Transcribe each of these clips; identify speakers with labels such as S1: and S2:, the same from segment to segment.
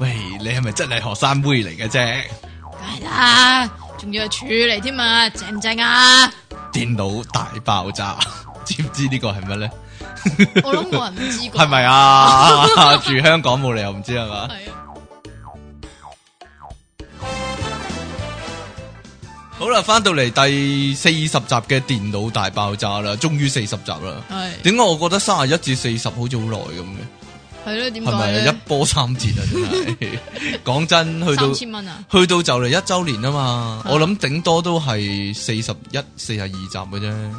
S1: 喂，你係咪真係學生妹嚟嘅啫？
S2: 梗係啦，仲要係處嚟添啊，正唔正 啊？
S1: 電腦大爆炸， 知唔知呢個係乜咧？
S2: 我諗冇人唔知啩，
S1: 係咪啊？ 住香港冇理由唔知係嘛？
S2: 係啊？
S1: 好啦，翻到嚟第四十集嘅電腦大爆炸啦，終於四十集啦。
S2: 係
S1: 點解我覺得三十一至四十好似好耐咁嘅？
S2: 係咯？
S1: 係
S2: 點解
S1: 咪啊
S2: 咧
S1: 一？波三折啊？真 係講真，去到
S2: 三千蚊啊？
S1: 去到就嚟一周年啊嘛，
S2: 啊
S1: 我諗頂多都係四十一、四十二集嘅啫。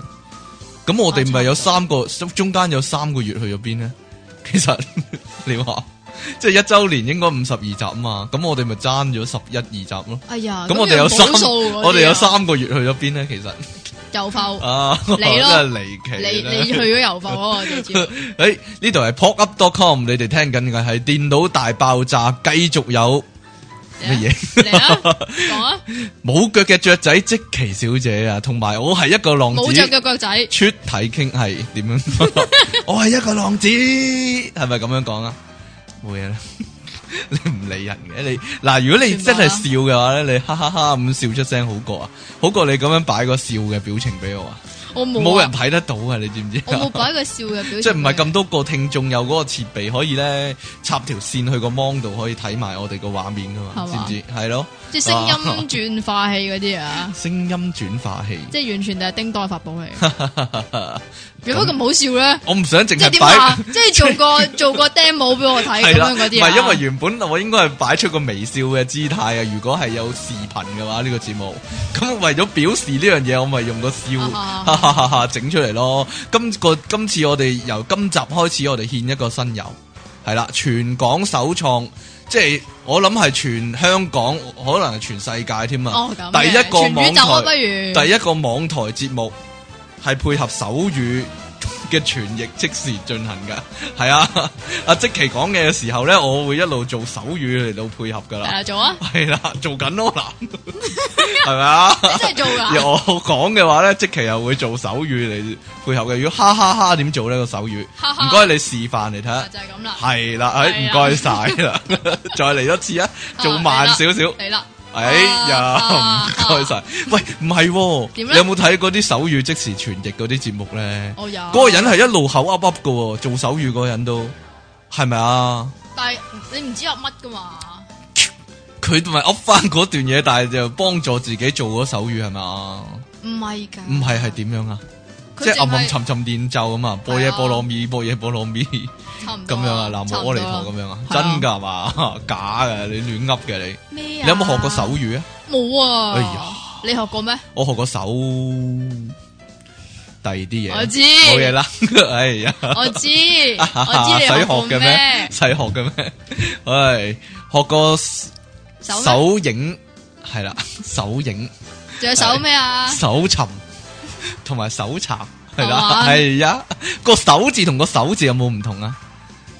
S1: 咁我哋
S2: 啊
S1: 咪有三個，中間有三個月去咗邊呢？ 其實你話，即係一周年應該五十二集啊嘛，咁我哋咪爭咗十一二集咯。
S2: 哎呀，
S1: 咁我哋有三，
S2: 樣補數嗰啲啊
S1: 我哋有三個月去咗邊呢？其實
S2: 油浮，
S1: 啊， 真
S2: 你咯
S1: 係離奇
S2: 你
S1: 啦。
S2: 你去咗油浮啊？我就知道
S1: 诶，呢度系 popup.com，你哋聽緊嘅係電腦大爆炸，繼續有乜嘢？
S2: 嚟啊講啊，
S1: 冇腳嘅雀仔即奇小姐啊，同埋 我係一個浪
S2: 冇着
S1: 子。
S2: 腳腳仔，
S1: 出體傾係點 樣？我係一個浪子，係咪咁樣講啊？冇嘢啦， 你唔理人嘅你嗱，如果你真係笑嘅話咧，你哈哈哈咁笑出聲好過啊，好過你咁樣擺個笑嘅表情俾我啊，
S2: 我冇啊
S1: 冇人，睇得到啊，你知唔知啊？
S2: 我冇擺個笑嘅表情，
S1: 即系唔係咁多個聽眾有嗰個設備可以咧插條線去個 mon 度可以睇埋我哋個畫面噶嘛？
S2: 係
S1: 知唔
S2: 嘛
S1: 知？係咯，啊
S2: 即係聲音轉化器嗰啲啊，
S1: 聲音轉化器。
S2: 即係完全就係叮當嘅法寶 嚟。有乜咁好笑咧？
S1: 我唔想淨
S2: 即係
S1: 係
S2: 點啊
S1: 擺，？
S2: 即係做個做個 demo 俾我睇咁
S1: 係啦，
S2: 樣
S1: 唔
S2: 嗰啲啊？
S1: 係因為原本我應該係擺出個微笑嘅姿態啊。如果係有視頻嘅話，呢個節目咁為咗表示呢樣嘢，我咪用個笑
S2: 啊
S1: 哈哈哈哈整出嚟咯。今個今次我哋由今集開始，我哋獻一個新遊，係啦，全港首創，即係我諗係全香港，可能係全世界添啊！
S2: 哦咁嘅
S1: 第一個
S2: 全宇宙啊
S1: 網
S2: 不
S1: 台，
S2: 如
S1: 第一個網台節目係配合手語嘅傳譯即時進行噶，係啊！阿即奇講嘢嘅時候咧，我會一路做手語嚟到配合噶
S2: 係
S1: 啦，
S2: 啦做啊！
S1: 係啦，做緊咯嗱，係咪啊？
S2: 你真係做
S1: 而
S2: 㗎？
S1: 我講嘅話咧，即期又會做手語嚟配合嘅。如果哈哈哈點做呢個手語？
S2: 哈
S1: 唔
S2: 哈
S1: 該你示範嚟睇下。
S2: 就係咁啦。
S1: 係啦，哎唔
S2: 係啦
S1: 該晒 啦，再嚟多次啊，做慢少少。
S2: 嚟啦，
S1: 哎
S2: 啊
S1: 呀，唔該晒。喂，唔係喎，
S2: 點
S1: 你
S2: 咧
S1: 有冇睇嗰啲手語即時傳譯嗰啲節目咧？
S2: 我有
S1: 嗰個人係一路口噏噏嘅喎，做手語嗰個人都係咪啊？
S2: 但係你唔知噏乜噶嘛？
S1: 佢咪噏翻嗰段嘢，但係就幫助自己做咗手語係咪啊？
S2: 唔係㗎，
S1: 唔係係點樣啊？
S2: 佢
S1: 即
S2: 淨係
S1: 係暗暗沉沉練咒咁啊，波耶
S2: 係啊
S1: 波羅咪，波耶波羅 咪咁
S2: 差唔多
S1: 樣啊，南無阿彌陀
S2: 咁
S1: 咁樣啊，
S2: 係
S1: 真
S2: 啊哎
S1: 㗎係嘛？ 假嘅，你亂噏嘅你，
S2: 咩
S1: 你
S2: 你
S1: 有冇學過手？語啊？
S2: 冇啊！
S1: 哎呀
S2: 你學過咩？
S1: 我學過手第二啲嘢，
S2: 我知
S1: 冇嘢啦。 哎呀，
S2: 我 知，我知你
S1: 使
S2: 學
S1: 學
S2: 過
S1: 嘅咩？？使學嘅咩？唉，學過
S2: 手咩
S1: 手影係 啦，手影。
S2: 仲有手咩啊？
S1: 搜尋同埋搜查係
S2: 係
S1: 啦，
S2: 嘛
S1: 係啊，個手字同個手字有冇唔同啊？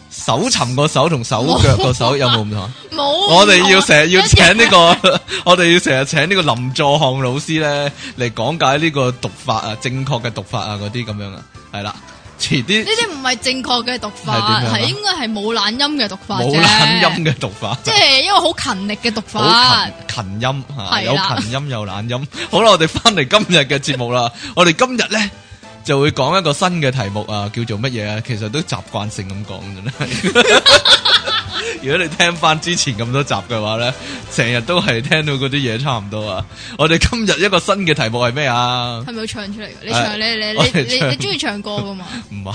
S1: 搜尋個手同手腳個手有冇唔同啊？
S2: 冇。
S1: 我哋要成日要請呢
S2: 個
S1: 個， 我哋要成日請呢個林助漢老師咧嚟講解呢個讀法啊，正確嘅讀法啊，嗰啲咁樣啊，係啦，遲啲
S2: 呢啲唔係正確嘅讀法，
S1: 係點樣啊
S2: 係應該係冇懶音嘅讀法
S1: 冇
S2: 啫。
S1: 懶音嘅讀法，
S2: 即係因為好勤力嘅讀
S1: 好
S2: 法。
S1: 勤勤音吓，
S2: 係
S1: 有
S2: 啦
S1: 勤音有懶音。 好啦，我哋翻嚟今日嘅節目啦。我哋今日咧就會講一個新嘅題目啊，叫做乜嘢啊？其實都習慣性咁講真係。 如果你聽翻之前咁多集嘅話咧，成日都係聽到嗰啲嘢差唔多啊。我哋今日一個新嘅題目係咩啊？
S2: 係咪要唱出嚟㗎？你
S1: 係
S2: 唱，你你
S1: 我哋
S2: 你你
S1: 唱
S2: 你中意唱歌噶嘛？
S1: 唔係，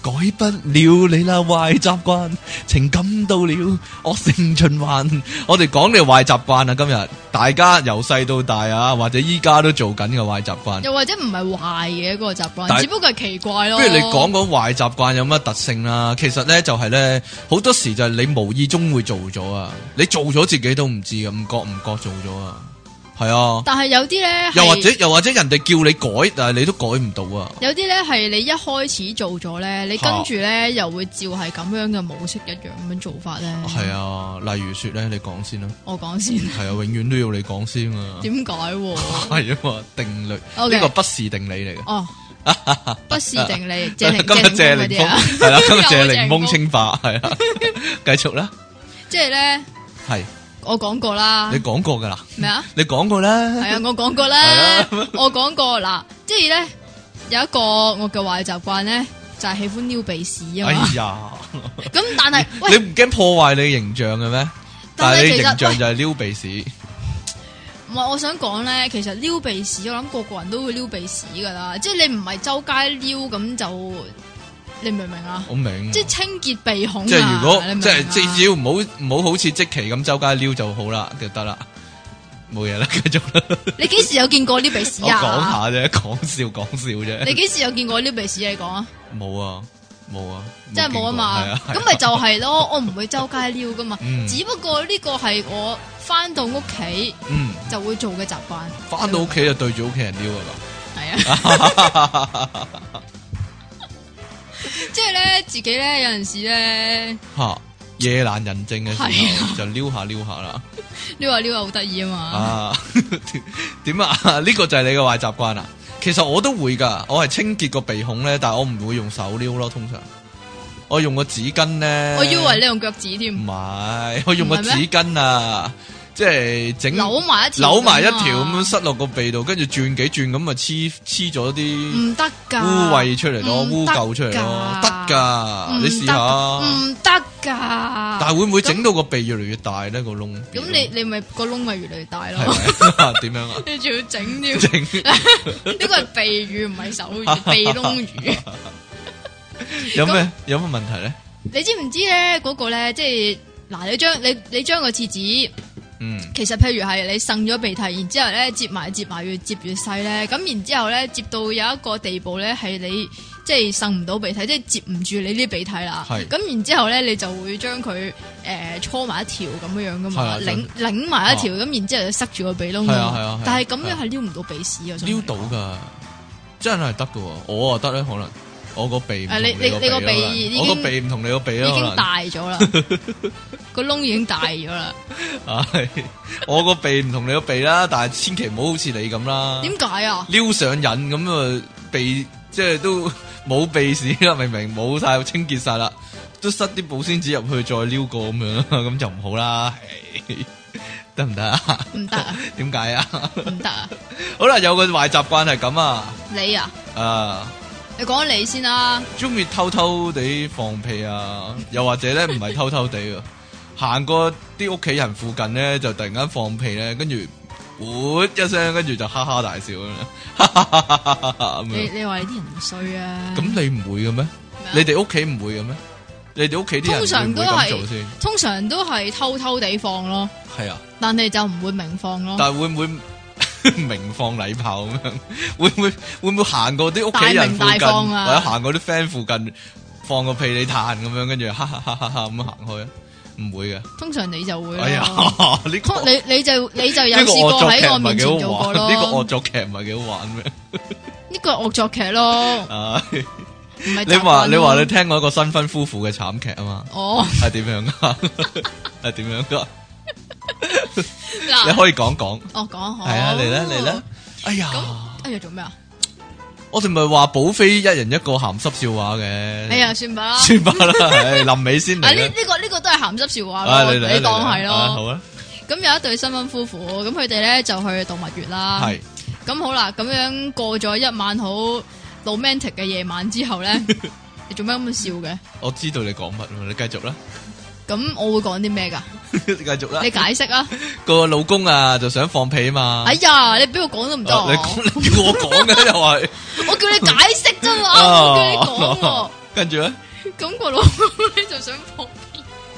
S1: 改不了你那壞習慣，情感到了惡性循環。我哋講你壞習慣啊，今日大家由細到大啊，或者依家都做緊嘅壞習慣。
S2: 又或者唔係壞嘅嗰個習
S1: 但係
S2: 慣，只不過係奇怪咯。
S1: 不如你講講壞習慣有乜特性啦？其實呢，就係呢，好多時就係你無意中會做咗啊，你做咗自己都唔知嘅，啊唔覺唔覺做咗啊，係啊。
S2: 但係有啲咧，
S1: 又或
S2: 係
S1: 者又或者人哋叫你改，但係你都改唔到啊。
S2: 有啲咧係你一開始做咗咧，你跟住咧又會照係咁樣嘅模式一樣咁樣做法咧。
S1: 係，啊，例如說呢，你講先啦。
S2: 我講 先，
S1: 係啊，永遠都要你講先啊。
S2: 點解喎？
S1: 係啊嘛，定律呢
S2: OK
S1: 個不是定理嚟嘅。
S2: 哦，不是定你謝霆
S1: 今日謝
S2: 謝
S1: 凌
S2: 霆鋒嗰啲
S1: 峰
S2: 啊，
S1: 係啦，今日謝
S2: 又係
S1: 凌峰
S2: 謝霆鋒
S1: 清白係啦，繼續啦，
S2: 即系咧，
S1: 系
S2: 我讲过啦
S1: 你，讲过噶啦，
S2: 咩啊？
S1: 你讲过
S2: 系
S1: 啦，
S2: 啊，我讲过
S1: 係
S2: 啦
S1: 啊，
S2: 我讲过嗱，即系咧有一个我嘅坏习惯咧，就系喜欢撩鼻屎啊
S1: 哎
S2: 嘛。
S1: 呀，
S2: 咁但系
S1: 你
S2: 喂，
S1: 唔惊破坏你形象嘅咩？但
S2: 但
S1: 系
S2: 係
S1: 你
S2: 其實
S1: 形象就系撩鼻屎，
S2: 唔系我想讲咧，其实撩鼻屎，我谂个个人都会撩鼻屎噶啦，即系你唔系周街撩咁就，你明唔明啊？
S1: 我明。
S2: 即系清洁鼻孔啊。
S1: 哦即系如果
S2: 你明唔明
S1: 即
S2: 啊
S1: 系即係只要唔好唔好好似即期咁周街撩就好啦，就得啦，冇嘢啦，继续啦。
S2: 你几时有见过撩鼻屎
S1: 我讲
S2: 啊？
S1: 下啫，讲笑讲笑
S2: 你
S1: 啫，
S2: 几时有见过撩鼻屎啊？你讲啊，
S1: 冇啊冇啊，
S2: 真系冇啊嘛
S1: 係啊。係啊
S2: 咁咪就系咯，我唔会周街撩噶嘛
S1: 嗯。
S2: 只不过呢个系我翻到屋企
S1: 嗯，
S2: 就会做嘅习惯。
S1: 翻到屋企就對住屋企人撩啊嘛。
S2: 系啊， 即系咧自己咧有阵时咧
S1: 吓夜難人靜嘅時
S2: 係啊
S1: 候就撩下撩下啦。
S2: 撩下撩下好得意啊嘛。
S1: 啊， 點啊？呢個就係你嘅壞習慣啦。其實我都會㗎，我係清潔個鼻孔咧，但系我唔會用手撩咯，通常我用個紙巾咧。
S2: 我以为你用脚趾添
S1: 唔，係，我用個
S2: 唔係
S1: 紙
S2: 咩
S1: 巾啊，即係整
S2: 扭埋一啊条，
S1: 扭埋一條咁樣，塞落個鼻度，跟住轉幾轉咁咪黐黐咗啲
S2: 唔得噶，
S1: 污穢出嚟咯，
S2: 唔
S1: 污
S2: 得
S1: 垢出嚟咯，得㗎，
S2: 唔
S1: 你試
S2: 得嗯
S1: 下。
S2: 唔得噶。
S1: 但系会唔會整到個鼻越嚟越大咧？個窿
S2: 咁你你咪個窿咪越嚟越大
S1: 系
S2: 咯，
S1: 咪 點樣啊？
S2: 你仲要整添？
S1: 整
S2: 呢個係鼻語唔係手 語，鼻窿語。
S1: 有咩有乜問題咧？
S2: 你知唔知咧？嗰個咧，即係嗱，你將你你將個廁紙，
S1: 嗯，
S2: 其實譬如係你擤咗鼻涕，然之後咧接埋接埋越接越細咧，咁然之後咧接到有一個地步咧係你。即係擤唔到鼻涕，即係接唔住你啲鼻涕啦。
S1: 係
S2: 咁然之後咧，你就會將佢誒搓埋一條咁樣樣噶
S1: 係啊
S2: 嘛，擰擰埋一條，咁然之後就塞住個鼻窿㗎
S1: 係
S2: 嘛。
S1: 啊係啊係啊
S2: 但係咁樣係撩唔到鼻屎啊！我想
S1: 撩
S2: 講
S1: 到㗎，真係得㗎喎。我啊得咧，可能我個鼻唔同
S2: 誒你你
S1: 你個
S2: 你個鼻
S1: 鼻
S2: 已
S1: 咯可能我
S2: 經
S1: 個鼻唔同你個鼻
S2: 已
S1: 咯，
S2: 經
S1: 可能。
S2: 大咗啦，個窿已經大咗
S1: 啊
S2: 啦。
S1: 唉，我個鼻唔同你個鼻啦，但係千祈唔好好似你咁啦，
S2: 點解啊？
S1: 撩上癮咁啊，鼻即係都冇鼻屎啦，明明冇晒清潔晒啦，都塞啲保鮮紙入去再撩過咁樣啦，咁就唔好啦，唉得唔得啊？
S2: 唔得啊，
S1: 點解啊？
S2: 唔得啊！
S1: 好
S2: 好
S1: 啦，有個壞習慣係咁啊，
S2: 你啊，
S1: 啊，
S2: 你講你先啦。
S1: 中意偷偷地放屁啊，又或者咧唔係偷偷地啊，行過啲屋企人附近咧就突然間放屁咧，跟住。噗一聲，跟住就哈哈大笑咁樣哈哈哈哈哈哈咁
S2: 你
S1: 樣。
S2: 你話你啲人唔衰啊？
S1: 咁你唔會嘅咩？你
S2: 咩啊
S1: 哋屋企唔會嘅咩？你哋屋企啲人
S2: 通常都
S1: 會唔會咁
S2: 係
S1: 做先？
S2: 通常都係偷偷地放咯，
S1: 係啊，
S2: 但係就唔會明放咯。
S1: 但係會唔會 明放禮炮咁樣？ 會唔會會唔會行過啲屋企人附
S2: 大明
S1: 近，
S2: 大放啊
S1: 或者行過啲 friend 附近放個屁你彈咁樣，跟住哈哈哈哈哈咁行開啊？唔會嘅。
S2: 通常你就會
S1: 哎呀，
S2: 咯。
S1: 呢
S2: 通
S1: 個
S2: 你你就你就 有
S1: 呢個
S2: 試
S1: 惡
S2: 過
S1: 作劇
S2: 喺
S1: 唔
S2: 我
S1: 係
S2: 面前
S1: 幾
S2: 做
S1: 好
S2: 過
S1: 玩，啊呢個惡
S2: 咯，
S1: 作劇唔係幾好玩咩？
S2: 呢個係惡作劇咯，
S1: 啊！
S2: 唔係
S1: 你
S2: 話
S1: 話你話你聽過一個新婚夫婦嘅慘劇啊嘛？
S2: 哦
S1: 係點樣 噶？係點樣噶？ 你
S2: 嗱，
S1: 可以講講。
S2: 我講好
S1: 系啊，嚟啦嚟啦！哎呀，
S2: 咁哎呀做咩啊？
S1: 我哋咪话保飛一人一個鹹濕笑話嘅。
S2: 哎呀，算吧啦。
S1: 算吧啦，唉臨尾先
S2: 啊！
S1: 嚟
S2: 呢
S1: 啦
S2: 呢。個呢個都係鹹濕笑話
S1: 啊
S2: 咯，
S1: 嚟
S2: 你當係
S1: 啊好
S2: 咯。
S1: 啊，
S2: 咁有一對新婚夫婦，咁佢哋咧就去動物園啦。
S1: 係
S2: 咁好啦，咁樣過咗一晚好 romantic 嘅夜晚之後 咧，你做咩咁笑嘅？
S1: 我知道你講乜喎，你繼續啦，
S2: 咁我會講啲咩噶？
S1: 你繼續啦
S2: 你。解釋啊！
S1: 個老公啊，就想放屁嘛。
S2: 哎呀，你俾我講都唔得
S1: 哦啊
S2: 啊
S1: 你！講你叫我講嘅又係
S2: 我叫你解釋啫嘛，我叫你講
S1: 啊
S2: 喎。，
S1: 跟住咧，
S2: 咁個老公咧就想放，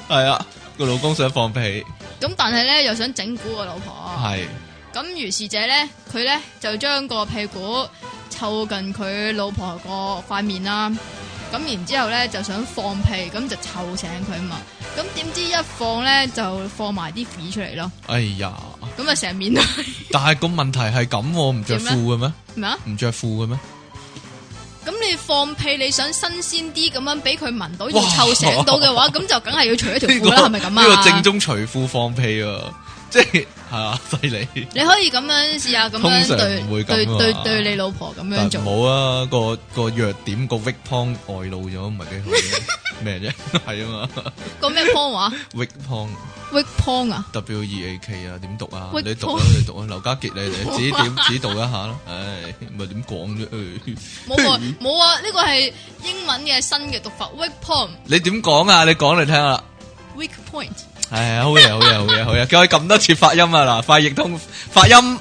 S1: 係啊，個老公想放屁，
S2: 咁但係咧又想整蠱個老婆。
S1: 係
S2: 咁如是者咧，佢咧就將個屁股湊近佢老婆個塊面啦。咁然之後咧就想放屁，咁就湊醒佢嘛。咁點知一放咧就放埋啲屎出嚟咯。
S1: 哎呀，
S2: 咁啊成面都係
S1: 但係個問題係咁喎，唔着褲嘅咩？
S2: 咩啊？
S1: 唔着褲嘅咩？
S2: 咁你放屁你想新鮮啲咁樣俾佢聞到要
S1: 哇
S2: 湊醒到嘅話，咁就梗係要除咗條
S1: 呢個
S2: 褲啦，係咪咁啊？
S1: 呢個正宗除褲放屁啊！ 即係係啊，犀利！
S2: 你可以咁樣試下咁
S1: 通常
S2: 樣對
S1: 唔會咁
S2: 對
S1: 啊
S2: 對對你老婆咁樣
S1: 但
S2: 做。
S1: 冇啊，個個弱點個 weak point 外露咗，唔係幾好嘅，唔咩啫？係啊嘛
S2: 個咩 pong 話
S1: ，Wig Pong
S2: ？wig pong 啊？
S1: W E A K 啊，點讀啊？
S2: Wig
S1: 你讀啊，
S2: Pong
S1: 你讀啊，劉家傑你你指點指導一下啦。唉，咪點講啫？ 唉
S2: 冇啊
S1: 嗯
S2: 冇啊！呢個係英文嘅新嘅讀法，wig pong，wig
S1: 你點講啊？你講嚟聽下啦。
S2: point。
S1: 唉，好嘢，好嘢，好嘢，好嘢！佢撳多次發音啊！嗱，快譯通發音。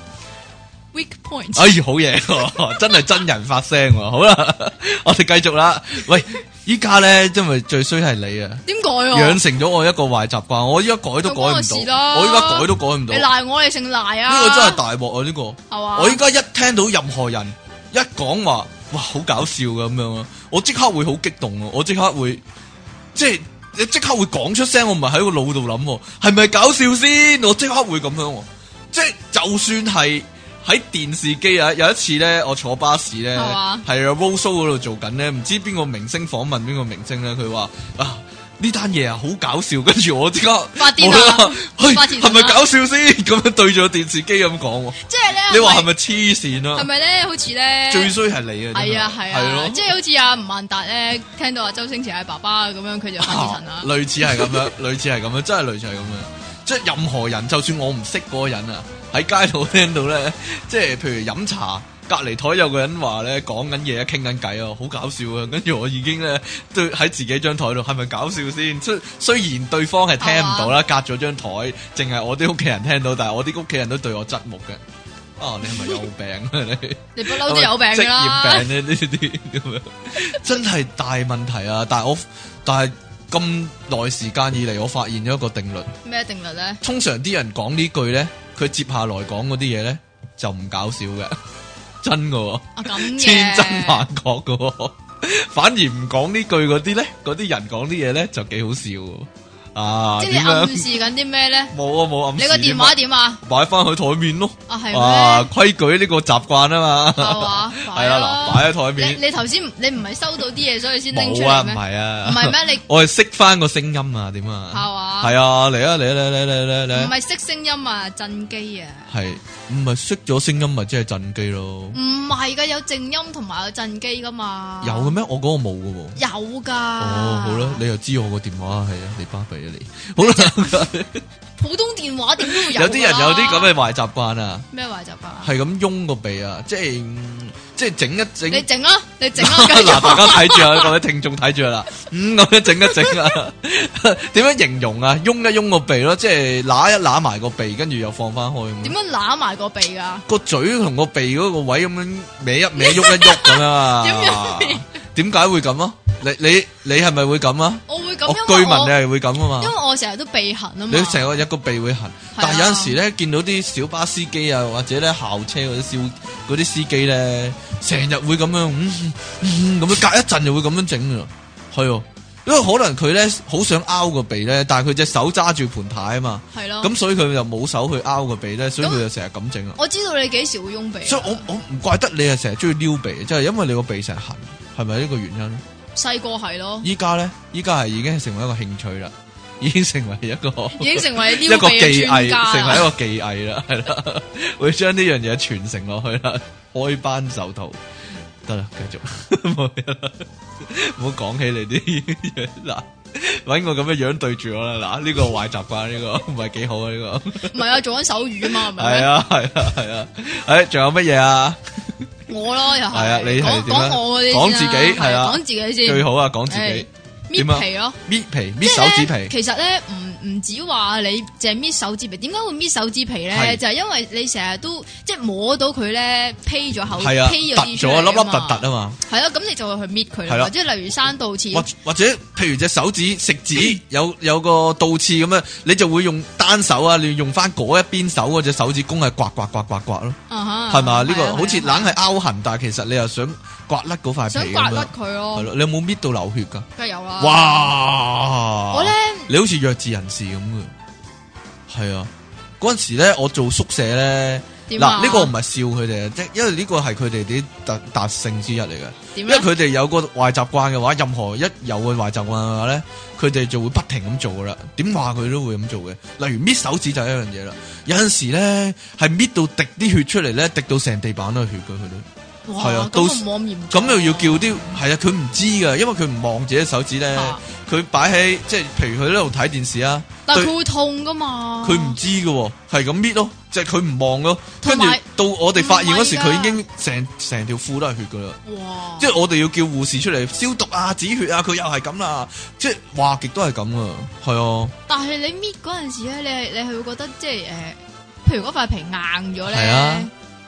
S2: weak point。
S1: 哎，好嘢 喎，真系真人发声喎。好啦， 我哋继续啦。喂，依家咧，因为最衰系你啊，
S2: 點改啊？
S1: 养成咗我一个坏习惯，我依家改都改唔
S2: 咁關我事
S1: 到，
S2: 啦
S1: 我依家改都改唔到。呢
S2: 你賴我，你姓賴啊？
S1: 个真系大镬啊！呢个，
S2: 係嘛？
S1: 我依家一听到任何人一讲話，哇，好搞笑㗎咁樣啊，我即刻會好激動啊，我即刻會即係你即刻會講出聲，我唔係喺個腦度諗喎，係咪搞笑先？我即刻會咁樣喎，即係就算係喺電視機啊，有一次咧，我坐巴士咧，係
S2: 係
S1: 啊
S2: 嘛
S1: r o s o 嗰度做緊咧，唔知邊個明星訪問邊個明星咧，佢話啊。呢單嘢啊，好搞笑，跟住我即刻
S2: 發癲啊
S1: 冇啦嘿
S2: 發癲啊
S1: 係咪搞笑先？咁樣對住個電視機咁講喎，
S2: 即係咧，
S1: 你話係咪黐線啊
S2: 係？咪咧？好似咧，
S1: 最衰係你啊！
S2: 係啊係
S1: 係
S2: 啊
S1: 咯，，
S2: 即係好似阿吳萬達咧，聽到阿周星馳係爸爸咁樣，佢就發自
S1: 啊
S2: 神啦。
S1: 類似係咁樣，類似係咁樣，真係類似係咁樣。即係任何人，就算我唔識嗰個人啊，喺街度聽到咧，即係譬如飲茶，隔離台有個人話咧講緊嘢，傾緊偈啊，好搞笑啊！跟住我已經咧對喺自己張台度，係咪搞笑先？雖雖然對方係聽唔到啦，隔咗張台，淨係我啲屋企人聽到，但係我啲屋企人都對我側目嘅。啊！你係咪有病啊？你？
S2: 你不嬲都有病㗎
S1: 職
S2: 啦
S1: 業，病咧呢啲咁樣，真係大問題啊！但係我但係咁耐時間以嚟，我發現咗一個定律，
S2: 咩定律咧？
S1: 通常啲人講呢句咧，佢接下來講嗰啲嘢咧就唔搞笑嘅， 真噶、喎，
S2: 啊咁嘅，
S1: 千真萬確噶、喎。反而唔講呢句嗰啲咧，嗰啲人講啲嘢咧就幾好笑喎啊！
S2: 即係你
S1: 點
S2: 暗
S1: 樣？
S2: 示緊啲咩咧？
S1: 冇啊冇暗示
S2: 你個電話點啊？
S1: 擺翻喺台面咯，
S2: 啊係
S1: 啊
S2: 咩？哦
S1: 規矩呢個習慣啊
S2: 係
S1: 嘛，
S2: 嘛？
S1: 係啦嗱，擺喺台面
S2: 你。你頭先唔你唔係收到啲嘢，所以先拎出
S1: 冇啊，
S2: 嚟
S1: 唔
S2: 咩？
S1: 係啊，
S2: 唔係咩？你
S1: 我係識翻個聲音啊，點
S2: 係
S1: 啊？
S2: 嘛？
S1: 係啊，嚟啊嚟啊嚟啊嚟啊嚟啊嚟啊
S2: 唔
S1: 嚟啊，
S2: 係識聲音啊，震機啊！
S1: 係唔係識咗聲音咪即係震機咯？
S2: 唔係噶，有靜音同埋有震機噶嘛。
S1: 有嘅咩？我嗰個冇嘅喎。
S2: 有噶。
S1: 哦，好啦，你又知我個電話係啊，你巴閉啊你。好 啦，
S2: 普通電話點都會有㗎啦。
S1: 有啲人有啲咁嘅壞習慣啊，
S2: 咩壞習慣啊？
S1: 係咁擁個鼻啊，即係嗯即係整一整。
S2: 你整啦，你整 啦，繼
S1: 嗱，大
S2: 續。
S1: 家睇住啊，各位聽眾睇住啦， 嗯，咁樣整一整啊， 點樣形容啊？擁一擁個鼻咯，即係揦一揦埋個鼻，跟住又放翻開咁樣。
S2: 點樣揦埋個鼻㗎？
S1: 个嘴同个鼻嗰个位咁樣歪 一歪、喐一喐咁樣
S2: 點
S1: 啊
S2: 樣歪？
S1: 點解會咁啊？你你你系咪會咁啊？
S2: 我會
S1: 我
S2: 咁，因
S1: 據聞
S2: 為
S1: 你
S2: 我
S1: 係會咁啊
S2: 因為
S1: 嘛。
S2: 我成日都鼻痕啊嘛。
S1: 你成個一個鼻會痕，
S2: 係啊
S1: 但係有陣時咧見到啲小巴司機啊，或者咧校車嗰啲司嗰啲司機咧，成日會咁樣，嗯嗯咁樣隔一陣就會咁樣整啊。係啊，因為可能佢咧好想拗個鼻咧，但係佢隻手揸住盤牌啊嘛，
S2: 係咯。
S1: 咁所以佢就冇手去拗個鼻咧，所以佢
S2: 咁
S1: 就成日咁整啊。
S2: 我知道你幾時會用鼻啊。
S1: 所以我我唔怪得你啊係成日中意撩鼻，就係因為你個鼻成日痕，係咪呢個原因咧？
S2: 細個係咯，
S1: 依家咧，依家係已經成為一個興趣啦， 已經成為 一個
S2: 已經成為
S1: 一
S2: 撩
S1: 個
S2: 鼻
S1: 技
S2: 嘅專
S1: 藝，
S2: 家
S1: 成為
S2: 啦。
S1: 一個技藝啦，係啦， 會將呢樣嘢傳承落去啦，開班授徒。得啦，繼續 冇嘢啦，唔好講起你啲嘢嗱，揾我咁嘅樣對住我啦，嗱呢個壞習慣，呢個唔係幾好啊 呢個。
S2: 唔係啊，做緊手語啊嘛，係咪
S1: 係
S2: 咩？
S1: 啊，係啊，係啊，誒，仲有乜嘢啊？
S2: 我咯又係。
S1: 係啊你係
S2: 講
S1: 點啊
S2: 講我嗰啲
S1: 講自己係啊
S2: 講自己先。
S1: 最好啊，講自己
S2: 唉。
S1: 點啊
S2: 搣皮咯。
S1: 搣皮搣
S2: 即係
S1: 手指
S2: 咧
S1: 皮，
S2: 其實咧，唔唔止話你淨係搣手指皮，點解會搣手指皮
S1: 係
S2: 咧？就係因為你成日都即係摸到佢咧，披咗口，
S1: 係啊，
S2: 披
S1: 突
S2: 咗
S1: 咗粒粒突突
S2: 啊！
S1: 啊嘛，
S2: 係咯，咁你就會去搣佢
S1: 係啦
S2: 啦。即係例如生倒刺，
S1: 或或者譬如隻手指食 指有有個倒刺咁樣，你就會用單手啊，你用翻嗰一邊手嗰隻手指公係刮刮刮刮刮咯，
S2: 啊係啊
S1: 係嘛？呢個好似硬係拗痕，但係其實你又想刮甩嗰塊
S2: 想
S1: 皮
S2: 刮
S1: 咁
S2: 甩
S1: 樣，
S2: 佢
S1: 係
S2: 咯，
S1: 咯？你有冇搣到流血噶？
S2: 梗係有啦。！
S1: 哇！
S2: 我咧
S1: 你好似弱智人士咁嘅，係啊！嗰陣時咧，我做宿舍咧，
S2: 點啊
S1: 嗱呢個唔係笑佢哋啊，即係因為呢個係佢哋啲特特性之一嚟嘅。
S2: 點啊
S1: 因
S2: 咧
S1: 為？佢哋有個壞習慣嘅話，任何一有個壞習慣嘅話咧，佢哋就會不停咁做噶啦。點話佢都會咁做嘅。例如搣手指就係一樣嘢啦。有陣時咧係搣到滴啲血出嚟咧，滴到成地板都係血嘅佢
S2: 哇，
S1: 係啊到
S2: 咁冇咁嚴
S1: 咁
S2: 重喎
S1: 又要叫啲係啊，佢唔知噶，因為佢唔望自己手指咧
S2: 啊，
S1: 佢擺喺即係譬如佢喺度睇電視啊，
S2: 但
S1: 對
S2: 佢會痛噶嘛？
S1: 佢唔知嘅喎，係咁搣咯，就係佢唔望咯。跟住
S2: 同埋
S1: 到我哋發現嗰時，
S2: 唔係㗎啊
S1: 佢已經成成條褲都係血噶啦。
S2: 哇，
S1: 即係我哋要叫護士出嚟消毒啊、止血啊，佢又係咁啦。即係話極都係咁啊，係啊，
S2: 但係你搣嗰陣時咧，你係你係會覺得即係诶，誒譬如嗰塊皮硬
S1: 係
S2: 咗
S1: 啊
S2: 咧，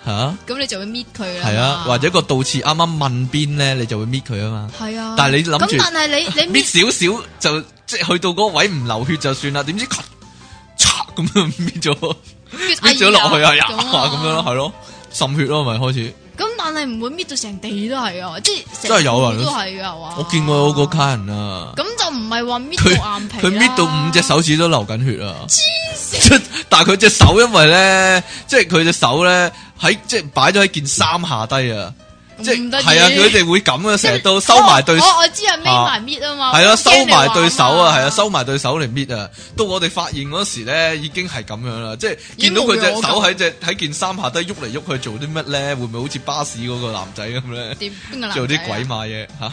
S1: 係啊，
S2: 咁你就會搣佢啦。
S1: 係啊，或者個倒刺啱啱問邊咧，你就會搣佢啊嘛。
S2: 係啊。
S1: 但係你諗住
S2: 咁，但係你你
S1: 搣
S2: 搣
S1: 少少就即係去到嗰個位唔流血就算啦，點知咔嚓咁樣搣 咗搣咗落去啊，呀
S2: 哎呀
S1: 咁樣咯，。係咯，滲血咯，咪開始。
S2: 咁但係唔會搣到成地都係啊，即係成
S1: 真係有啊
S2: 褲都係噶，哇！
S1: 我見過有個卡人啊，
S2: 咁就唔係話搣
S1: 佢
S2: 到眼皮啦，啊
S1: 佢搣到五隻手指都流緊血啊！
S2: 黐 線，
S1: 即但系佢隻手，因為咧，即係佢隻手咧喺即係擺咗喺件衫下低啊，即係
S2: 唔得意哦
S1: 係啊，佢哋會咁啊，
S2: 即係
S1: 成日都收埋對，
S2: 我
S1: 係
S2: 我我知係孭埋搣啊嘛，
S1: 啊，
S2: 我
S1: 收
S2: 驚你
S1: 埋
S2: 話
S1: 對手啊，
S2: 嘛
S1: 係啊，收埋對手嚟搣啊。到我哋發現嗰時咧，已經係咁樣啦，即係見到佢隻
S2: 已經冇咗
S1: 手
S2: 咁
S1: 喺隻喺件衫下低喐嚟喐去做啲乜咧，會唔會好似巴士嗰個男仔咁咧，
S2: 點邊個男仔啊
S1: 做啲鬼馬嘢吓？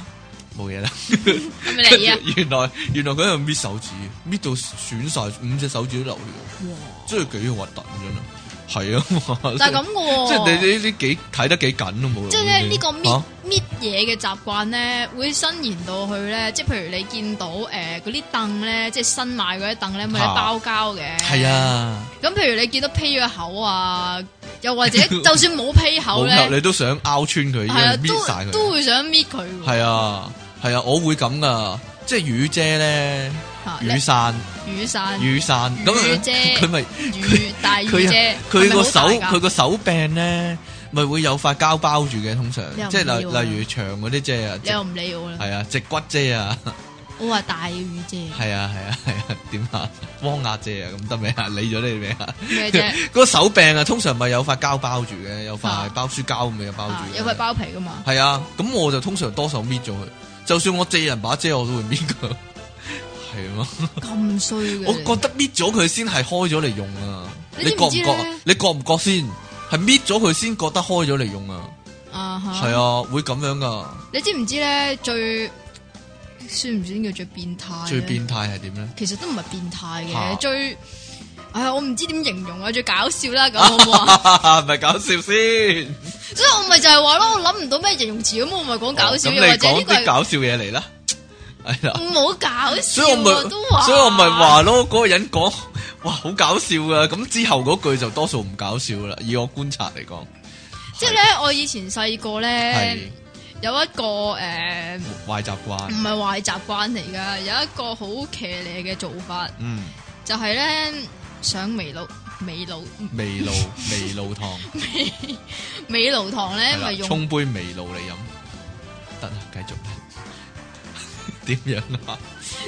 S1: 冇嘢啦，
S2: 係咪 你啊？
S1: 原來原來佢喺度搣手指，搣到損晒五隻手指都流血。
S2: 哇
S1: 真係幾核突真係，係啊，
S2: 但係咁嘅喎，
S1: 即係你呢啲幾睇得幾緊都冇用嘅。
S2: 即係咧呢個搣
S1: 嚇
S2: 搣嘢嘅習慣咧，會伸延到去咧，即係譬如你見到誒嗰啲凳咧，即係新買嗰啲凳咧，咪有
S1: 嚇
S2: 包膠嘅。
S1: 係。啊，
S2: 咁譬如你見到披咗口啊，又 或者就算冇披口
S1: 冇入
S2: 咧，
S1: 你都想拗穿佢，已經
S2: 係啊，
S1: 搣晒
S2: 都都
S1: 佢。
S2: 會想搣佢喎。
S1: 係啊，係啊，我會咁噶，即係雨遮咧，
S2: 嚇，
S1: 雨傘，
S2: 你雨傘、
S1: 雨傘咁
S2: 雨
S1: 樣
S2: 遮
S1: 佢咪
S2: 雨大雨
S1: 佢
S2: 啫，
S1: 佢
S2: 個
S1: 個手佢個手柄咧，咪會有塊膠包住嘅，通常
S2: 你又唔
S1: 即係例
S2: 要啊
S1: 例如長嗰啲遮啊
S2: 你，又唔理我啦。
S1: 係啊，直骨遮啊。
S2: 我話大雨啫，
S1: 系啊系啊系啊，點啊？汪亞姐啊，咁得未啊？ 理咗你未啊？
S2: 咩啫？
S1: 嗰個手柄啊，通常咪有塊膠包住嘅，有塊
S2: 啊
S1: 包書膠咁嘅 包住
S2: 啊
S1: 嘅。
S2: 有塊包皮噶嘛？
S1: 係啊，咁我就通常多手搣咗佢，就算我借人把遮，我都會搣佢。係啊嘛，
S2: 嗯咁衰嘅。
S1: 我覺得搣咗佢先係開咗嚟用啊！
S2: 你
S1: 你
S2: 知
S1: 覺
S2: 唔
S1: 唔
S2: 知
S1: 覺啊
S2: 咧？
S1: 你覺唔覺先？係搣咗佢先覺得開咗嚟用啊！
S2: 啊哈
S1: 係啊，會咁樣噶。
S2: 你知唔知咧最算唔算叫最變態呢？
S1: 最變態係 點咧？
S2: 其實都唔係變態
S1: 嚇
S2: 嘅，最哎呀我唔知點形容啊，最搞笑啦咁好唔好 啊？
S1: 咪搞笑先。
S2: 所以我咪就係話咯，我諗唔到咩形容詞咁，我咪講搞笑，
S1: 哦咁
S2: 又或
S1: 你
S2: 者呢
S1: 講
S2: 個
S1: 啲
S2: 係
S1: 搞笑嘢嚟啦，係啦。
S2: 唔好搞笑
S1: 所以我咪
S2: 啊，都話，
S1: 所以我咪話咯，嗰、個人講 哇好搞笑噶，咁之後嗰句就多數唔搞笑啦。以我觀察嚟講，
S2: 即係咧，我以前細個
S1: 係
S2: 咧有一個誒
S1: 壞習慣
S2: 唔。係壞習慣嚟噶，有一個好騎呢嘅做法，
S1: 嗯，
S2: 就係咧上美露美露
S1: 味 露味露糖，
S2: 美露堂咧，
S1: 係啦
S2: 咪用
S1: 沖杯味露嚟飲，得啦，繼續。 點樣啊？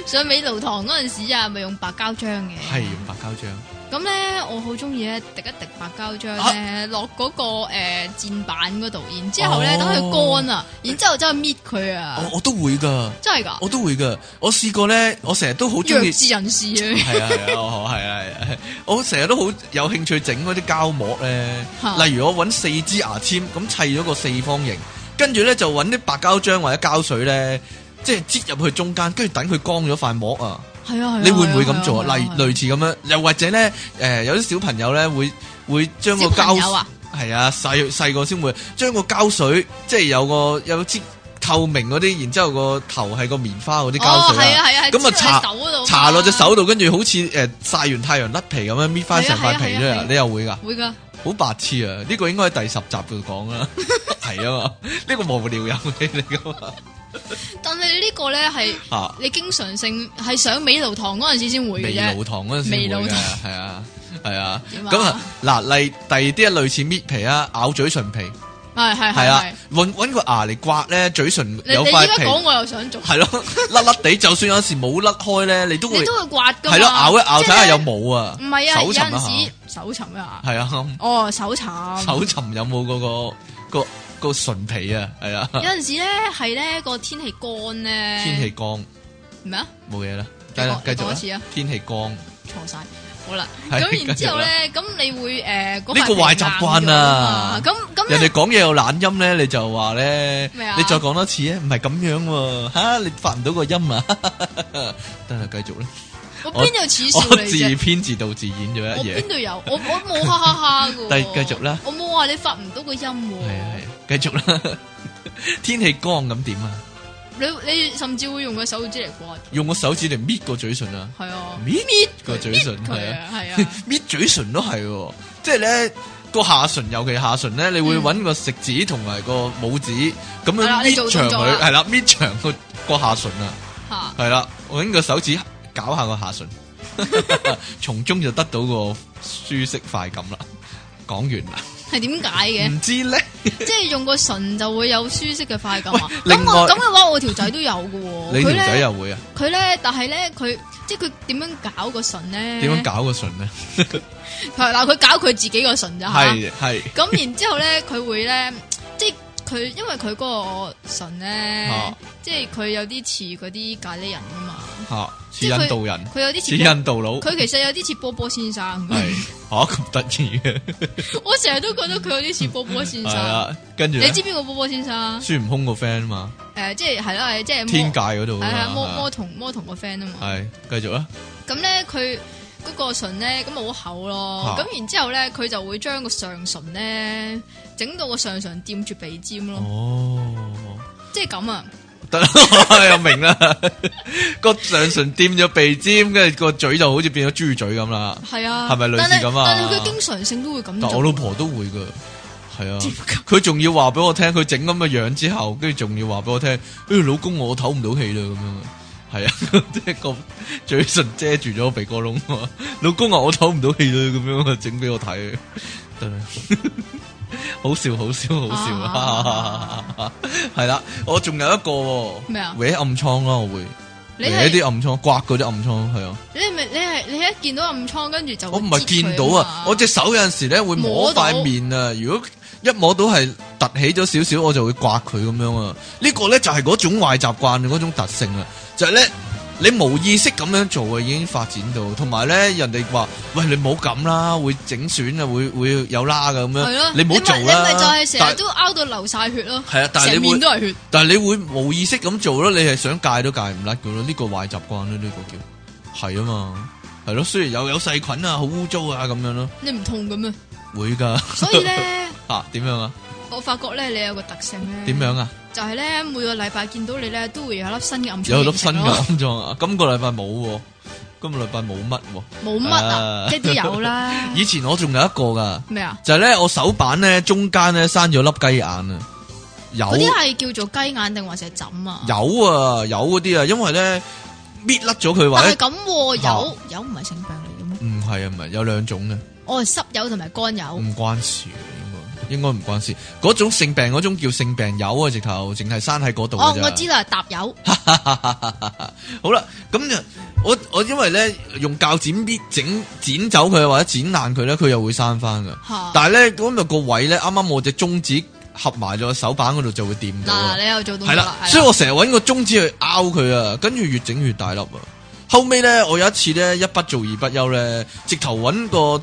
S2: 上美勞堂嗰陣時啊，咪用白膠漿嘅。
S1: 係用白膠漿，
S2: 咁咧，我好中意咧滴一滴白膠漿咧，落嗰個誒墊板嗰度，然之後咧
S1: 啊哦
S2: 等佢乾啊，然之後走去搣佢啊
S1: 我，我都會噶，
S2: 真係㗎！
S1: 我都會噶。我試過咧，我成日都好中
S2: 弱
S1: 意。
S2: 智人士啊，
S1: 系啊系啊，我係啊係啊，我成日都好有興趣整嗰啲膠膜咧
S2: 嚇，
S1: 例如我揾四支牙籤咁砌咗個四方形，跟住咧就揾啲白膠漿或者膠水咧，即係擠入去中間，跟住等佢乾咗塊膜啊！
S2: 係啊係啊！
S1: 你會唔會
S2: 係啊
S1: 咁做啊？
S2: 係
S1: 例
S2: 係
S1: 類似咁樣，又或者咧，誒有啲小朋友咧會會將個
S2: 小朋友
S1: 膠
S2: 啊，
S1: 係啊細細個先會將個膠水，即係有個有支透明嗰啲，然之後個頭係個棉花嗰啲膠
S2: 哦
S1: 水
S2: 係
S1: 啊
S2: 啊係啊，
S1: 咁啊搽
S2: 黐喺手嗰度啊嘛
S1: 搽落隻手度，跟住好似誒曬完太陽甩皮咁樣搣翻成塊皮出
S2: 係啊係啊係
S1: 嚟
S2: 啊，
S1: 你又會噶，
S2: 會㗎，
S1: 好白痴啊！呢個應該喺第十集度講啦， 係啊嘛，呢個無聊遊戲嚟噶 嘛，
S2: 但係呢個咧係
S1: 嚇
S2: 你經常性係上美勞堂嗰陣時先會嘅
S1: 味
S2: 啫
S1: 勞。堂嗰陣時
S2: 味
S1: 會
S2: 勞
S1: 嘅
S2: 堂，
S1: 係啊係啊，
S2: 點啊
S1: 咁啊嗱例第二啲啊類似搣皮啊，咬嘴唇皮
S2: 係係
S1: 係
S2: 係
S1: 啊
S2: 係。，
S1: 揾揾個牙嚟刮咧，嘴唇
S2: 你
S1: 有
S2: 你依
S1: 塊
S2: 家講
S1: 皮
S2: 我又想做，
S1: 係咯， 甩甩地，就算有時冇甩開咧，你都會
S2: 你都會刮㗎嘛。
S1: 係咯咬一咬
S2: 即
S1: 睇
S2: 係
S1: 下
S2: 咧
S1: 有冇啊，
S2: 唔係啊，
S1: 搜
S2: 有
S1: 尋
S2: 陣
S1: 一
S2: 時
S1: 下，
S2: 手尋啊，
S1: 係啊。
S2: 哦手尋，
S1: 搜尋有冇嗰、個個個唇皮啊？係啊，
S2: 有陣時咧係咧個天氣乾咧，
S1: 天氣光
S2: 咩啊？
S1: 冇嘢啦，繼啦，繼
S2: 你講
S1: 續
S2: 你講一次
S1: 啦
S2: 啊。
S1: 天氣光
S2: 錯晒，好啦。
S1: 係
S2: 咁然之後咧，咁你會诶
S1: 呢個壞習慣啊
S2: 咁 咁
S1: 人
S2: 咧
S1: 哋講嘢有懶音咧，你就話咧，
S2: 咩啊
S1: 你再講多次啊，唔係咁樣喎， 吓你發唔到個音啊， 得啦，繼續 啦，
S2: 我
S1: 我
S2: 邊有恥笑
S1: 我
S2: 你
S1: 自
S2: 啫？
S1: 編自導自演咗
S2: 我
S1: 一嘢
S2: 邊，度有？我我冇哈哈哈噶。
S1: 但係繼續啦。
S2: 我冇話你發唔到個音
S1: 係啊係
S2: 喎。
S1: 啊，繼續啦， 天氣乾咁點啊？
S2: 你你甚至會用個手指嚟刮。
S1: 用個手指嚟搣個嘴唇啊，
S2: 係啊。
S1: 搣搣個嘴唇係
S2: 佢
S1: 啊，
S2: 啊，係啊，
S1: 搣嘴唇都係喎，即係咧。個下唇，尤其下唇咧，你會揾個食指同埋個拇指咁
S2: 嗯係啦
S1: 樣
S2: 你做
S1: 搣長
S2: 動作啊啦
S1: 佢，係啦，搣長個個下唇啊。
S2: 吓
S1: 系啦，我揾个手指搞下个下唇， 从中就得到个舒适快感啦。讲完啦，
S2: 係點解嘅？
S1: 唔知咧，
S2: 即係用個唇就會有舒適嘅快感啊！
S1: 喂
S2: 咁
S1: 另
S2: 我
S1: 外
S2: 咁嘅話，我條仔都有嘅喎。
S1: 你
S2: 哦佢
S1: 条
S2: 咧
S1: 仔又会啊？
S2: 佢咧，但係咧，佢即係佢點樣搞個唇咧？
S1: 点样？搞个唇咧？
S2: 佢 嗱，佢搞佢自己個唇咋吓。
S1: 系系
S2: 咁然之後咧，佢會 咧，即係佢因為佢嗰個唇咧
S1: 啊，
S2: 即係佢有啲似嗰啲咖喱人噶嘛，
S1: 吓，似
S2: 即係
S1: 印度人，
S2: 佢有啲
S1: 似
S2: 似波。
S1: 印度佬，
S2: 佢其實有啲似波波先生，
S1: 系吓咁得意嘅，
S2: 我成日都覺得佢有啲似波波先
S1: 系
S2: 生。
S1: 啊。跟住
S2: 你
S1: 咧，
S2: 知邊個波波先生？
S1: 孙悟空个 friend 啊嘛，
S2: 诶，即係係啦，係即係
S1: 天
S2: 魔
S1: 界嗰度
S2: 係啊，魔魔
S1: 啊
S2: 童魔童個 friend 啊嘛。
S1: 嘛，系继续啊，
S2: 咁咧佢嗰個唇咧咁好厚咯，
S1: 啊
S2: 咁然之後咧佢就會將個上唇咧整到個上唇掂住鼻尖咯，
S1: 哦。
S2: 即係咁啊！
S1: 得啦， 又明啦。个上唇掂咗鼻尖，跟住个嘴就好似变咗猪嘴咁啦。
S2: 係啊，
S1: 係咪類似咁啊
S2: 但係但係佢經常性都會咁
S1: 但我
S2: 做。
S1: 老婆都會噶，係啊
S2: 點解，
S1: 佢仲要話俾我聽，佢整咁嘅樣之後，跟住仲要話俾我聽，誒老公啊我唞唔到氣啦咁樣，係啊， 即係個嘴唇遮住咗鼻哥窿啊，老公啊我唞唔到氣啦咁樣啊，整俾我睇， 得啦。好笑好笑好笑啊！ 係啦，我仲有一個喎
S2: 咩啊
S1: 搲暗瘡啦，我會
S2: 你
S1: 搲
S2: 係
S1: 啲暗瘡，刮嗰啲暗瘡係啊，
S2: 你係咪你係你係一見到暗瘡跟住就
S1: 我唔係見
S2: 見
S1: 到啊，我隻手有陣時咧會摸
S2: 摸到
S1: 塊面啊，如果一摸到係凸起咗少少，我就會刮佢咁樣啊。呢個咧就係嗰種壞習慣嗰種特性啊，就係咧你無意識咁樣做啊，已經發展到，同埋咧人哋話喂你唔好咁啦，會整損啊，會會有啦咁
S2: 係咯
S1: 樣，，你唔好做
S2: 咪
S1: 啦。
S2: 你咪就係成日
S1: 但
S2: 都拗到流晒血咯，
S1: 係啊，但係
S2: 成
S1: 你
S2: 面
S1: 會
S2: 都係血。
S1: 但係你會無意識咁做咯，你係想戒都戒唔甩噶咯，呢、個壞習慣咯，呢、個叫係啊嘛，係咯，雖然有有細菌啊，好污糟啊咁樣咯，
S2: 你唔痛咁啊？
S1: 會噶。
S2: 所以咧，
S1: 啊，點樣啊？
S2: 我發覺咧，你有個特性咧，
S1: 點？樣啊？
S2: 就係咧，每個禮拜見到你咧，都會有粒新嘅暗瘡。
S1: 有粒新嘅，暗瘡啊！今個禮拜冇喎，今個禮拜冇乜喎。
S2: 冇乜啊
S1: 啊，
S2: 即係都 有啦。
S1: 以前我仲有一個噶，
S2: 咩啊？
S1: 就係咧我手板咧中間咧生咗粒雞眼啊，有
S2: 嗰啲係叫做雞眼定還是係枕啊？
S1: 有啊有嗰啲啊，因為咧搣甩咗佢
S2: 但
S1: 或
S2: 係
S1: 者
S2: 咁喎
S1: 嚇
S2: 有有唔係性病嚟嘅咩？
S1: 唔係啊，唔係有兩種嘅，
S2: 我係濕疣同埋乾疣。
S1: 唔關事嘅應該應該唔關事。嗰種性病嗰種叫性病友啊，直頭淨係生喺嗰度㗎
S2: 哦，
S1: 咋
S2: 我知啦，搭疣。
S1: 好啦，咁就我我因為咧用铰剪搣整剪走佢或者剪爛佢咧，佢又會生翻噶。
S2: 嚇
S1: 但係咧咁就個位咧，啱啱我隻中指合埋咗手板嗰度就會掂到啊
S2: 嗱，。你又做到
S1: 係
S2: 啦
S1: 啦，，
S2: 係
S1: 所以我成日揾個中指去拗佢啊，跟住越整越大粒啊。後尾咧，我有一次咧，一不做二不休咧，直頭揾個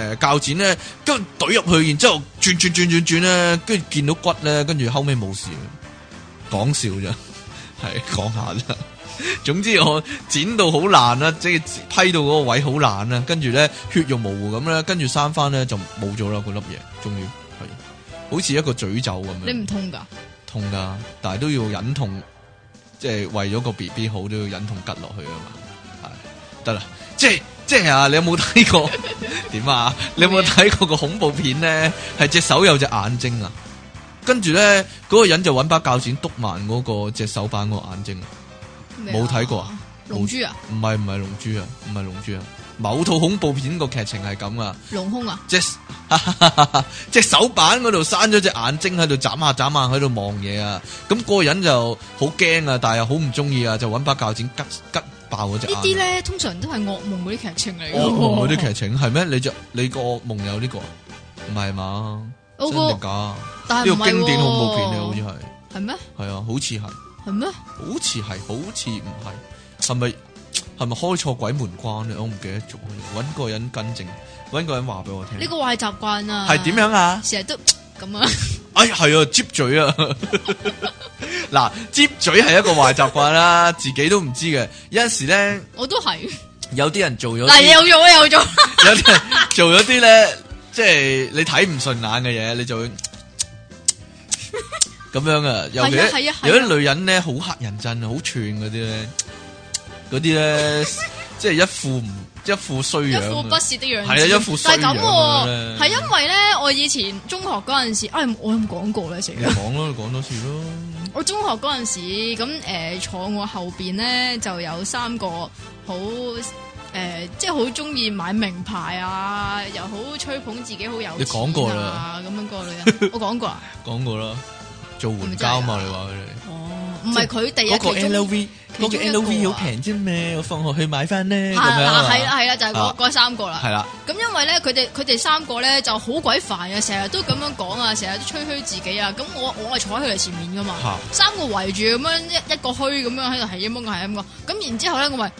S1: 誒鉸剪咧，跟住懟入去，然之後轉轉轉轉轉咧，跟住見到骨咧，跟住後尾冇事啊， 講笑啫，係講下啫。總之我剪到好爛啦，即係批到嗰個位好爛啦，跟住咧血肉模糊咁咧，跟住生翻咧就冇咗啦，嗰粒嘢，終於係好似一個詛咒咁樣。
S2: 你唔痛㗎？
S1: 痛噶，但系都要忍痛，即系为咗个 B B 好都要忍痛吉落去啊嘛，系得啦，即系即系啊！你有冇睇 过点啊？你有冇睇过个恐怖片咧？系只手有只眼睛啊，跟住咧嗰个人就揾把铰剪督埋嗰個隻手板嗰個眼睛啊，
S2: 咩啊
S1: 冇睇過啊？
S2: 龍珠啊？
S1: 唔系唔系龍珠啊，唔系龍珠啊，某套恐怖片個劇情係咁啊。
S2: 龍胸啊？
S1: 只 只手板嗰度生咗隻眼睛喺度眨下眨下喺度望嘢啊！咁、嗰個人就好驚啊，但係又好唔中意啊，就揾把鉸剪吉吉爆嗰隻
S2: 呢啲
S1: 眼。
S2: 咧通常都係噩夢嗰啲劇情嚟嘅。
S1: 噩夢嗰啲劇情係咩？你就你個噩夢有呢、個？唔係嘛？
S2: 我
S1: 真
S2: 個
S1: 定假？呢
S2: 但係唔
S1: 個
S2: 係
S1: 經典恐怖片嚟，
S2: 喎
S1: 好似係
S2: 係咩？
S1: 係啊，好似係，
S2: 係咩？
S1: 好似係，好似唔係，係咪？係咪開錯鬼門關咧？我唔記得咗，搵個人更正，搵個人話俾我聽
S2: 呢。個壞習慣啊，
S1: 係點樣啊？
S2: 成日都咁啊，
S1: 哎，係啊，接嘴啊！ 嗱，接嘴係一個壞習慣啦， 自己都唔知嘅。有陣時咧，
S2: 我都係。
S1: 有啲人做咗
S2: 嗱，
S1: 啲，
S2: 又做啊又做，
S1: 有啲人 做咗啲咧，即係你睇唔順眼嘅嘢，你 就會咁樣啊。尤其
S2: 係啊係啊係啊
S1: 有啲女人咧，好黑人憎啊，好串嗰啲咧，嗰啲咧，即係一副唔一副衰
S2: 一
S1: 樣啊。
S2: 副不屑的樣子。
S1: 係啊一副衰
S2: 但係咁
S1: 樣
S2: 喎，
S1: 咧
S2: 係因為咧，我以前中學嗰陣時，哎，我有冇講過咧？成
S1: 你
S2: 日
S1: 講咯，你講多次咯。
S2: 我中學嗰陣時，咁誒、呃坐我後邊咧就有三個好誒、呃即係好中意買名牌啊，又好吹捧自己好有
S1: 你講過
S2: 錢啊咁樣個女 人，我講過啊，
S1: 講過啦，做援交嘛，
S2: 係咪真係㗎
S1: 你話佢哋。
S2: 哦，唔係佢哋
S1: 嗰
S2: 啊，
S1: 個
S2: 其中
S1: LV，嗰
S2: 其中
S1: 個
S2: 一個啊
S1: LV 好平啫咩？我放學去買翻咧，咁
S2: 係
S1: 樣啊
S2: 啦
S1: 嘛
S2: 係啦係啦，就係嗰
S1: 啊
S2: 嗰三個啦
S1: 係。啦，
S2: 咁因為咧，佢哋佢哋三個咧就好鬼煩啊，成日都咁樣講啊，成日都吹噓自己啊。咁我我係坐喺佢哋前面噶嘛，
S1: 嚇
S2: 三個圍住咁樣一一個虛咁樣喺度係咁講係咁講。咁然之後咧， 我咪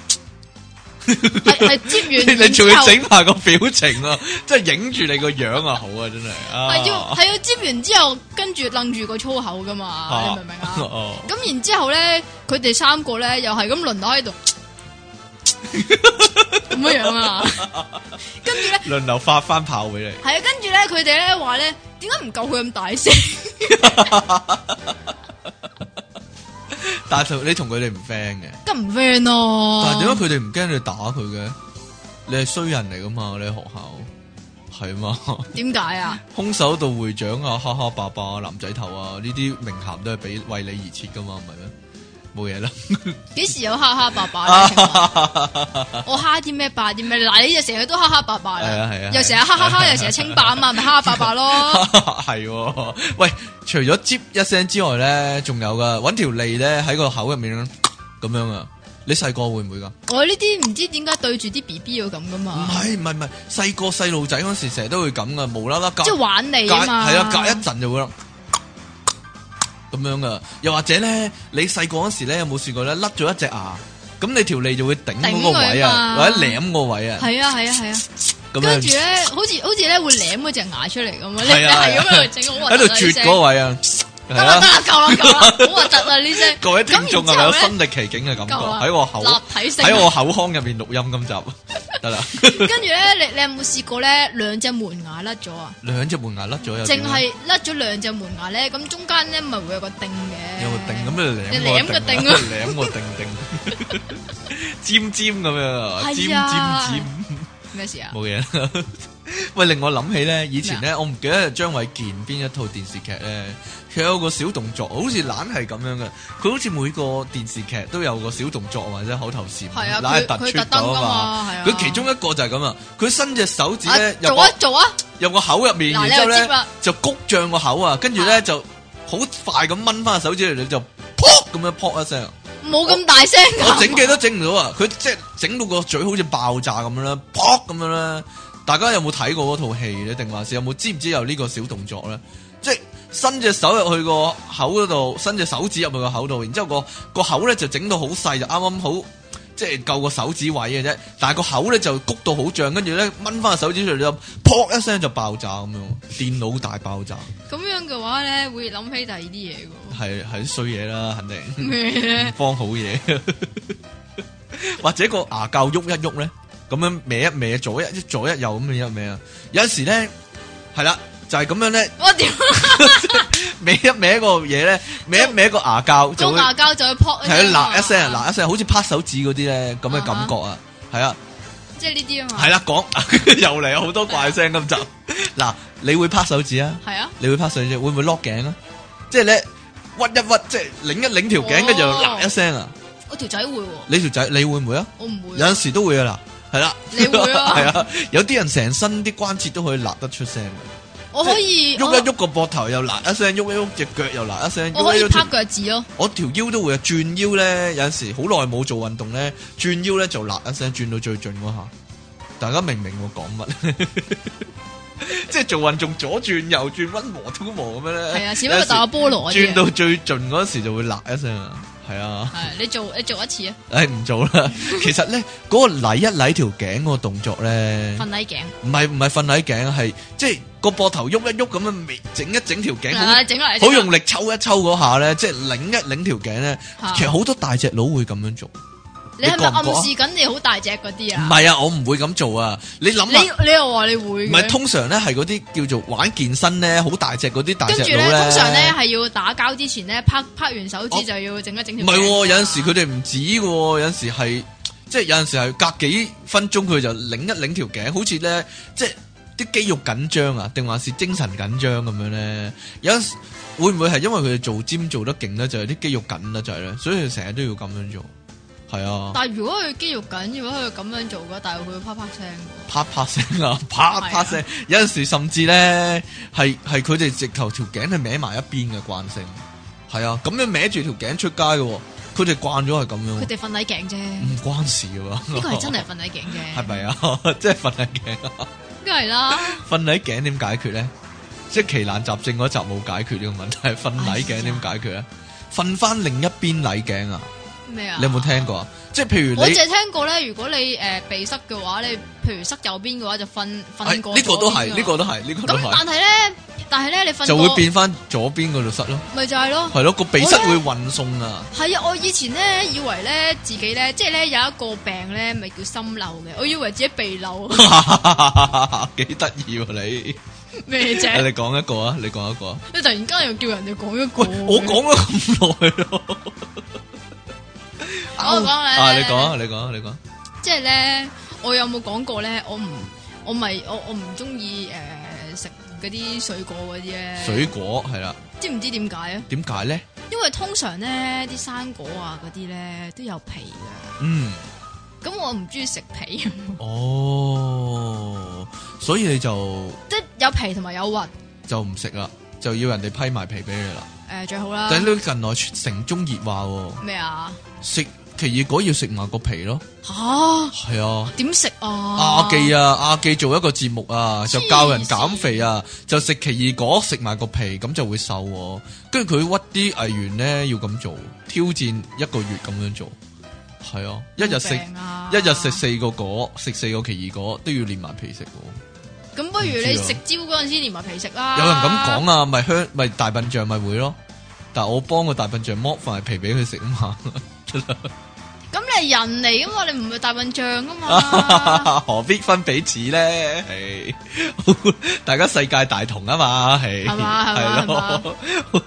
S2: 係係接完，
S1: 你仲要
S2: 然之後
S1: 整埋個表情啊， 即係影住你個樣啊，好啊，真係
S2: 係要
S1: 啊，
S2: 係要接完之後，跟住楞住個粗口噶嘛，你明唔明 啊？
S1: 哦，
S2: 咁然之後咧，佢哋三個咧又係咁輪流喺 度咁樣樣啊，跟住咧。
S1: 輪流發翻炮俾你，
S2: 系啊，跟住咧，佢哋咧話咧，點解唔夠佢咁大聲？
S1: 但係你同佢哋唔 friend 嘅，
S2: 咁唔 friend 咯？
S1: 但係點啊解佢哋唔驚你打佢嘅？你係衰人嚟噶嘛？你喺學校係嘛？
S2: 點解啊？
S1: 空手道會長啊，哈哈爸爸、男仔頭啊，呢啲名銜都係俾為你而設噶嘛，唔係 咩？冇嘢啦。
S2: 幾時有哈哈爸爸咧？
S1: 啊
S2: 請問我哈啲咩爸啲咩？嗱，你就成日都哈哈爸爸
S1: 係
S2: 啦
S1: 啊係啊，
S2: 又成日哈哈哈，又成日清白啊嘛，咪哈哈爸爸 咯。
S1: 系、喂，除咗接一聲之外咧，仲有噶，搵條脷咧喺個口入面咁樣啊！你細個會唔會噶？
S2: 我呢啲唔知點解對住啲 B B 要咁噶
S1: 唔
S2: 嘛，
S1: 係唔係唔係，細個細路仔嗰時成日都會咁噶，無啦啦隔
S2: 即係
S1: 隔
S2: 玩你啊嘛。
S1: 係啊，隔一陣就會啦，咁樣噶。又或者咧，你細個嗰時咧有冇試過咧甩咗一隻牙，咁你條脷就會頂嗰個位啊，
S2: 頂佢嘛
S1: 或者舐個位啊，
S2: 係啊係啊係啊，
S1: 咁
S2: 跟住
S1: 樣
S2: 咧，好似好似咧會舐嗰隻牙出嚟咁啊！你
S1: 係 啊
S2: 係咁喺度整好核
S1: 喺度
S2: 突啊！呢
S1: 啜
S2: 聲
S1: 嗰位啊，係
S2: 得啦
S1: 啊
S2: 得。啦，夠啦夠啦，好核突啊！呢聲
S1: 各位聽眾係
S2: 咁
S1: 咪
S2: 然
S1: 有
S2: 之後
S1: 身歷其境嘅感覺？
S2: 夠啦
S1: 喺我口
S2: 立體聲
S1: 喺我口腔入面錄音今集得啦，
S2: 跟住咧，你你有冇試過咧兩隻門牙甩咗啊？
S1: 兩隻門牙甩咗又
S2: 淨
S1: 點啊
S2: 係甩咗兩隻門牙咧，咁中間咧咪會有個釘嘅，
S1: 有個定咁啊，
S2: 你
S1: 舐
S2: 舐
S1: 個
S2: 個
S1: 定
S2: 定
S1: 啊
S2: 啊，
S1: 舐個定定，尖尖咁樣啊，尖尖
S2: 係啊
S1: 尖，
S2: 咩事啊？
S1: 冇嘢啦。 喂，令我諗起咧，以前咧，我唔記得係張衛健邊一套電視劇咧，佢有個小動作，好似懶係咁樣嘅，佢好似每個電視劇都有個小動作或者口頭禪，
S2: 係啊，
S1: 懶
S2: 佢
S1: 係突
S2: 佢
S1: 出
S2: 特登
S1: 咗
S2: 噶
S1: 啊嘛。
S2: 嘛，係啊。
S1: 佢其中一個就係咁啊，佢伸隻手指
S2: 啊
S1: 咧入
S2: 做
S1: 個
S2: 啊做啊，
S1: 入個口入面，然
S2: 嗱你
S1: 之後
S2: 又
S1: 咧
S2: 知啦，
S1: 就谷脹個口啊，跟住咧
S2: 啊
S1: 就好快咁掹翻手指嚟，你就噗咁樣噗一聲。
S2: 冇咁大聲㗎
S1: 我整幾都整唔到啊！佢即係整到個嘴好似爆炸咁樣啦，噗咁樣啦。大家有冇睇過嗰套戲咧？定還是有冇知唔知有呢個小動作咧？即係伸隻手入去個口嗰度，伸隻手指入去個口度，然之後個個口咧就整到好細，就啱啱好。即係夠個手指位嘅啫，但係個口咧就谷到好脹，跟住咧掹翻個手指出嚟就噗一聲就爆炸咁樣，電腦大爆炸，
S2: 咁樣嘅話咧，會諗起第二啲嘢 㗎
S1: 係係衰嘢啦，肯定。
S2: 喎。咩咧？
S1: 放好嘢，或者個牙骹喐一喐咧，咁樣歪一歪，左一左一右咁樣一歪啊。有陣時咧，係啦，就係、 咁樣咧，
S2: 我屌，
S1: 歪一歪個嘢咧，歪一歪個牙骹就
S2: 個
S1: 會
S2: 牙膠就去撲
S1: 係啦
S2: 聲啊嘛
S1: 嗱一聲，嗱一聲，好似拍手指嗰啲咧咁嘅感覺啊，係啊，
S2: 即係呢啲啊嘛。
S1: 係啦，講 又嚟好多怪聲咁就嗱，你會拍手指啊？
S2: 係啊，
S1: 你會拍手指會唔會落頸啊？即係咧屈一屈，即係擰一擰條頸，跟住就
S2: 哦
S1: 嗱一聲啊！
S2: 我條仔會喎，
S1: 你條仔你會唔會啊？
S2: 我唔會
S1: 有
S2: 啊。
S1: 阵时都會噶啦， 係啦，
S2: 你會啊
S1: 系啊，有啲人成身啲關節都可以揦得出聲嘅，
S2: 我可以
S1: 喐一喐個膊頭又揦一聲，喐一喐隻腳又揦一聲，
S2: 我我可
S1: 喐一
S2: 以
S1: 喐
S2: 拍
S1: 條
S2: 腳趾咯。
S1: 我條腰都會啊，轉腰咧有阵时好耐冇做運動咧，轉腰咧就揦一聲，轉到最盡嗰下，大家明唔明我講乜？ 即係做運動左轉右轉，溫和 t 和咁樣咧，
S2: 係啊，似不過打
S1: 有
S2: 菠蘿
S1: 時轉
S2: 嗰啲
S1: 到
S2: 啊。
S1: 最盡嗰時就會揦一聲啊，系啊，
S2: 系你做你做一次啊，
S1: 唉唔做 啦。其實咧，嗰、個禮一禮條頸嗰個動作咧，
S2: 瞓禮頸，
S1: 唔係唔係瞓禮頸，係即係個膊頭喐一喐咁樣搣，整一整條頸，好
S2: 啊整落嚟，
S1: 好用力抽一抽嗰下咧，即係擰一擰條頸咧。
S2: 嚇。
S1: 其實好多大隻佬會咁樣做，
S2: 你
S1: 你覺
S2: 係咪
S1: 唔覺啊
S2: 暗示緊你好大隻嗰啲
S1: 唔
S2: 啊？
S1: 係啊，我唔會咁做啊。你諗下。
S2: 你你又話你會
S1: 唔
S2: 嘅
S1: 係通常咧係嗰啲叫做玩健身咧，好大隻嗰啲大隻
S2: 跟
S1: 佬
S2: 住咧，通常咧係要打交之前咧，拍拍完手
S1: 我
S2: 指就要整一整
S1: 唔係
S2: 條頸啊
S1: 喎，有
S2: 㗎
S1: 陣時佢哋唔止嘅喎，有陣時係即係有陣時係隔幾分鐘佢就擰一擰條頸，好似咧即係啲肌肉緊張啊，定還是精神緊張咁樣咧？有陣時會唔會係因為佢哋做尖做得勁咧，就係啲肌肉緊得滯咧，所以成日都要咁樣做。係啊，
S2: 但係如果佢肌肉緊，如果佢咁樣做嘅，但係佢會啪啪聲嘅
S1: 啪啪聲啊，啪啪聲，有陣時甚至咧係係佢哋直頭條頸係歪埋一邊嘅慣性，係啊，咁樣歪住條頸出街嘅喎，佢哋慣咗係咁樣
S2: 喎。佢
S1: 喎，
S2: 哋瞓禮頸啫，
S1: 唔
S2: 呢
S1: 關事嘅喎。
S2: 個係 真係瞓禮頸
S1: 系
S2: 嘅，
S1: 嗯咪啊？ 即系瞓喺颈，
S2: 梗係啦。
S1: 瞓喺颈點解決咧？即系奇難雜症嗰集冇解決呢個問題，瞓喺頸點解決咧？瞓翻另一邊禮頸啊！
S2: 咩啊？
S1: 你有冇聽過啊？即系譬如
S2: 我
S1: 你
S2: 淨係聽過咧，如果你誒鼻塞嘅話，你譬如塞右邊嘅話，就瞓
S1: 哎
S2: 瞓
S1: 呢
S2: 過
S1: 個都係，
S2: 左邊㗎啊
S1: 呢個都係，呢個都
S2: 咁但
S1: 係，
S2: 係咧，但係咧，你瞓
S1: 就會
S2: 過
S1: 變翻左邊嗰度塞咯，
S2: 咪就係咯。
S1: 係咯，個鼻塞
S2: 我呢
S1: 會運送啊！
S2: 係啊，我以前咧以為咧自己咧，即係咧有一個病咧，咪叫心漏嘅，我以為自己鼻漏
S1: 幾得意喎你！
S2: 咩
S1: 哎
S2: 啫？
S1: 你講一個啊，你講一個啊！
S2: 你突然間又叫人哋講一個
S1: 喂，
S2: 嘅，
S1: 我講咗咁耐咯，
S2: 我講你
S1: 啊！
S2: 你
S1: 你講啊，你講啊，你講啊。
S2: 即係咧，我有冇講過咧？我唔，我咪我我唔中意誒食嗰啲水果嗰啲咧，
S1: 水果係啦，
S2: 知唔知點解啊？
S1: 點解咧？
S2: 因為通常咧啲生果啊嗰啲咧都有皮嘅，
S1: 嗯。
S2: 咁我唔中意食皮，
S1: 哦，所以你就
S2: 即係有皮同埋有核。
S1: 就唔食啦，就要人哋批埋皮俾你啦。
S2: 誒、最好啦
S1: 但係呢近來城中熱話喎，
S2: 咩啊
S1: 食奇異果要食埋個皮咯，
S2: 吓？
S1: 係啊。
S2: 點食啊？
S1: 阿記啊，阿記做一個節目啊，就教人減肥啊，就食奇異果食埋個皮，咁就會瘦喎。跟住佢屈啲藝員咧要咁做，挑戰一個月咁樣做，係啊，一日食一日食四個果，食四個奇異果都要連埋皮食喎。
S2: 咁不如你食蕉嗰陣時連埋皮食啦。
S1: 啊有人咁講啊，咪香咪大笨象咪會咯，但我幫個大笨象剝塊皮俾佢食啊嘛，
S2: 咁你係人嚟噶嘛？你唔係大笨象 噶嘛？
S1: 何必分彼此咧？係大家世界大同啊嘛，係
S2: 係嘛
S1: 係
S2: 係嘛
S1: 咯，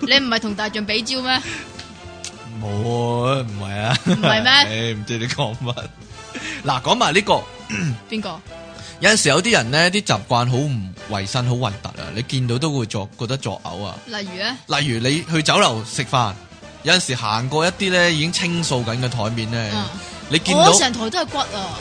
S2: 你唔係同大象比蕉咩？
S1: 冇啊，唔係啊，
S2: 唔係咩
S1: 唉唔知你講乜？嗱，講埋呢個，
S2: 邊個？
S1: 有陣時有啲人咧啲習慣好唔衞生，好核突啊！你見到都會作覺得作嘔啊！
S2: 例如咧，
S1: 例如你去酒樓食飯，有陣時行過一啲咧已經清掃緊嘅台面咧，
S2: 嗯
S1: 你見到
S2: 我。成台都係骨啊！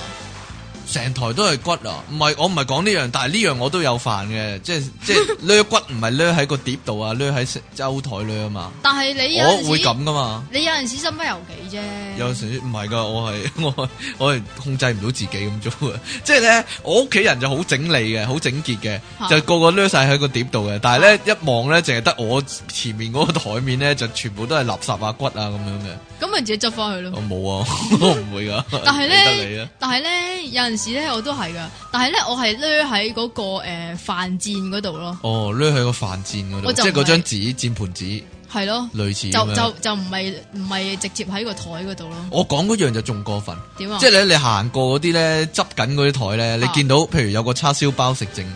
S1: 成台都係骨啊！唔係我唔係講呢樣，但係呢樣我都有犯嘅，即係 即係掠骨唔係掠喺個碟度啊，掠喺周台掠啊嘛。
S2: 但係你有陣時
S1: 我會咁噶嘛，
S2: 你有陣時身不由己啫。
S1: 有時唔係噶，我係 我係我係控制唔到自己咁做嘅。即係咧，我屋企人就好整理嘅，好整潔嘅，
S2: 嚇
S1: 就個個掠晒喺個碟度嘅。但係咧一望咧，淨係得我前面嗰個台面咧，就全部都係垃圾啊骨啊咁樣嘅。
S2: 咁咪自己執翻去
S1: 我
S2: 咯。
S1: 冇啊， 我唔會噶。
S2: 但係
S1: 理得你啊
S2: 咧，但係咧，有陣時咧，我都係噶。但係咧，我係孭喺嗰個誒飯墊嗰度咯，
S1: 哦，掠喺個飯墊嗰度，
S2: 我就
S1: 即係嗰
S2: 唔係
S1: 張紙佔盤紙。
S2: 係咯，
S1: 類似咁
S2: 就
S1: 樣
S2: 就就唔係唔係直接喺個台嗰度咯。
S1: 我講嗰樣就仲過分，
S2: 點啊？
S1: 即係咧你行過嗰啲咧執緊嗰啲台咧，你
S2: 啊
S1: 見到譬如有個叉燒包食剩，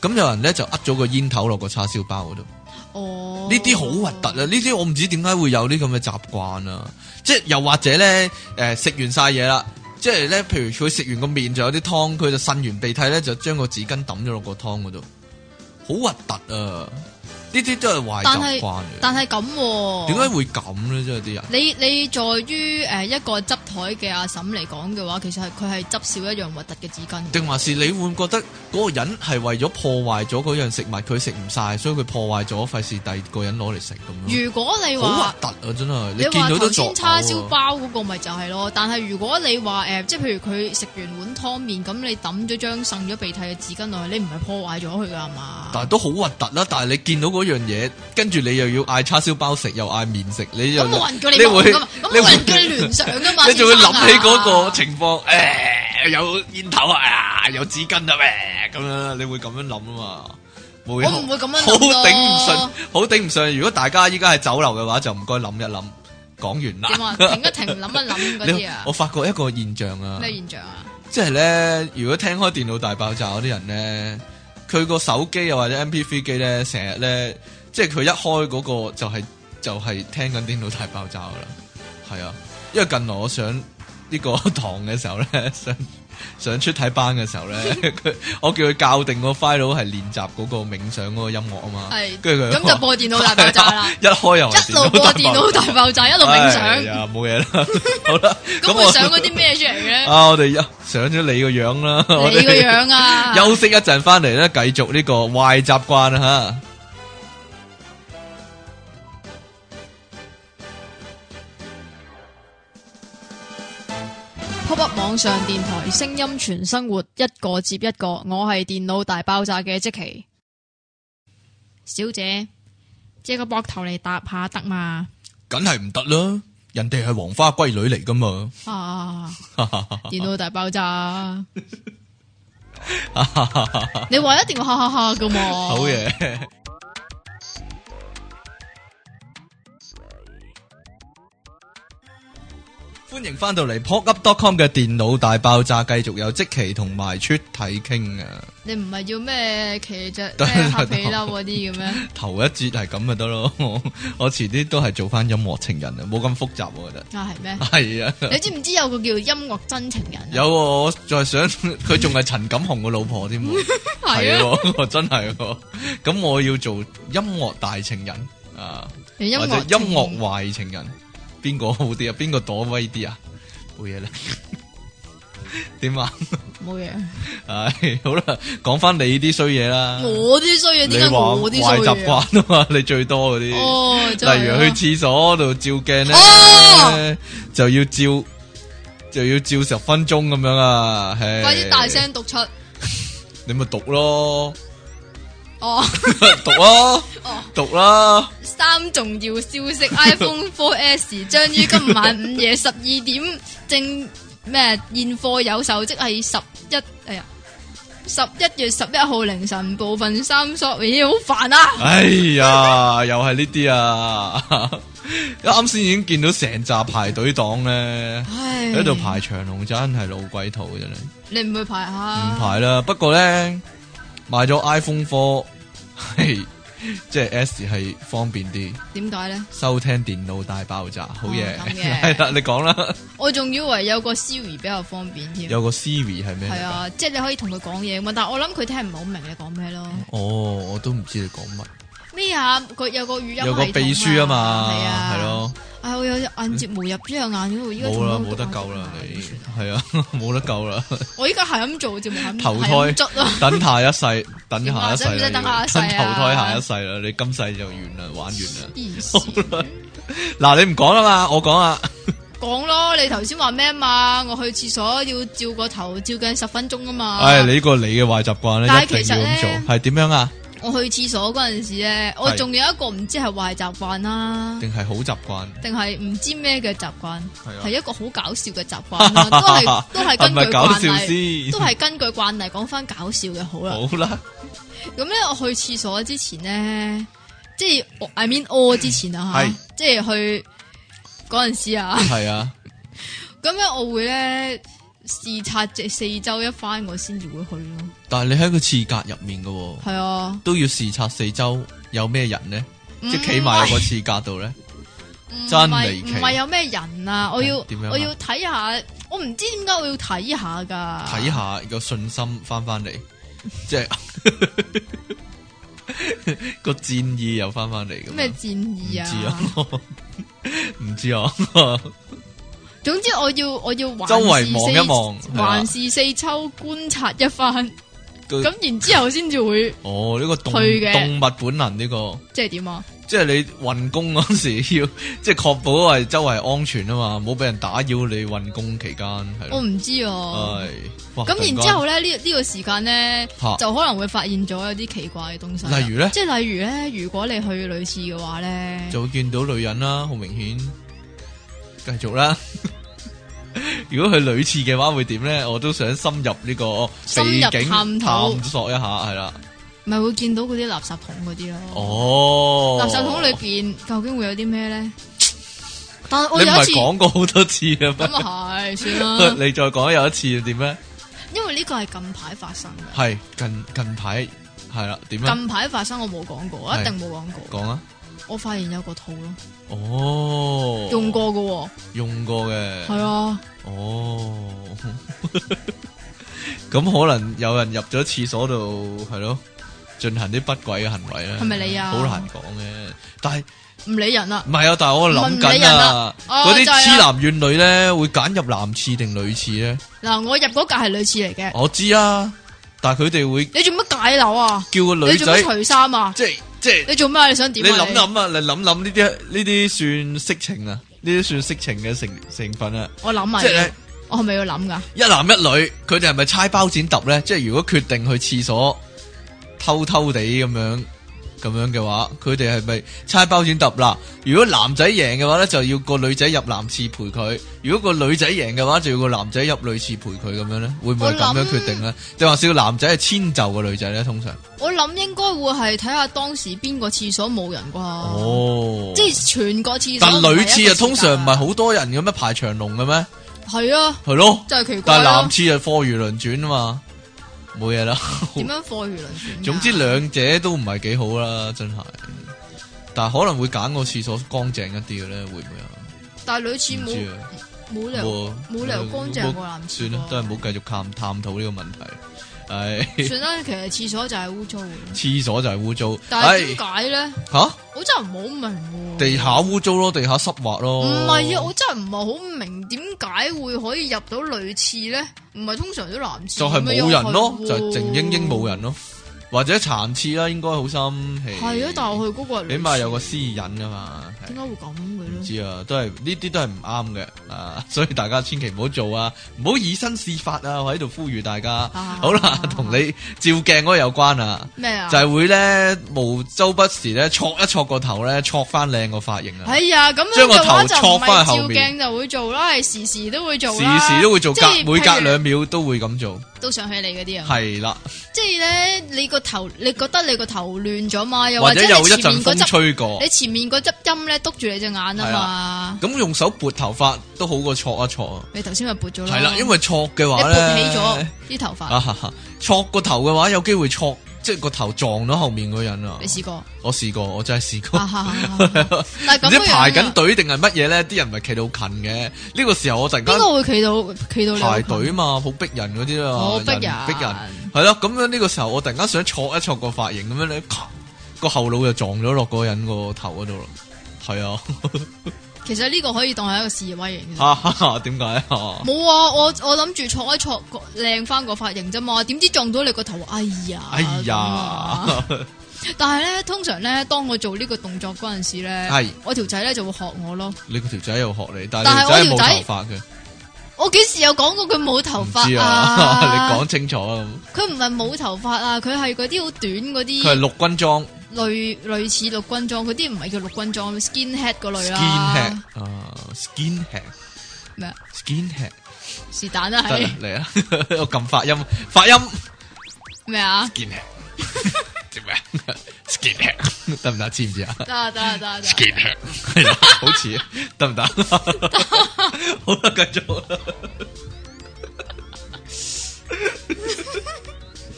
S1: 咁有人咧就呃咗個煙頭落個叉燒包嗰度，呢
S2: 哦，
S1: 啲好核突啊！呢啲我唔知點解會有啲咁嘅習慣啊！即係又或者咧，誒、食完晒嘢啦，即係咧，譬如佢食完個面就有啲湯，佢就擤完鼻涕咧，就將個紙巾抌咗落個湯嗰度，好核突啊！呢啲都係壞
S2: 但
S1: 習
S2: 係
S1: 慣嚟嘅，
S2: 但係咁喎
S1: 點解會咁咧？真係啲人。
S2: 你你在於誒一個執台嘅阿嬸嚟講嘅話，其實係佢係執少一樣核突嘅紙巾。
S1: 定還是你會唔覺得嗰個人係為咗破壞咗嗰樣食物，佢食唔晒，所以佢破壞咗，費事第二個人攞嚟食咁樣。
S2: 如果你
S1: 好
S2: 話
S1: 核突啊！真係，你
S2: 你
S1: 見到
S2: 話
S1: 都
S2: 頭
S1: 作嘔
S2: 先叉燒
S1: 啊
S2: 包嗰個咪就係咯，但係如果你話誒、呃即係譬如佢食完碗湯麵，咁你抌咗張剩咗鼻涕嘅紙巾落去，你唔係破壞咗佢㗎係嘛？
S1: 但
S2: 嘛
S1: 系？都好核突啦！但系你見到嗰樣嘢，跟住你又要嗌叉燒包食，又嗌面食，你又
S2: 咁冇人叫你
S1: 你
S2: 望
S1: 會
S2: 噶嘛，咁
S1: 你會
S2: 冇人叫你聯想噶嘛，
S1: 你仲會
S2: 先生啊
S1: 諗起嗰個 情況，诶、有煙頭啊，有紙巾啊，咩咁樣啦，你會咁樣諗啊嘛？我
S2: 我唔會咁樣諗
S1: 好
S2: 咯
S1: 頂唔順，好頂唔順。如果大家依家係酒樓嘅話，就唔該諗一諗。講完
S2: 點啊？
S1: 啦，
S2: 停一停，諗一諗嗰
S1: 你
S2: 啲啊
S1: 我，發覺一個現象啊，
S2: 咩現象啊？
S1: 即係咧，如果聽開電腦大爆炸嗰啲人咧，佢個手機又或者 MP3 機咧，成日咧，即係佢一開嗰個就係、就係、聽緊電腦大爆炸噶啦，係啊，因為近來我上呢個 堂嘅時候咧，上上出體班嘅時候咧， 佢我叫佢校定個 file 係練習嗰個冥想嗰個音樂啊嘛，
S2: 係
S1: 跟住佢
S2: 咁就播電腦大爆炸啦，
S1: 一開又 係啊
S2: 一路播電腦大爆炸，一路冥想，
S1: 哎呀冇嘢啦，好啦，
S2: 咁
S1: 我
S2: 會想嗰啲咩出嚟嘅 咧？
S1: 啊，我哋一上咗你個樣啦，我
S2: 你
S1: 哋
S2: 個樣啊，
S1: 休息一陣翻嚟咧，繼續呢個壞習慣啊
S2: pop up 网上电台，声音全生活，一个接一个。我系电脑大爆炸嘅即奇小姐，借个膊头嚟搭下得嘛？
S1: 梗係唔得啦，人哋係黃花閨女嚟噶嘛，
S2: 啊，电脑大爆炸，
S1: 好
S2: 你话一定要哈哈哈噶嘛？好，
S1: 嘢。歡迎翻到嚟 p o k u p c o m 嘅電腦大爆炸，繼續有即期同埋出體傾啊！
S2: 你唔系要咩骑着
S1: 得
S2: 咩
S1: 得
S2: 黑皮褛嗰啲嘅咩？
S1: 頭一節係咁咪得咯， 我我遲啲都係做翻音樂情人啊，冇咁複雜我覺得。
S2: 啊，系咩？
S1: 係啊。
S2: 你知唔知有个叫音乐真情人啊？
S1: 有喎我再想佢仲係陳錦鴻個老婆添喎，
S2: 系啊，
S1: 係喎， 真係喎。咁我要做音樂大情人啊，
S2: 你音
S1: 或
S2: 乐
S1: 者音樂壞情人，邊個好啲啊？邊個躲威啲啊？冇嘢啦， 點啊？
S2: 冇嘢，
S1: 唉，好啦，講翻你啲衰嘢啦。
S2: 我啲衰嘢
S1: 你
S2: 点解
S1: 話
S2: 我啲衰
S1: 壞習慣
S2: 嘢？
S1: 啊嘛， 你最多嗰啲。
S2: 哦，真
S1: 例
S2: 係
S1: 如
S2: 啊
S1: 去廁所度照鏡咧，
S2: 哦
S1: 就要照就要照十分鐘咁樣啊！唉
S2: 快啲大声读出
S1: 你咪讀咯，
S2: 哦。
S1: 讀咯
S2: 哦，
S1: 讀啦，
S2: 三重要消息：iPhone 4S 將於今晚午夜十二點正咩現貨有售，即係十一哎呀十一月十一號凌晨部分三索，咦好煩啊！
S1: 哎呀，又係呢啲啊！ 啱先已經見到成扎排隊黨咧，
S2: 唉，
S1: 喺度，排長龍，真係老鬼肚真係唔
S2: 你唔會排下？
S1: 排啦。不過咧，買咗 iPhone Four 係即係 S 係方便啲，
S2: 點解咧？
S1: 收聽電腦大爆炸，好嘢，
S2: 哦咁 嘅
S1: 係啦，你講啦。
S2: 我仲以為有個 Siri 比較方便添，
S1: 有個 Siri 係咩嚟㗎？
S2: 係啊，即係你可以同佢講嘢啊嘛。但係我諗佢聽唔係好明你講咩咯。
S1: 哦，我都唔知你講乜。
S2: 咩啊？佢有個語音
S1: 有個
S2: 系統
S1: 秘書啊嘛，
S2: 係啊，
S1: 係咯。
S2: 唉，我有隻眼睫毛入咗隻眼嗰度，依家
S1: 冇
S2: 仲
S1: 啦，
S2: 喺度
S1: 冇得
S2: 眼
S1: 救啦，
S2: 睫毛
S1: 你
S2: 完全
S1: 係啊， 冇得救啦，
S2: 我依家係咁做節目，係咁
S1: 投胎
S2: 係 咁捽啦，
S1: 等下一 世，等下一世
S2: 點啊使唔使等
S1: 啦要，
S2: 下一世啊
S1: 等投胎下一世啦，你今世就完啦，玩完啦。
S2: 黐線
S1: 嗱，你唔講啦嘛，我講啊，
S2: 講咯，你頭先話咩啊嘛？我去廁所要照個頭照鏡十分鐘啊嘛。
S1: 唉，你呢個你嘅壞習慣咧，
S2: 但係
S1: 一定
S2: 其實
S1: 要
S2: 呢
S1: 咁做，係點樣啊？
S2: 我去廁所嗰陣時咧，我
S1: 係
S2: 仲有一個唔知係壞習慣啦，
S1: 定係好習慣？
S2: 定係唔知咩嘅習慣，
S1: 係啊
S2: 係一個好搞笑嘅習慣啦，都係都係
S1: 係
S2: 根
S1: 咪
S2: 據
S1: 搞笑
S2: 慣例。
S1: 先
S2: 都？係根據慣例講翻搞笑嘅好啦，
S1: 好啦，
S2: 咁咧我去廁所之前咧，即系 I mean 屙之前啊
S1: 係
S2: 吓，即系去嗰陣時啊。
S1: 係啊，
S2: 咁咧，我會咧視察隻四周一番，我先至會去咯。
S1: 但係你喺個廁格入面嘅喎。
S2: 係啊，
S1: 都要視察四周有咩人呢？
S2: 嗯
S1: 即係企埋入個廁格度咧，真
S2: 唔係
S1: 離奇
S2: 唔係有咩人啊？我要
S1: 點樣啊
S2: 我要睇下，我唔知點解我要睇下噶。
S1: 睇下個信心翻翻嚟，即 係 個戰意又翻翻嚟咁樣。
S2: 咩戰
S1: 唔
S2: 意
S1: 知
S2: 啊
S1: 啊？， 唔知啊，
S2: 總之我要我要環
S1: 周圍
S2: 視
S1: 望
S2: 四
S1: 一望係啦
S2: 環視四周觀察一番，
S1: 個
S2: 咁然之後先至會
S1: 哦呢個動
S2: 退嘅
S1: 動物本能呢個
S2: 即係點啊？
S1: 即係你運工嗰時要， 即係確保係周圍安全啊嘛，冇俾人打擾你運工期間係
S2: 我
S1: 咯。
S2: 唔知啊。
S1: 係哇
S2: 咁
S1: 突間
S2: 然之後咧，呢呢個時間咧
S1: 嚇，
S2: 就可能會發現咗有啲奇怪嘅東西啦。
S1: 例如咧
S2: 即係例如咧，如果你去女廁嘅話咧，
S1: 就會見到女人啦，好明顯。繼續啦。 如果佢女廁嘅話會點咧？我都想深入呢個
S2: 深入
S1: 秘境
S2: 探討
S1: 探索一下，係啦。
S2: 咪會見到嗰啲垃圾桶嗰啲咯。
S1: 哦，
S2: 垃圾桶裏邊究竟會有啲咩咧？但我
S1: 你唔
S2: 有一
S1: 係
S2: 次
S1: 講過好多次啦咩
S2: 咁？啊係，算啦，
S1: 你再講有一次點咧？
S2: 因為呢個係近排發生嘅。
S1: 係近近排係啦，點啊？
S2: 近排發生我冇講過，我一
S1: 係
S2: 定冇講過。
S1: 講啊！
S2: 我發現有個套咯，
S1: 哦，
S2: 用過嘅喎，
S1: 用過嘅，
S2: 係啊，
S1: 哦， 咁可能有人入咗廁所度，係咯，進行啲不軌嘅行為咧，
S2: 係咪你啊
S1: 好難講嘅，但係
S2: 唔理人啦。
S1: 唔係啊？但係我諗
S2: 唔係唔理
S1: 緊
S2: 人
S1: 啊
S2: 啦，
S1: 嗰啲
S2: 哦就係啦
S1: 痴男怨女咧，會揀入男廁定女廁咧？
S2: 嗱，我入嗰格係女廁嚟嘅，
S1: 我知啊，但係佢哋會
S2: 你做乜解樓啊？
S1: 叫個女
S2: 你做
S1: 仔
S2: 乜，除衫啊？
S1: 即係即係。
S2: 你做咩啊？你想點
S1: 你
S2: 啊？
S1: 諗諗啊，你諗諗呢啲呢啲算色情啊，呢啲算色情嘅成成分啊，
S2: 我諗埋
S1: 即係
S2: 你，我係咪要諗噶？
S1: 一男一女，佢哋係咪猜包剪揼咧？即係如果決定去廁所偷偷地咁樣咁樣嘅話，佢哋係咪猜包剪揼啦？如果男仔贏嘅話咧，就要個女仔入男廁陪佢；如果個女仔贏嘅話，就要個男仔入女廁陪佢咁樣咧，會唔會係咁樣
S2: 我諗
S1: 決定咧？定還是個男仔係遷就個女仔咧？通常
S2: 我諗應該會係睇下當時邊個廁所冇人啩，
S1: 哦，
S2: 即係全個廁所。
S1: 但女廁啊，通常唔係好多人嘅咩，排長龍嘅咩？
S2: 好係啊，
S1: 係咯。
S2: 真係奇怪
S1: 但係
S2: 咯
S1: 男。廁係貨如輪轉啊嘛，冇嘢啦。
S2: 點啊樣貨如輪 轉㗎？
S1: 總之兩者都唔係幾好啦，真係。但係可能會揀個廁所乾淨一啲嘅咧，會唔會啊？
S2: 但係女
S1: 唔
S2: 廁
S1: 知
S2: 冇
S1: 啊，
S2: 冇理由冇理由乾淨過男廁喎
S1: 算啦，都係冇繼續探探討呢個問題。 係
S2: 算啦，其實廁所就係污糟嘅，
S1: 廁所就係污糟，
S2: 但係點
S1: 唉
S2: 解咧？
S1: 吓
S2: 我真係唔好明喎。
S1: 地下污糟咯，地下濕滑咯。
S2: 唔係啊，我真係唔係好明點解會可以入到女廁咧？唔係通常都男廁
S1: 就係冇人咯，就係
S2: 係
S1: 靜英英冇。人咯，或者殘廁啦，應該好心氣。
S2: 係啊，但係我去嗰個係女
S1: 起
S2: 廁
S1: 碼有個私隱啊嘛。係
S2: 點解會咁嘅
S1: 唔
S2: 咧？
S1: 知啊，都係呢啲都係唔啱嘅啊， 所以大家千祈唔好做啊，唔好以身試法啊，我喺度呼籲大家。
S2: 啊
S1: 好啦，同你照鏡嗰個有關啊，
S2: 咩啊？
S1: 就係會咧無周不時咧戳一戳個頭咧，戳翻靚個髮型啊，
S2: 哎呀，咁
S1: 將
S2: 樣
S1: 個
S2: 嘅話
S1: 頭
S2: 就
S1: 戳
S2: 唔
S1: 返
S2: 係
S1: 後
S2: 照
S1: 面
S2: 鏡就會做啦，係時時都會做
S1: 時
S2: 啦，
S1: 時都會做
S2: 即
S1: 隔
S2: 係
S1: 每
S2: 譬
S1: 隔
S2: 如
S1: 兩秒都會咁做，
S2: 都想起你嗰啲啊。
S1: 係啦，
S2: 即係咧，你個頭，你覺得你個頭亂咗嘛？又
S1: 或
S2: 或
S1: 者
S2: 者
S1: 有
S2: 你
S1: 一
S2: 前
S1: 陣
S2: 面嗰
S1: 風
S2: 執，
S1: 吹過
S2: 你，前面嗰執音咧督住你隻眼啊
S1: 係
S2: 嘛。
S1: 咁用手撥頭髮都好過戳一戳啊，
S2: 你頭先咪撥咗咯。
S1: 係啦，因為戳嘅
S2: 你
S1: 話
S2: 嗯撥起咗
S1: 咧，
S2: 啲頭髮，
S1: 啊哈哈，戳個頭嘅話有機會戳，即係個頭撞到後面嗰個人啊
S2: 你。試過？
S1: 我試過，我真係試過
S2: 啊。哈哈哈哈但係
S1: 唔
S2: 咁
S1: 知
S2: 樣
S1: 排緊
S2: 啊，
S1: 隊定係乜嘢咧？啲人咪企到近嘅。呢個時候我突然間
S2: 邊個會企到企到你
S1: 排
S2: 後
S1: 隊嘛，好逼人嗰啲啊，
S2: 好逼人
S1: 逼人。係咯，咁樣呢個時候我突然間想戳一戳個髮型咁樣咧，咔個後腦就撞咗落嗰個人個頭嗰度咯。係啊
S2: 排？其實呢個可以當係一個示威嚟嘅。
S1: 哈哈哈，點解啊？
S2: 冇啊！我我諗住戳一戳個靚翻個髮型啫嘛，點知撞到你個頭，哎呀！
S1: 哎
S2: 咁啊
S1: 呀，
S2: 但係咧，通常咧，當我做呢個動作嗰陣時咧，
S1: 係
S2: 我條仔咧就會學我咯。
S1: 你個條仔又學你，但係
S2: 但係
S1: 你條
S2: 我
S1: 仔
S2: 條仔
S1: 係冇頭髮嘅，
S2: 我幾時有講過佢冇頭
S1: 唔知
S2: 髮
S1: 啊，
S2: 啊？
S1: 你講清楚啊！
S2: 佢唔係冇頭髮啊，佢係嗰啲好短嗰
S1: 佢係
S2: 啲
S1: 陸軍裝
S2: 類類似陸軍裝，嗰啲唔係叫陸軍裝，skinhead 嗰類
S1: skin
S2: 啦
S1: head 啊，skin head，skin
S2: 咩啊？
S1: head。
S2: 是但啦，
S1: 得
S2: 係
S1: 啦嚟啊！ 我撳發音，發音
S2: 咩啊？
S1: skin hair 點啊？skin hair 得唔得？知唔知啊
S2: 得啊得啊得啊得啊！
S1: ？skin hair 係啦，好似啊 得唔得？好啦，繼續
S2: 啊
S1: 啦。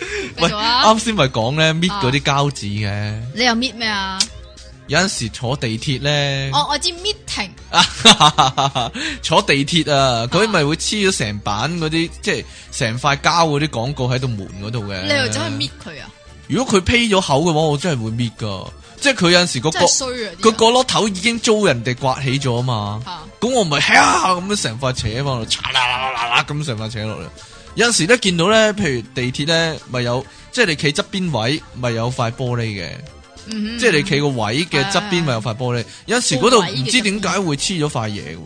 S2: 繼
S1: 喂，
S2: 續啊！
S1: 啱先咪講咧搣嗰啲膠紙嘅，
S2: 你又搣咩啊？
S1: 有陣時坐地鐵咧，
S2: 我我知 meeting
S1: 坐地鐵啊，佢咪會黐咗成版嗰啲，即係成塊膠嗰啲廣告喺度門嗰度嘅。
S2: 你又走去搣佢啊？
S1: 如果佢披咗口嘅話，我真係會搣噶。即係佢有陣時個
S2: 真
S1: 角
S2: 係衰啊！
S1: 個角落頭已經遭人哋刮起咗啊嘛，
S2: 吓
S1: 咁我咪呀咁樣成塊扯翻落，嚓啦啦啦啦咁成塊扯落嚟。有陣時咧見到咧，譬如地鐵咧，咪有即係你企側邊位，咪有塊玻璃嘅，
S2: 嗯哼
S1: 即係你企個位嘅側邊咪有塊玻璃，有陣時嗰度
S2: 個位
S1: 唔
S2: 嘅
S1: 知點解會黐咗塊嘢喎，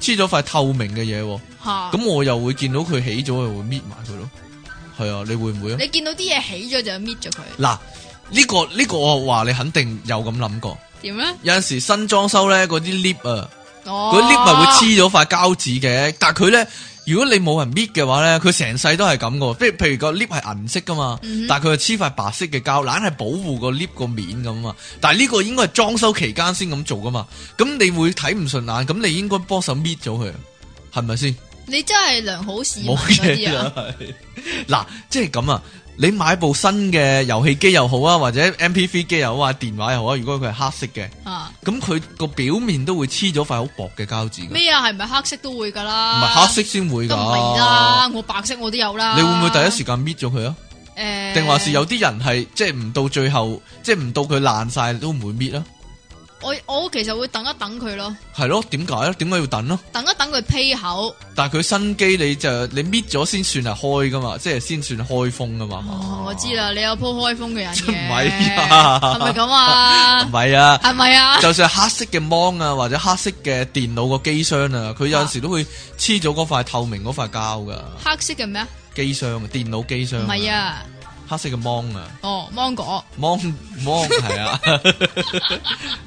S1: 黐咗塊透明嘅嘢喎，
S2: 吓，
S1: 咁我又會見到佢起咗，又會搣埋佢咯。係啊，你會唔會啊？
S2: 你見到啲嘢起咗就搣咗佢，
S1: 嗱，呢個呢個我話你肯定有咁諗過。
S2: 點咧？
S1: 有陣時新裝修咧，嗰啲 lift 啊，
S2: 哦，
S1: 嗰啲 lift 咪會黐咗塊膠紙嘅，但係佢咧。如果你冇人搣嘅話咧，佢成世都係咁嘅喎，即係譬如個 lift 係銀色噶嘛，
S2: 嗯哼
S1: 但係佢係黐塊白色嘅膠，懶係保護個 lift 個面咁啊。但係呢個應該係裝修期間先咁做噶嘛，咁你會睇唔順眼，咁你應該幫手搣咗佢，係咪先？
S2: 你真係良好市民
S1: 冇
S2: 嗰
S1: 嘢
S2: 啲
S1: 啦
S2: 啊！，
S1: 係嗱，即係咁啊！你買部新嘅遊戲機又好啊，或者 MP3 機又好啊，電話又好啊，如果佢係黑色嘅，
S2: 啊
S1: 咁佢個表面都會黐咗塊好薄嘅膠紙㗎，
S2: 咩啊？係咪黑色都會噶
S1: 唔
S2: 啦？
S1: 係黑色先會
S2: 都唔係啦
S1: 㗎。，
S2: 我白色我都有啦。
S1: 你會唔會第一時間搣咗佢啊？
S2: 誒？
S1: 定還是有啲人係即係唔到最後，即係唔到佢爛晒都唔會搣啊？
S2: 我我其實會等一等佢咯，
S1: 係咯？點解咧？點解要等咯？
S2: 等一等佢批口。
S1: 但係佢新機你就你搣咗先算係開㗎嘛，即係先算開封㗎嘛。
S2: 哦，我知啦，你有鋪開封嘅人嘅，
S1: 唔係啊
S2: 係咪咁啊
S1: 唔？係啊。
S2: 係咪 啊？
S1: 就算係黑色嘅芒啊，或者黑色嘅電腦個機箱啊，佢有陣時都會黐咗嗰塊透明嗰塊膠噶
S2: 黑色嘅咩啊？
S1: 機箱啊，電腦機箱。
S2: 唔係，啊，
S1: 黑色嘅芒啊，
S2: 哦，芒果
S1: 芒 芒係啊，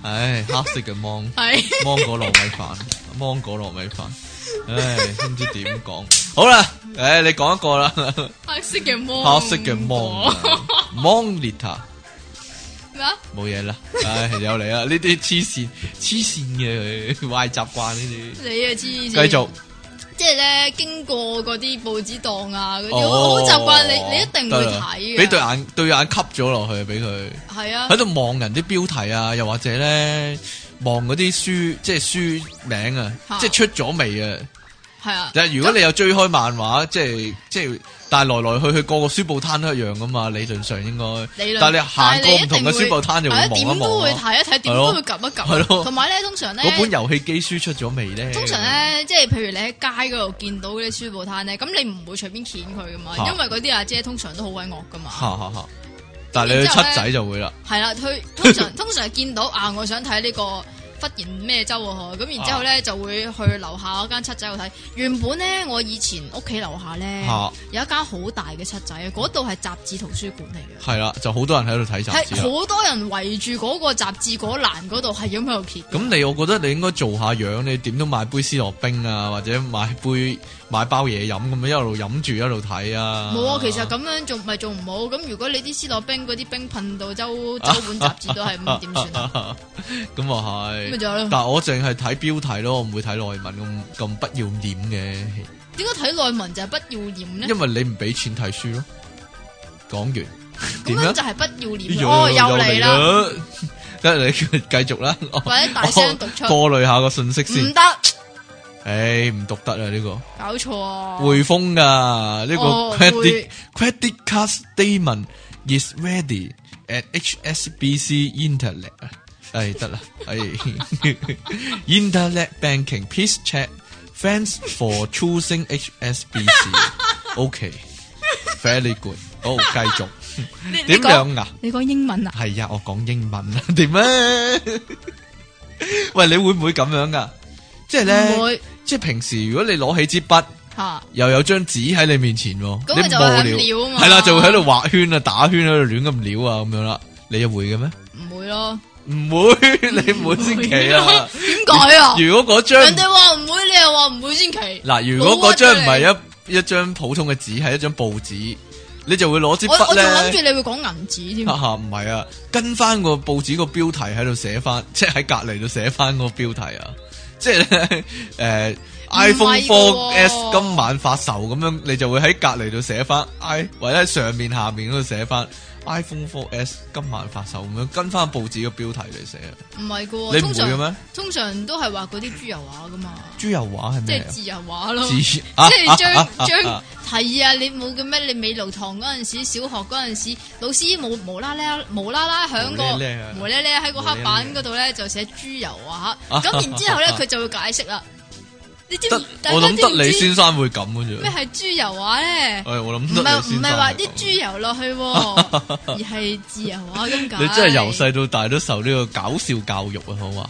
S1: 唉，黑色嘅 芒，
S2: 係
S1: 芒果糯米飯，芒果糯米飯，唉，都唔知點講。好啦，唉，你講一個啦，
S2: 黑色嘅芒，
S1: 黑色嘅芒
S2: 果
S1: 啊，芒 lita。
S2: 咩啊？
S1: 冇嘢啦，唉，有嚟啦！呢啲黐線黐線嘅佢壞習慣呢
S2: 你啊黐
S1: 啲，
S2: 線！
S1: 繼續。
S2: 即系咧，經過嗰啲報紙檔啊，嗰啲
S1: 哦
S2: 我好習慣你，你一定會
S1: 得啦
S2: 睇嘅。
S1: 俾對眼對眼吸咗落去，俾佢
S2: 係啊
S1: 喺，度望人啲標題啊，又或者咧望嗰啲書，即係書名啊，
S2: 嚇
S1: 即係出咗未啊？
S2: 係啊，
S1: 但係如果你有追開漫畫，即係即係，但係來來去去個個書報攤都一樣噶嘛，理論上應該。
S2: 理論
S1: 但係你行過唔同嘅
S2: 但係你
S1: 書
S2: 一定會
S1: 報攤就會
S2: 係啊
S1: 望一望
S2: 點都會
S1: 咯。
S2: 睇一睇，點
S1: 係咯
S2: 都會 𥄫 一
S1: 係
S2: 𥄫。
S1: 咯
S2: 同埋咧，通常咧，
S1: 嗰本遊戲機書出咗未咧？
S2: 通常
S1: 嗯
S2: 咧，即係譬如你喺街嗰度見到嗰啲書報攤咧，咁你唔會隨便掀佢噶嘛，
S1: 嚇
S2: 因為嗰啲阿姐通常都好鬼惡噶嘛。
S1: 哈哈哈，但係你去
S2: 然
S1: 七
S2: 之後呢
S1: 仔就會啦，
S2: 係啦，佢通 常通常係見到啊，我想睇呢個忽然咩周啊，咁然之後咧就會去樓下嗰間七仔度睇。原本咧，我以前屋企樓下咧
S1: 嚇
S2: 有一間好大嘅七仔，嗰度係雜誌圖書館嚟嘅。
S1: 係啦，就好多人喺度睇雜
S2: 係
S1: 誌啦。啊
S2: 好多人圍住嗰個雜誌嗰欄嗰度，係咁喺度揭。
S1: 咁你，我覺得你應該做下樣，你點都買杯思樂冰啊，或者買杯買包嘢飲咁樣，一路飲住一路睇啊。
S2: 冇啊，其 實咁樣仲唔係仲唔好？咁如果你啲思樂冰嗰啲冰噴到周周本雜誌都係咁點算 啊？
S1: 啊，咁啊
S2: 咁咪
S1: 係。
S2: 就係咯。
S1: 但我淨係睇標題咯，我唔會睇內文咁咁不要臉
S2: 點解睇內文就係不要臉
S1: 嘅，
S2: 呢？
S1: 因為你唔俾錢睇書咯。講完
S2: 咁
S1: 點
S2: 樣
S1: 樣？
S2: 就係不要
S1: 哎
S2: 臉
S1: 呀
S2: 啦哦，又嚟啦，，
S1: 得你繼續啦。我
S2: 或者大聲讀出嗯
S1: 我過濾下個信息
S2: 唔
S1: 先。
S2: 得，
S1: 唉，唔讀得啦呢個。
S2: 搞錯啊！
S1: 匯豐噶呢個
S2: 哦
S1: credit credit card statement is ready at HSBC Internet 啊，唉得啦， 唉 Internet banking please check thanks for choosing HSBC OK very good 好繼續
S2: 你你
S1: 點
S2: 講
S1: 樣啊？
S2: 你講英文啊？
S1: 係啊，我講英文啊， 點啊？喂，你會唔會咁樣噶？即係
S2: 唔
S1: 咧，
S2: 會
S1: 即係平時如果你攞起支筆。
S2: 吓，
S1: 又有張紙喺你面前喎，
S2: 咁咪
S1: 你
S2: 就
S1: 無
S2: 係咁撩啊
S1: 聊，
S2: 嘛
S1: 係啦，就會喺度畫圈啊、打圈喺度亂咁撩啊咁樣啦。你又會嘅咩？
S2: 唔會咯。
S1: 唔 會，你唔會先奇啊！
S2: 點解啊？
S1: 如果嗰
S2: 人
S1: 張
S2: 哋話唔會，你又話唔會先奇。
S1: 嗱，如果嗰張
S2: 啊
S1: 唔係一一張普通嘅紙，係一張報紙，你就會攞支
S2: 我我
S1: 筆
S2: 仲諗住
S1: 咧，
S2: 你會講銀紙添
S1: 哈。哈，唔係 啊，跟翻個報紙個標題喺度寫翻，即係喺隔離度寫翻個標題啊，即係咧 誒。iPhone
S2: 唔係
S1: Four
S2: 喎
S1: S 今晚發售咁樣，你就會喺隔離度寫翻 i，或者喺上面下面嗰度寫翻 iPhone Four S 今晚發售咁樣，跟翻報紙嘅標題嚟寫。
S2: 唔係噶
S1: 你唔
S2: 喎，
S1: 會嘅
S2: 通常
S1: 咩？
S2: 通常都係畫嗰啲豬油畫噶嘛，
S1: 豬油畫係
S2: 即
S1: 咩
S2: 係
S1: 啊？
S2: 自由畫 咯。
S1: 紙
S2: 即係將將
S1: 啊
S2: 係啊！你冇嘅咩？你美勞堂嗰陣時，小學嗰陣時，老師冇無啦啦無啦啦響個
S1: 無咧咧啊
S2: 無咧咧喺個黑板嗰度咧就寫豬油啊！咁然之後咧佢就會解釋啦。呢你知唔
S1: 啊得
S2: 知？大
S1: 我
S2: 家
S1: 諗
S2: 知唔
S1: 得你
S2: 知
S1: 先生會咁嘅啫。
S2: 咩係豬油畫咧？
S1: 诶，我
S2: 唔
S1: 諗得
S2: 係
S1: 你先
S2: 唔
S1: 生會
S2: 係
S1: 咁。
S2: 話啲豬油落 去喎，而係自由畫咁解。
S1: 你真係由細到大都受呢個搞笑教育啊！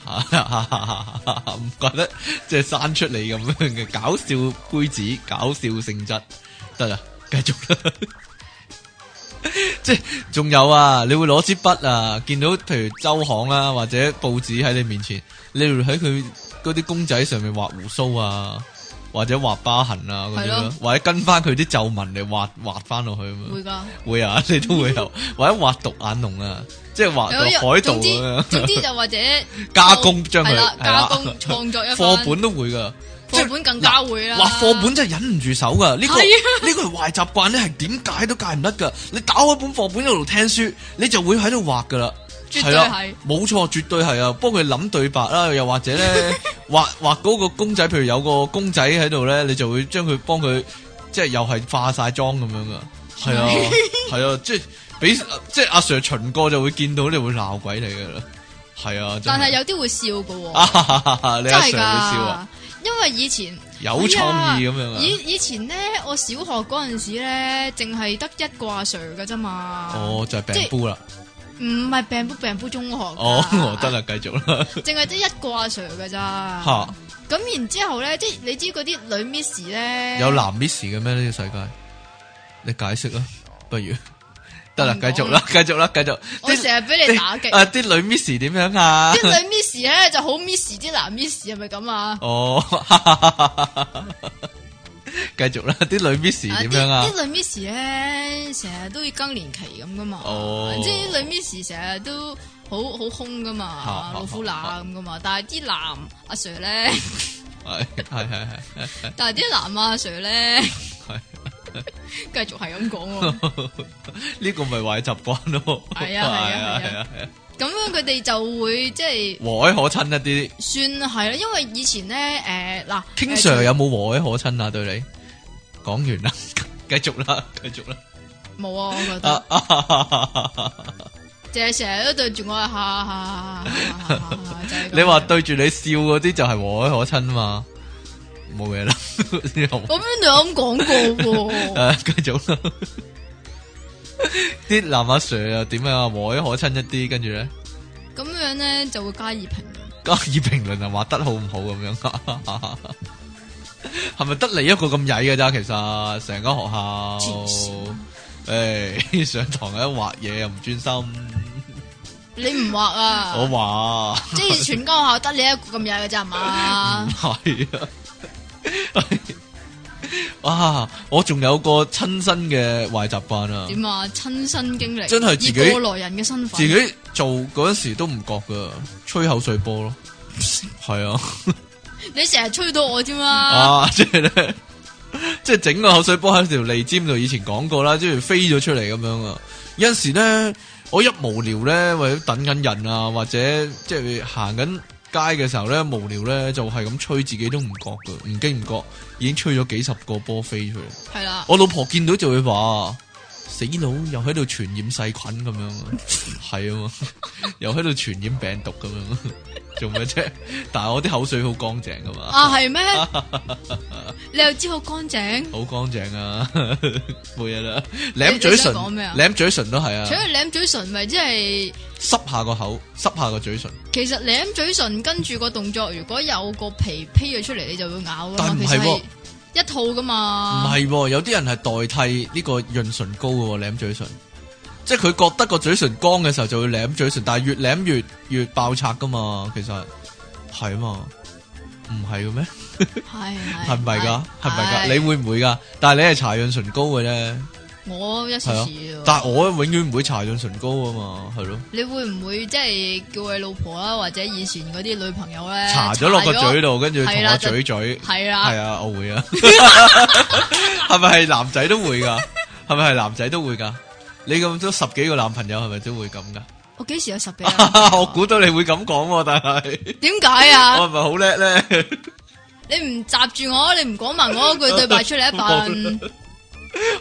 S1: 好話係，唔怪得即係生出你咁樣 嘅搞笑杯子、搞笑性質，得啦，繼續啦。即係仲有啊！你會攞支筆啊，見到譬如周刊啊，或者報紙喺你面前，你會喺佢嗰啲公仔上面畫胡鬚啊，或者畫疤痕啊嗰啲
S2: 係
S1: 咯
S2: 咯，
S1: 或者跟翻佢啲皺紋嚟畫畫翻落去咁樣。
S2: 會㗎。
S1: 会啊， 你都會有，或者畫獨眼龍啊，即係畫
S2: 有一
S1: 到海盜
S2: 總之
S1: 咁
S2: 總
S1: 樣，
S2: 之就或者
S1: 加工將佢
S2: 係啦
S1: 係啦
S2: 加工創作一 番
S1: 課本都會噶，即係
S2: 課本更加會啦。
S1: 畫課本真係忍唔住手噶，呢個
S2: 啊係啊
S1: 呢個係壞習慣咧，係點解都戒唔得噶。你打開本課本嗰度聽書，你就會喺度畫噶啦。
S2: 絕對
S1: 啦
S2: 係
S1: 冇錯，絕對係啊！幫佢諗對白啦，又或者 咧畫畫嗰個公仔，譬如有個公仔喺度咧，你就會將佢幫佢即係又係化晒妝咁樣噶，係啊，係啊，即係俾即係阿 Sir 秦哥就會見到你會鬧鬼你噶啦，係啊，真
S2: 但係有啲會笑㗎 喎，
S1: 啊，你
S2: 真
S1: 阿 Sir
S2: 係
S1: 會笑啊，
S2: 㗎。因為以前
S1: 有創意咁樣啊
S2: 哎呀以以前咧，我小學嗰陣時咧，淨係得一個阿 Sir 㗎啫嘛。
S1: 哦，就係
S2: 即
S1: 病
S2: 係
S1: 夫啦，
S2: 唔係病夫病夫中學㗎。
S1: 哦， 我得啦，繼續 啦，
S2: 淨係得一個阿 Sir 㗎咋。
S1: 嚇。
S2: 咁然之後咧，即係你知嗰啲女 miss 咧，
S1: 有男 miss 嘅咩？呢個世界，你解釋啦，不如得啦，
S2: 唔
S1: 繼
S2: 講
S1: 續啦， 繼續啦，繼續。
S2: 我成日俾你打
S1: 擊
S2: 擊
S1: 啊！啲女 miss 點樣啊？
S2: 啲女 miss 咧就好 miss 啲男 miss 係咪咁啊？
S1: 哦， 繼續啦，啲女 miss
S2: 啊
S1: 點樣啊
S2: 啲？啲女 miss 咧，成日都要更年期咁噶嘛，
S1: 哦
S2: 即係啲女 miss 成日都好好空噶嘛
S1: 啊，
S2: 老虎乸咁噶嘛。但係啲男阿 Sir 咧，
S1: 係係係 係
S2: 但係啲男阿 Sir 咧，
S1: 係
S2: 繼續係咁講喎。
S1: 呢個咪壞習慣咯。
S2: 係啊係啊係啊
S1: 係啊，
S2: 咁樣佢哋就會即係
S1: 和蔼可親一啲。
S2: 算係啦，因為以前咧誒嗱
S1: King
S2: 誒
S1: Sir 有冇和蔼可親啊？對你講完啦， 繼續啦，繼續啦。
S2: 冇啊，我覺得
S1: 啊啊哈哈哈哈哈哈
S2: 淨係成日都對住我係哈哈哈哈哈哈哈就係咁樣
S1: 你話對住你笑嗰啲就係和蔼可親嘛？冇嘢 啦，之後
S2: 我邊度有咁講過喎？
S1: 誒繼續啦。 啲男阿 Sir 又點啊？和蔼可親一啲，跟住咧
S2: 咁樣咧就會加以評論。
S1: 加以評論啊，話得好唔好咁樣？ 係咪得你一個咁曳嘅咋？其實成間學校
S2: 黐
S1: 誒、
S2: 線，
S1: 上堂喺度畫嘢又唔專心，
S2: 你唔畫啊？
S1: 我畫。
S2: 即係全高校得你一個咁曳嘅咋係嘛？
S1: 系啊， 哎哇！我仲有個親身嘅壞習慣啊，
S2: 點啊？親身經歷，
S1: 真係自己
S2: 以過來人嘅身份，
S1: 自己做嗰阵时都唔覺噶，吹口水波咯，係啊，
S2: 你成日吹到我添啦。
S1: 啊，即係咧， 即係整個口水波喺條脷尖度，以前講過啦，即係飛咗出嚟咁樣啊。有阵时咧，我一無聊咧，或者等緊人啊，或者即係行緊街嘅時候咧，無聊咧就係咁吹，自己都唔覺噶，唔經唔覺已經吹咗幾十個波飛出嚟。
S2: 係啦，
S1: 我老婆見到就會話：死佬又喺度傳染細菌咁樣啊，係啊嘛，又喺度傳染病毒咁樣啊， 做咩啫？但係我啲口水好乾淨噶嘛，
S2: 啊係咩？ 你又知好乾淨？
S1: 好乾淨啊， 冇嘢啦，舐嘴
S2: 你
S1: 唇，
S2: 想講咩啊
S1: 舐嘴唇都係
S2: 除
S1: 啊，
S2: 咗舐嘴唇，咪即係
S1: 濕下個口，濕下個嘴唇，
S2: 其實舐嘴唇跟住個動作，如果有個皮披咗出嚟，你就會咬㗎嘛。
S1: 但唔
S2: 其
S1: 係
S2: 實
S1: 喎
S2: 係一套噶
S1: 唔
S2: 嘛。
S1: 係喎，有啲人係代替呢個潤唇膏嘅喎，舐嘴唇。即係佢覺得個嘴唇乾嘅時候就會舐嘴唇，但係越舐越越爆拆噶嘛，其實係啊嘛，唔係嘅咩？
S2: 係
S1: 系
S2: 係
S1: 咪噶？系咪噶？
S2: 係嗯
S1: 你會唔會噶？但係你係搽潤唇膏嘅啫，
S2: 我一時
S1: 係
S2: 時
S1: 啊
S2: 喎。。
S1: 但係我永遠唔會搽潤唇膏啊嘛，係咯，
S2: 你會唔會即係叫你老婆啦，或者以前嗰啲女朋友咧，
S1: 搽咗落個嘴
S2: 度？
S1: 度，跟住同
S2: 係
S1: 我
S2: 啦
S1: 嘴嘴，
S2: 係
S1: 係
S2: 啦，
S1: 啊， 我會啊。係咪係男仔都會噶？係咪係男仔都會噶？你咁多十幾個男朋友係咪都會咁噶？
S2: 我幾時有十幾啊
S1: ？我估到你會咁講喎，但係
S2: 點解
S1: 我
S2: 啊？
S1: 係咪好叻咧？
S2: 你唔閘住我，你唔講埋我嗰句對白 出嚟一份，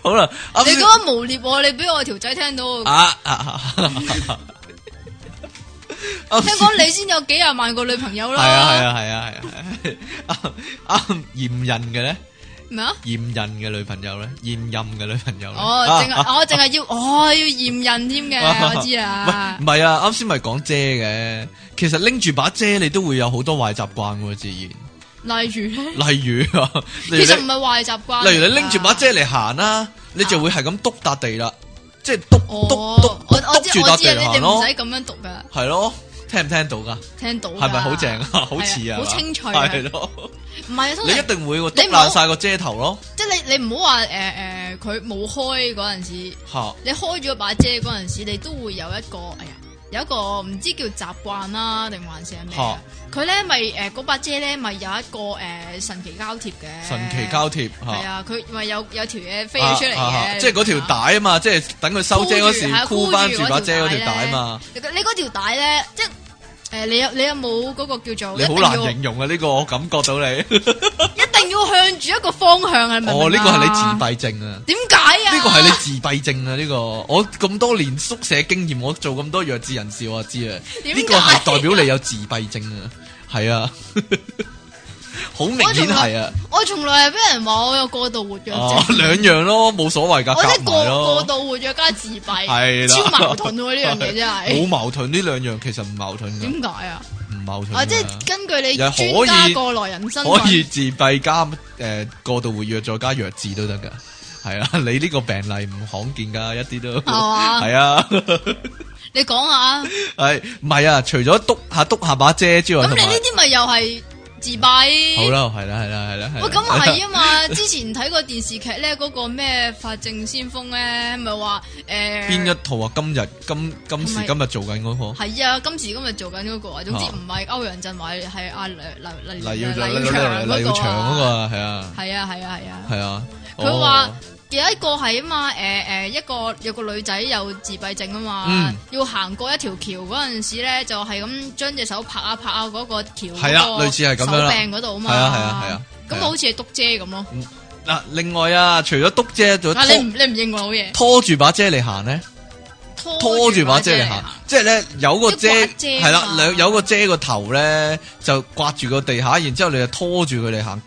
S1: 好啦，啱
S2: 你
S1: 先
S2: 咁樣污蔑我，你俾我條仔聽到，
S1: 啊啊啊 啊啊啊！啱
S2: 聽
S1: 先
S2: 講你先有幾廿萬個女朋友
S1: 系啊系 啊
S2: 啦，
S1: 系啊系啊， 啱啱驗孕嘅咧，
S2: 咩啊？
S1: 驗孕嘅女朋友咧，驗孕嘅女朋友呢。
S2: 哦，净
S1: 啊
S2: 係我净系要，我要驗孕 添嘅，我知
S1: 啊
S2: 啊
S1: 唔。係啊，啱先咪講遮嘅，其實拎住把遮你都會有好多壞習慣喎，自 然。
S2: 例如咧，
S1: 例如啊，
S2: 其
S1: 其
S2: 實唔係壞習慣嚟㗎。
S1: 例如你拎住把遮嚟行啦，你就會係咁篤笪地啦，即係篤
S2: 哦，
S1: 篤篤
S2: 我我
S1: 篤
S2: 知
S1: 住
S2: 我
S1: 笪
S2: 知
S1: 地
S2: 啊，你
S1: 行
S2: 哋唔
S1: 咯
S2: 使，咁樣讀噶，
S1: 係咯，聽唔聽到噶？
S2: 聽到㗎
S1: 係咪好正啊？好似啊，
S2: 好清脆啊
S1: 係咯，
S2: 唔係啊，通
S1: 你一
S2: 常
S1: 定會喎
S2: 你
S1: 篤
S2: 唔好
S1: 爛晒個遮頭咯，
S2: 即係你你唔好話诶诶，誒佢冇開嗰陣時，
S1: 吓
S2: 你開咗把遮嗰陣時，你都會有一個哎呀，有一個唔知叫習慣啦，定還是係咩啊？佢咧咪诶嗰把遮咧咪有一個诶神奇膠貼嘅，
S1: 神奇膠貼
S2: 係
S1: 吓。
S2: 啊，佢咪有有條嘢飛
S1: 啊
S2: 咗出嚟
S1: 啊啊
S2: 嘅，
S1: 即係嗰條帶啊嘛，即係等佢收遮嗰
S2: 箍住係
S1: 時
S2: 啊
S1: 箍翻住把遮嗰條
S2: 箍住嗰條
S1: 帶啊嘛。
S2: 你你嗰條帶咧，即係誒你有你有冇嗰個叫做
S1: 你好
S2: 一定
S1: 難
S2: 要
S1: 形容啊！呢個我感覺到你，
S2: 一定要向住一個方向啊！你明唔明啊
S1: 哦，呢個係你自閉症啊！
S2: 點解啊？
S1: 呢個係你自閉症啊！呢、個我咁多年宿舍經驗，我做咁多弱智人士，我就知啊。
S2: 點
S1: 呢個係代表你有自閉症啊，係啊， 好明顯係啊。
S2: 我從來係俾人話我有過度活躍
S1: 哦，
S2: 症，
S1: 兩樣咯，冇所謂㗎，
S2: 我即
S1: 啊夾
S2: 係
S1: 埋
S2: 過過
S1: 咯，
S2: 度活躍加自
S1: 係啊
S2: 閉，
S1: 啦
S2: 超矛盾喎 呢樣嘢真
S1: 冇
S2: 係。
S1: 矛盾呢兩樣其實唔矛盾㗎，
S2: 點解啊？
S1: 唔矛盾㗎。
S2: 啊，即係根據你
S1: 嗯又可以
S2: 專家過來人身
S1: 可以
S2: 份，
S1: 自閉加诶過度活躍再加弱智都得㗎。係啊，你呢個病例唔罕見㗎，一啲都
S2: 係嘛
S1: 係啊。
S2: 你講下。啊
S1: 系唔系啊？除咗督下督下把遮之外，
S2: 咁
S1: 同
S2: 你呢
S1: 埋
S2: 啲咪又係自閉？
S1: 好啦，系啦，系啦，系啦，係啦
S2: 喂，咁係啊 嘛！之前睇過電視劇咧，嗰個咩法證先鋒咧，咪話誒
S1: 邊一套啊？今日今今時
S2: 係咪
S1: 今日做緊嗰個
S2: 係啊，今時今日做緊嗰個啊，總之
S1: 啊
S2: 唔係歐陽震華，係阿黎黎黎
S1: 黎
S2: 黎
S1: 耀
S2: 黎
S1: 黎
S2: 耀祥啊
S1: 黎耀祥嗰
S2: 嗰
S1: 個
S2: 個
S1: 啊，
S2: 啊，
S1: 係啊，
S2: 係啊係啊係啊，
S1: 係啊。
S2: 佢
S1: 哦
S2: 話有一個係啊嘛，誒誒一個有個女仔有自閉症啊嘛
S1: 嗯，
S2: 要行過一條橋嗰陣時咧，就係咁將隻手拍下啊拍下嗰個橋
S1: 係啊
S2: 嗰個
S1: 類似係咁樣啦
S2: 手柄嗰度啊嘛，
S1: 係啊係啊係啊係
S2: 咁
S1: 啊
S2: 好似係篤遮咁咯，
S1: 嗱，另外啊，除咗督遮，仲有
S2: 啊
S1: 拖
S2: 你唔你唔認為好嘢，
S1: 拖住把遮嚟行咧，拖住把遮嚟行，即係咧有個遮
S2: 即係刮遮啊
S1: 係啦
S2: 嘛，
S1: 兩有個遮個頭咧就刮住個地下，然之後你就拖住佢嚟行，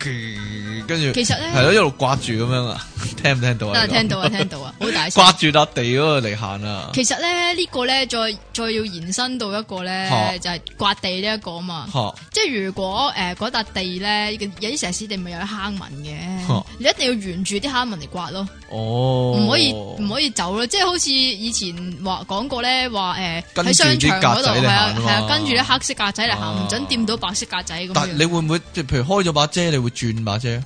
S1: 跟住
S2: 其實咧
S1: 係咯一路刮住咁樣啊， 聽唔聽到啊？
S2: 啊
S1: 呢個
S2: 聽到啊聽到啊，好大聲
S1: 刮。住笪地嗰個嚟行啊！
S2: 其實咧呢個咧再再要延伸到一個
S1: 嚇
S2: 咧就係刮地呢一個啊嘛，
S1: 吓
S2: 即係如果誒嗰笪地咧有啲石屎地咪有啲坑紋
S1: 嚇
S2: 嘅，你一定要沿住啲坑紋嚟刮咯，
S1: 哦，
S2: 唔可以唔可以走咯，即係好似以前話講過咧話誒
S1: 跟住
S2: 喺商場嗰度
S1: 啲格仔嚟
S2: 係啊
S1: 行啊嘛
S2: 係啊，跟住啲黑色格仔嚟
S1: 啊
S2: 行，唔准掂到白色格仔咁
S1: 但你
S2: 樣。
S1: 會唔會即係譬如開咗把遮，你會轉把遮？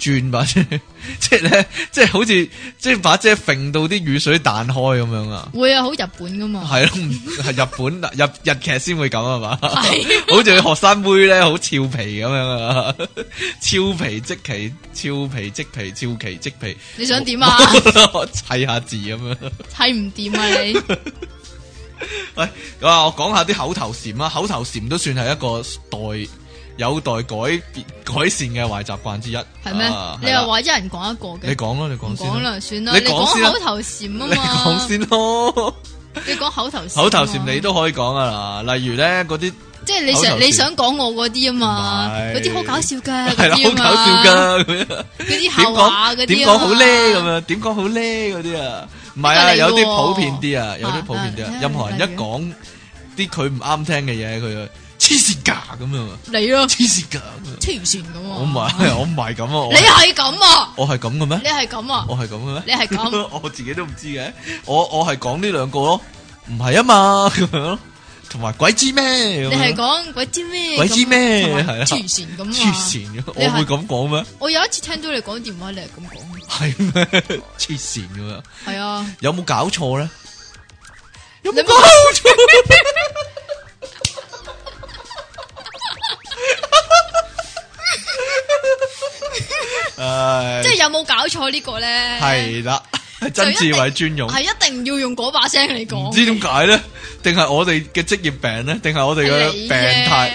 S1: 轉把遮， 即係咧，即係好似即係把遮揈到啲雨水彈開咁樣啊！
S2: 會啊，好日本噶嘛，
S1: 係咯，係日本日日劇先會咁啊嘛，
S2: 係
S1: 好似學生妹咧，好俏皮咁樣啊， 俏皮即皮，俏皮即皮，俏皮即皮，
S2: 你想點啊？
S1: 砌下字咁樣。
S2: 砌唔掂啊你？
S1: 喂，啊，我講下啲口頭禪啊，口頭禪都算係一個代有待改變改善嘅壞習慣之一。
S2: 係咩
S1: 啊？
S2: 你
S1: 係啦
S2: 又話一人講一個嘅
S1: 你。講咯，你
S2: 唔
S1: 講
S2: 講
S1: 先啦，
S2: 啦，算啦。
S1: 你
S2: 你
S1: 講先啦
S2: 講口頭禪 啊
S1: 你
S2: 嘛，
S1: 講先咯。
S2: 你講口頭禪啊嘛
S1: 口頭禪你，都可以講啊嗱，例如咧嗰 啲
S2: 即係你
S1: 口頭
S2: 成
S1: 禪
S2: 你想講我嗰啲啊嘛
S1: 唔係，
S2: 嗰啲好搞笑噶，
S1: 係啦，
S2: 嗰
S1: 好搞
S2: 啲啊
S1: 笑
S2: 嘛，
S1: 噶，咁樣
S2: 嗰啲
S1: 點
S2: 校話
S1: 講
S2: 嗰啲
S1: 點
S2: 啊
S1: 講
S2: 嘛
S1: 好咧咁樣，點講好咧嗰啲啊，唔係啊，
S2: 呢個嚟
S1: 有啲
S2: 喎
S1: 普遍啲啊，有啲
S2: 啊
S1: 普遍啲啊
S2: 啊，
S1: 任何人
S2: 例
S1: 一
S2: 如
S1: 講啲佢唔啱聽嘅嘢，佢就黐線㗎咁樣啊，
S2: 你咯，
S1: 黐線㗎咁樣。
S2: 黐線咁啊！
S1: 我唔係，我唔係咁啊！我
S2: 你係咁啊，
S1: 我係咁嘅
S2: 你
S1: 咩？
S2: 係咁啊，
S1: 我係咁嘅
S2: 你
S1: 咩？
S2: 係咁，
S1: 我自己都唔知嘅。我我係講呢兩個咯，唔係啊嘛 咁樣咯，同埋鬼知咩？
S2: 你
S1: 你
S2: 係講鬼知咩？
S1: 鬼知咩
S2: 咁啊
S1: 係啊
S2: 黐線咁
S1: 黐
S2: 啊！
S1: 線嘅，
S2: 你係
S1: 我會咁講咩？
S2: 我有一次聽到你講電話，你係咁講，
S1: 係咩？黐線咁樣，
S2: 係啊，
S1: 有冇搞錯咧？有冇
S2: 你
S1: 搞
S2: 冇
S1: 錯？唉
S2: 即，係有冇搞錯呢個咧？
S1: 係啦，係曾志偉專用。
S2: 係一定要用嗰把聲嚟
S1: 唔
S2: 講，
S1: 知點解咧？定係我哋嘅職業病咧？定係我哋嘅
S2: 係你
S1: 病
S2: 啫
S1: 態？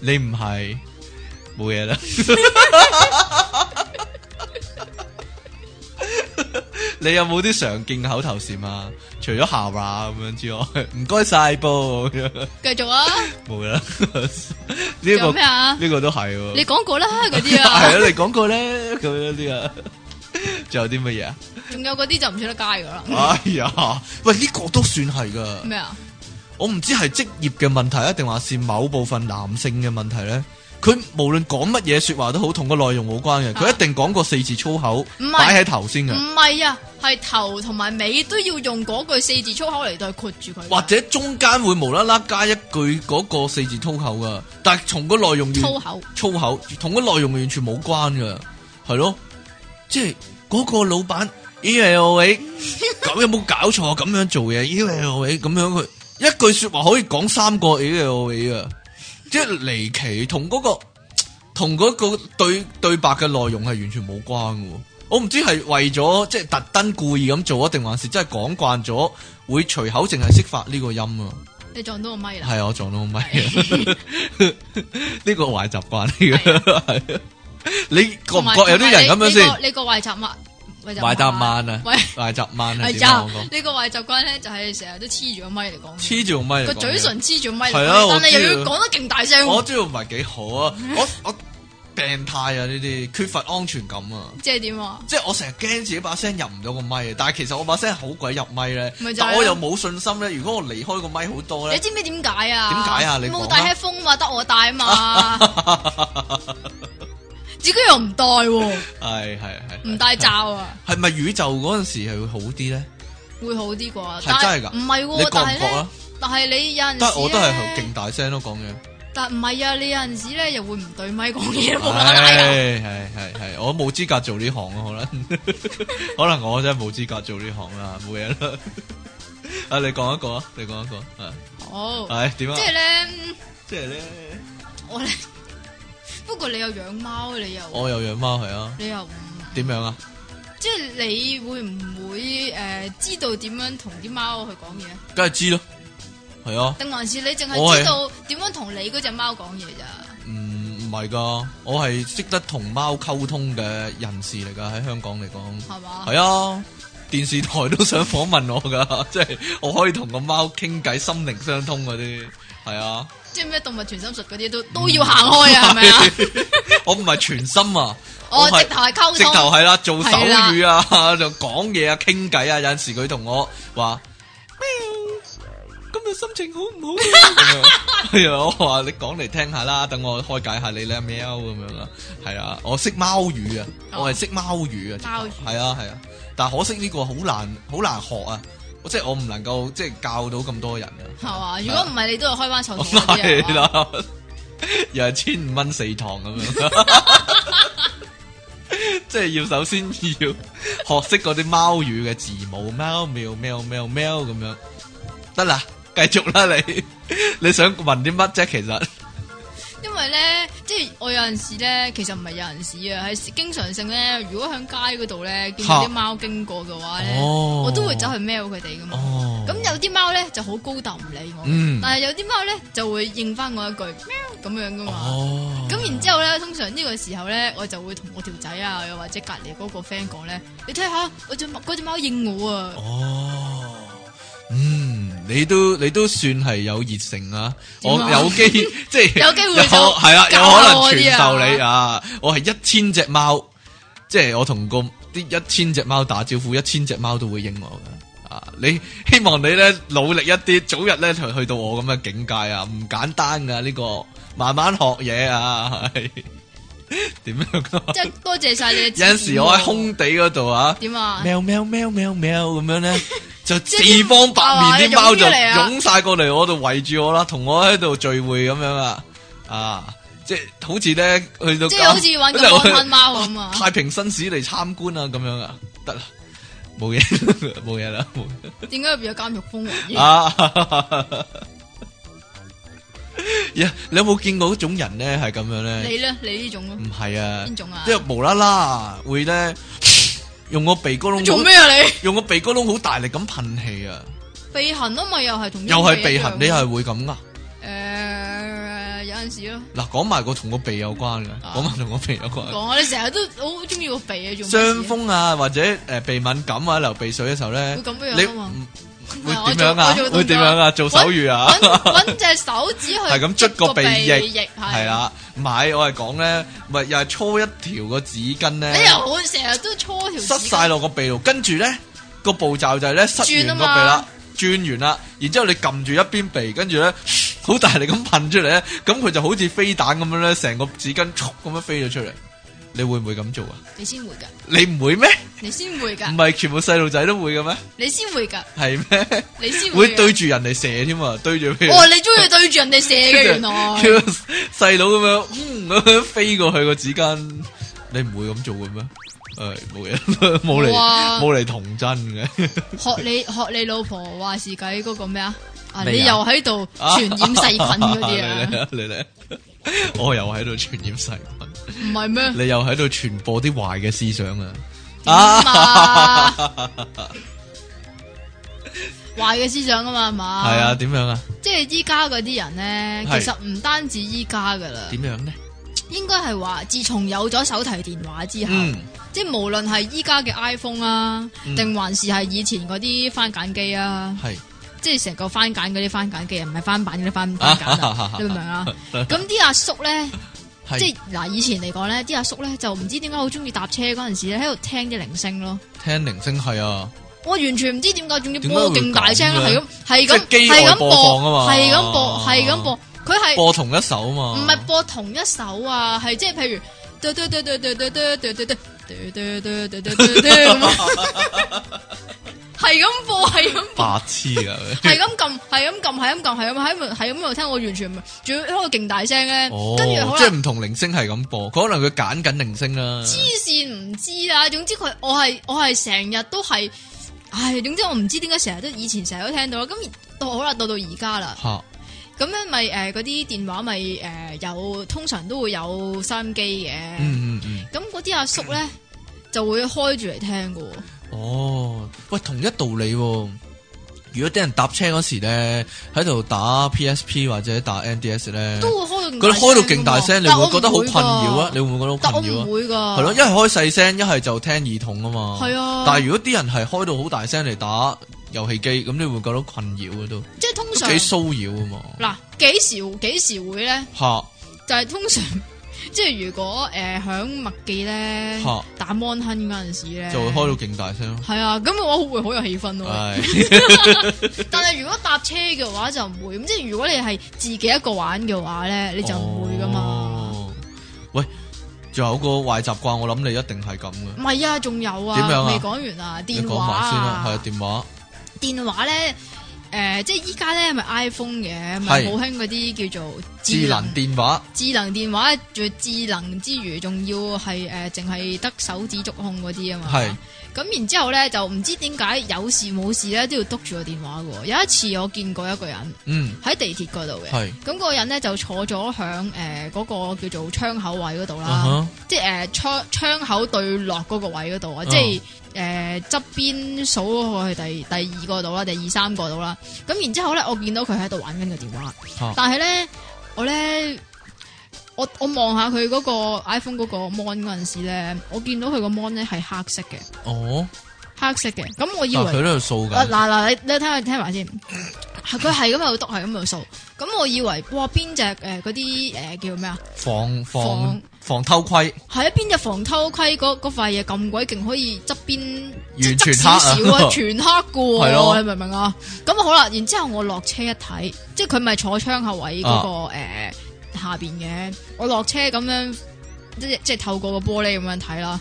S1: 你唔係冇 嘢啦。你有冇啲常見口頭禪啊？除咗下話咁樣之外，唔該晒噃咁樣，
S2: 继续啊，
S1: 冇啦。呢
S2: 仲有
S1: 個
S2: 咩啊？
S1: 呢個都係喎。
S2: 你讲过啦，嗰 啲
S1: 係
S2: 啊，
S1: 啊，你講過咧咁樣啲啊。仲有啲乜嘢啊？
S2: 仲有嗰啲就唔算得街噶啦。
S1: 哎呀，喂，呢個都算係噶。
S2: 咩啊？
S1: 我唔知係職業嘅問題啊，定還是某部分男性嘅問題咧？佢無論講乜嘢说話都好，同個內容冇關嘅。佢
S2: 啊
S1: 一定講過四字粗口
S2: 唔，係
S1: 擺喺頭先嘅。
S2: 唔系啊，系头同埋尾都要用嗰句四字粗口嚟到去括住佢㗎。
S1: 或者中間會無啦啦加一句嗰個四字粗口噶，但係從個內容完
S2: 粗口
S1: 粗口同個內容完全冇關噶，係咯，即係嗰個老闆 e l a 咁有冇搞錯咁樣做嘢 e l a 咁樣佢一句说話可以講三個 e l a 啊，即係離奇，同嗰、個同嗰個對對白嘅內容係完全冇關嘅喎。我唔知係為咗即係特登故意咁做啊，定還是真係講慣咗會隨口淨係識發呢個音啊？
S2: 你撞到个咪啦，
S1: 系我撞到 咪啊！呢個壞習慣嚟嘅，係啊你覺唔
S2: 同埋
S1: 覺有啲人咁樣
S2: 同埋
S1: 先
S2: 你你個你個壞習慣，
S1: 壞習慣啊
S2: 喂，
S1: 壞習慣啊？點
S2: 係
S1: 啊
S2: 咋？
S1: 我講
S2: 呢個壞習慣咧，就係成日都黐住個咪嚟講嘢，
S1: 黐住個咪嚟
S2: 個
S1: 講
S2: 嘴
S1: 嘢
S2: 唇黐住個咪嚟
S1: 係啊
S2: 講嘢，但
S1: 我
S2: 係
S1: 知啊
S2: 又要講得勁大聲，
S1: 我知道唔係幾好啊！我我病態啊！呢啲缺乏安全感啊！
S2: 即係點啊？
S1: 即係我成日驚自己把聲入唔到個咪啊！但係其實我把聲好鬼入咪咧
S2: 咪，就係
S1: 但
S2: 咯
S1: 我又冇信心咧。如果我離開個咪好多
S2: 你
S1: 咧，
S2: 知唔知點解啊？
S1: 點解啊你講啊
S2: 冇戴 headphone 嘛，得我戴 啊嘛，自己又唔戴喎，
S1: 係係係
S2: 唔戴罩啊，
S1: 係咪宇宙嗰陣時係會好啲咧？
S2: 會好啲啩？
S1: 係
S2: 但
S1: 真係㗎
S2: 唔係
S1: 你
S2: 喎，
S1: 覺
S2: 但
S1: 唔
S2: 係
S1: 覺
S2: 咧
S1: 啊，？
S2: 但係啊你有陣時
S1: 但係我都係
S2: 咧
S1: 勁大聲咯講嘢。
S2: 但唔係啊，你有陣時咧又會唔對咪講嘢
S1: 系
S2: 冇啦啦啊
S1: 系系，我冇資格做呢行啊，可能 可能我真係冇資格做呢行啦，冇嘢啦。 啊，你講一個啊，你講一個，啊
S2: 好，
S1: 係點啊
S2: 即？係咧，
S1: 即係咧，
S2: 我咧，不過你有養貓，你又
S1: 我有養貓係啊，
S2: 你又唔，
S1: 點樣啊？
S2: 即係你會唔會誒、呃知道點樣同啲貓去講嘢？
S1: 梗係知咯，係啊，
S2: 定還是你淨
S1: 我
S2: 係
S1: 係
S2: 知道點樣同你嗰只貓講嘢咋？
S1: 唔唔係噶，我係識得同貓溝通嘅人士嚟噶，喺香港嚟講。
S2: 係嘛？
S1: 係啊，電視台都想訪問我噶， 即係我可以同個貓傾偈，心靈相通嗰啲，係啊。
S2: 即係咩動物傳心術嗰啲都都要行開 啊？係咪啊？
S1: 我唔係全心啊，
S2: 哦，
S1: 我係
S2: 直頭係溝
S1: 直
S2: 通，
S1: 頭係啦，做手
S2: 係
S1: 語 啊，就講嘢啊，傾偈啊，有陣時佢同我話喵，今日心情好唔好啊？咁樣係啊，我話你講嚟聽下啦，等我開解下你咧，喵咁樣啦，係啊，我識貓語啊，
S2: 哦
S1: 我係識貓語啊，直頭
S2: 貓語
S1: 係啊係啊，但可惜呢個好難好難學啊，我即係我唔能夠即係教到咁多人啊。
S2: 係嘛？如果唔係，你都係開翻手 機嗰啲啊
S1: 系
S2: 係嘛
S1: 啦，又係千五蚊四堂咁 樣，即係要首先要學識嗰啲貓語嘅字母，喵喵喵喵喵咁樣，得啦，繼續啦你， 你想問啲乜啫？其實
S2: 因為咧，即係我有陣時咧，其實唔係有陣時啊，係經常性咧。如果喺街嗰度咧，見到
S1: 嚇
S2: 啲貓經過嘅話咧，
S1: 哦
S2: 我都會走去喵佢哋噶嘛。
S1: 哦
S2: 咁有啲貓咧就好高竇唔理我，
S1: 嗯
S2: 但係有啲貓咧就會應翻我一句喵咁樣噶嘛。
S1: 哦，
S2: 咁、然之後咧，通常呢個時候咧，我就會同我條仔啊，又或者隔離嗰個 friend 講咧，你睇下我只嗰只貓應我啊，
S1: 哦，嗯，你都你都算係有熱誠啊！我
S2: 點啊
S1: 有 機即係
S2: 有機會
S1: 有
S2: 就
S1: 係啦，有
S2: 教下
S1: 可能
S2: 我啲
S1: 傳
S2: 啊
S1: 授你啊！我係一千隻貓，即係我同個啲一千隻貓打招呼，一千隻貓都會應我噶。啊！你 希望你咧努力一啲，早日咧就去到我咁嘅境界啊！唔簡單噶呢、個，慢慢學嘢啊，係 點樣啊？
S2: 即係啊多謝晒你嘅指
S1: 有
S2: 點喎。
S1: 陣時我喺空地嗰度啊。
S2: 點啊？
S1: 喵喵喵喵喵咁樣 咧，就四
S2: 即係啲
S1: 方八面啲貓就
S2: 啊湧咗嚟啊
S1: 湧晒過嚟我度圍住我啦，同我喺度聚會咁樣啊，啊，即係好似咧去到
S2: 即係好似玩
S1: 即係
S2: 個
S1: 我去
S2: 安蚊貓咁啊！
S1: 太平紳士嚟參觀啊，咁樣啊，得啦，冇嘢 冇嘢啦，冇嘢
S2: 點解入邊有監獄風雲嘅？
S1: 啊。 呀，你有冇見過嗰種人咧係咁樣咧？
S2: 你咧，你呢種咯
S1: 唔，係啊
S2: 邊，種啊
S1: 即？係無啦啦會咧用個鼻哥窿
S2: 做咩啊你？
S1: 用個鼻哥窿好大力咁噴氣啊！
S2: 鼻痕啊嘛，又係同
S1: 又係鼻痕，你
S2: 係
S1: 係會咁噶？
S2: 誒有陣阵时咯。
S1: 嗱，講埋個同個鼻有關嘅，
S2: 啊
S1: 講埋同個鼻有關。
S2: 讲啊，你成日都好中意个鼻啊，仲
S1: 傷風啊，或者诶鼻敏感啊，流鼻水嘅時候咧，
S2: 會咁樣
S1: 你
S2: 啊嘛
S1: 唔會點樣啊
S2: 我做我？做
S1: 會點樣啊？做手語啊？
S2: 搵只手指去
S1: 係咁捽個
S2: 個
S1: 鼻
S2: 翼，
S1: 翼，
S2: 係
S1: 係。啦，唔係我係講咧，咪又係搓一條個紙巾
S2: 你
S1: 咧
S2: 又，好成日都搓條
S1: 塞晒落個鼻度，跟住咧個步驟就係咧塞
S2: 轉啊
S1: 完個
S2: 嘛
S1: 鼻啦，轉完啦，然之後你撳住一邊鼻，跟住咧好大力咁噴出嚟咧，咁佢就好似飛彈咁樣咧，成個紙巾咁樣飛咗出嚟，你會唔會咁做啊？
S2: 你先會㗎，
S1: 你唔會咩？
S2: 你先會
S1: 唔
S2: 㗎，
S1: 係全部細路仔都會嘅咩？
S2: 你先會㗎，
S1: 係咩？
S2: 你先
S1: 會
S2: 㗎
S1: 對住人嚟射添啊！對住譬如
S2: 哦，你中意對住人哋射嘅原來，
S1: 叫個細佬咁樣，嗯咁樣飛過去個紙巾，你唔會咁做嘅咩？誒冇嘢，冇嚟
S2: 哇
S1: 冇嚟童真嘅，
S2: 學你學你老婆話事計嗰個咩啊？啊，
S1: 咩啊
S2: 你又喺度傳染細菌嗰啲
S1: 你
S2: 啊？
S1: 嚟你嚟， 我又喺度傳染細菌，
S2: 唔係咩？
S1: 你又喺度傳播啲壞嘅思想啊！
S2: 點啊！壞嘅思想啊嘛，係嘛？
S1: 係啊，，點樣啊？
S2: 即係依家嗰啲人咧，
S1: 係
S2: 其實唔單止依家噶啦，
S1: 點樣咧？
S2: 應該係話自從有咗手提電話之後，
S1: 嗯，
S2: 即係無論係依家嘅 iPhone 啊，
S1: 嗯
S2: 定、還是係以前嗰啲翻簡機啊，
S1: 係
S2: 即係成個翻簡嗰啲翻簡機，唔係翻版嗰啲翻
S1: 啊
S2: 翻簡啊，你明唔明啊？咁啲阿叔咧，
S1: 係
S2: 即係嗱，以前嚟講咧，啲阿叔咧就唔知點解好中意搭車嗰陣時咧，喺度聽啲鈴聲咯。
S1: 聽鈴聲係啊，
S2: 我完全唔知點解，仲要
S1: 點解會
S2: 播勁大聲啦，
S1: 咁嘅即
S2: 係咁係咁
S1: 係機
S2: 係
S1: 外
S2: 咁
S1: 播
S2: 播
S1: 放啊嘛
S2: 係咁播係咁播，佢係
S1: 播同一首啊
S2: 唔
S1: 嘛，
S2: 係播同一首啊？係即係譬如嘟嘟嘟嘟嘟嘟嘟嘟嘟嘟嘟嘟嘟嘟嘟咁，係咁播，係咁播。
S1: 白痴 啊！
S2: 係咁撳，係咁撳，係咁撳，係咁喺度，係咁喺度聽，我完全唔，仲要喺度勁大聲 咧，
S1: 哦，
S2: 跟住好
S1: 即
S2: 啦
S1: 系，唔同鈴聲係咁播，可能佢揀緊鈴聲啦。
S2: 黐線唔知啦，總之佢我係我係成日都係，唉，總之我唔知點解成日都以前成日都聽到啦，咁到好啦，到到而家啦，
S1: 吓，
S2: 咁咧咪誒嗰啲電話咪誒、呃有，通常都會有收音機嘅，
S1: 嗯嗯嗯，
S2: 咁嗰啲阿叔咧就會開住嚟聽嘅喎，
S1: 哦，喂，同一道理喎、如果啲人搭車嗰時咧，喺度打 PSP 或者打 NDS 咧，
S2: 都會開到
S1: 佢哋開到勁大聲，
S2: 聲
S1: 你
S2: 㗎喎，
S1: 會覺得好困擾啊？你
S2: 但我唔
S1: 會唔
S2: 會㗎
S1: 會覺得
S2: 但
S1: 好困
S2: 我
S1: 擾啊
S2: 唔？會㗎，
S1: 係咯，一係開細聲，一係就聽耳筒啊嘛。
S2: 係啊
S1: 但係如果啲人係開到好大聲嚟打遊戲機，咁你會覺得困擾啊都，
S2: 即係通
S1: 都
S2: 常
S1: 幾騷擾啊嘛。
S2: 嗱幾時幾時會咧？
S1: 吓
S2: 就係通常， 即係如果誒響麥記咧
S1: 嚇
S2: 打 mon 亨嗰陣時咧，
S1: 就會開啊到勁大聲咯。
S2: 係啊，咁啊我會好有氣氛咯。
S1: 唉。
S2: 但係如果搭車嘅話就唔會，咁即係如果你係自己一個玩嘅話咧，你就唔會噶嘛。
S1: 哦。喂，仲有個壞習慣，我諗你一定係咁嘅。
S2: 唔係啊，仲有啊，
S1: 點樣啊
S2: 未講完啊，
S1: 你
S2: 電
S1: 講
S2: 話
S1: 埋先啦，係啊
S2: 啊，，
S1: 電話
S2: 電話咧，誒，即係依家咧咪 iPhone 嘅，咪
S1: 係
S2: 好興嗰啲叫做
S1: 智能電話
S2: 智能電話，仲要智能之餘，仲要係誒，淨係得手指觸控嗰啲啊嘛。
S1: 係
S2: 咁然之後咧，就唔知點解有事冇事咧都要督住個電話嘅喎。有一次我見過一個人
S1: 嗯
S2: 喺地鐵嗰度嘅，
S1: 係
S2: 咁嗰個人咧就坐咗響誒嗰個叫做窗口位嗰度
S1: 啊
S2: 啦，
S1: 哈
S2: 即係誒、呃窗窗口對落嗰個位嗰度啊，
S1: 嗯
S2: 即係誒呃側邊數去第第二個度啦，第二三個度啦。咁然之後咧，我見到佢喺度玩緊個電話，
S1: 啊
S2: 但係咧我咧。我我望下佢嗰個 iPhone 嗰個 mon 嗰陣時咧，我見到佢個 mon 咧係黑色嘅，
S1: 哦，
S2: 黑色嘅，咁我以
S1: 但
S2: 為
S1: 佢喺度掃
S2: 啊嗱
S1: 緊，
S2: 嗱，你你聽下聽埋先，係佢係咁喺度篤，係咁喺度掃，咁我以為哇邊只誒嗰啲誒叫咩啊？
S1: 防防
S2: 防
S1: 防偷窺，
S2: 係啊，邊只防偷窺嗰嗰塊嘢咁鬼勁，可以側邊
S1: 完全
S2: 即係側
S1: 黑啊
S2: 少少啊，全黑嘅
S1: 係咯
S2: 喎，你明唔明啊？咁好啦，然之後我落車一睇，即係佢咪坐窗口位嗰個
S1: 啊
S2: 誒下邊嘅，我落車咁樣即係即係透過個玻璃咁樣睇啦，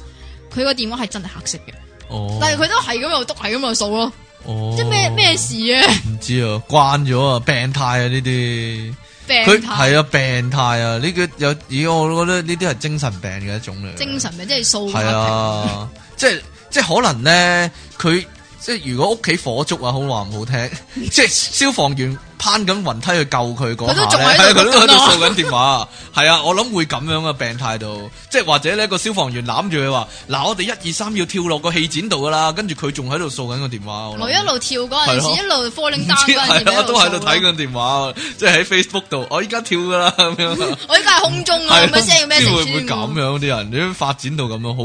S2: 佢個電話係真係黑色嘅，
S1: 哦，
S2: 但係佢都係咁喺度篤，係咁喺度掃咯，
S1: 哦
S2: 即係咩咩事啊？
S1: 唔知啊，關咗啊，病態啊呢啲，
S2: 病
S1: 佢
S2: 態
S1: 係啊病態啊，呢個有咦，我覺得呢啲係精神病嘅一種嚟嘅，
S2: 精神病，即係掃
S1: 系啊，即系即系可 能咧，佢即系如果屋企火燭啊，好話唔好聽，即系消防員攀緊雲梯去救佢嗰
S2: 佢都
S1: 下
S2: 仲
S1: 咧，
S2: 喺度
S1: 係啊佢都喺度
S2: 篤緊啊
S1: 掃緊電話，係啊，我諗會咁樣嘅病態度，即係或者呢個消防員攬住佢話：嗱，我哋一二三要跳落個氣展度噶啦，跟住佢仲喺度掃緊個電話，我
S2: 我
S1: 諗
S2: 一路跳嗰
S1: 係
S2: 陣
S1: 咯
S2: 時，一路 falling
S1: 唔
S2: down
S1: 知
S2: 嗰陣時
S1: 係
S2: 咪
S1: 啊，都喺度
S2: 掃
S1: 睇
S2: 咯
S1: 緊電話，即係喺 Facebook 度，哦我依家跳噶啦咁樣。
S2: 我依家係空中啊，
S1: 係
S2: 咁樣先要咩
S1: 知
S2: 成
S1: 會唔會
S2: 孫喎
S1: 咁樣啲人？你發展到咁樣，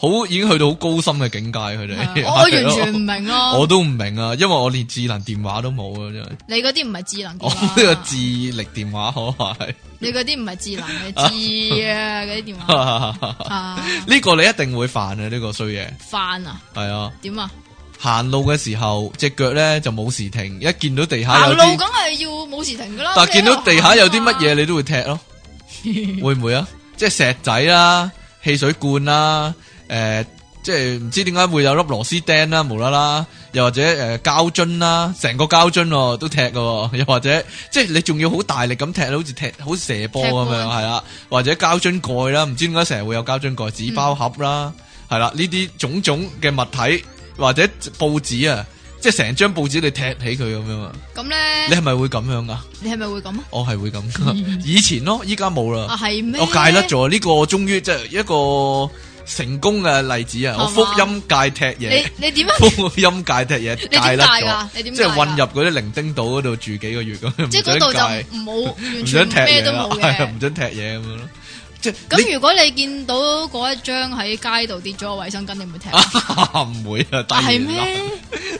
S1: 好好已經去到好高深嘅境界，佢哋
S2: 係啊我我完全唔明咯。
S1: 我都唔明啊，因為我連智能電話都冇啊，真係。
S2: 你嗰啲唔係智能
S1: 我
S2: 電
S1: 呢
S2: 話，
S1: 個智力電話可話係，
S2: 你嗰啲唔係智能嘅智啊，嗰啲電話
S1: 呢
S2: 啊
S1: 個你一定會犯嘅呢個衰嘢，
S2: 飯啊，
S1: 係啊！
S2: 點啊？
S1: 行路嘅時候只腳咧就冇時停，一見到地下
S2: 行
S1: 有
S2: 路
S1: 啲，
S2: 梗係要冇時停噶啦。
S1: 但
S2: 你
S1: 見到地下有啲乜
S2: 喺
S1: 嘢你都會踢咯，會唔會啊？即係石仔啦、汽水罐啦、誒，即係唔知點解會有粒螺絲釘啦，無啦啦，又或者誒膠樽啦，成個膠樽喎都踢嘅喎，又 或者即係你仲要好大力咁踢，好似踢好似射波咁樣
S2: 踢波
S1: 係啦，或者膠樽蓋啦，唔知點解成日會有膠樽蓋、紙包盒啦，係啦，呢啲種種嘅物體或者報紙啊，即係成張報紙你踢起佢咁樣啊，
S2: 度咁咧，
S1: 你
S2: 你
S1: 係咪會咁樣噶？
S2: 你係咪會咁啊？
S1: 我哦係會咁噶，以前咯，依家冇啦
S2: 嗯啊。係咩？
S1: 我戒甩咗呢個，終於即係一個成功嘅例子啊！我
S2: 係嘛
S1: 福音戒踢嘢，
S2: 你你 點樣？
S1: 福音戒踢嘢戒
S2: 你
S1: 甩
S2: 點戒㗎
S1: 咗，？
S2: 你點
S1: 即係
S2: 係
S1: 混入嗰啲伶仃島嗰度住幾個月咁，
S2: 即係嗰度
S1: 唔
S2: 就冇完
S1: 想
S2: 全
S1: 踢
S2: 咩
S1: 嘢
S2: 都
S1: 啦
S2: 冇，
S1: 係啊
S2: 嘅
S1: 唔。想踢嘢咁樣咯。即係
S2: 咁如果你見到嗰一張喺街度跌咗個衛生巾，你唔會踢？啊
S1: 你 唔會啊，低
S2: 係
S1: 完
S2: 咩
S1: 啦？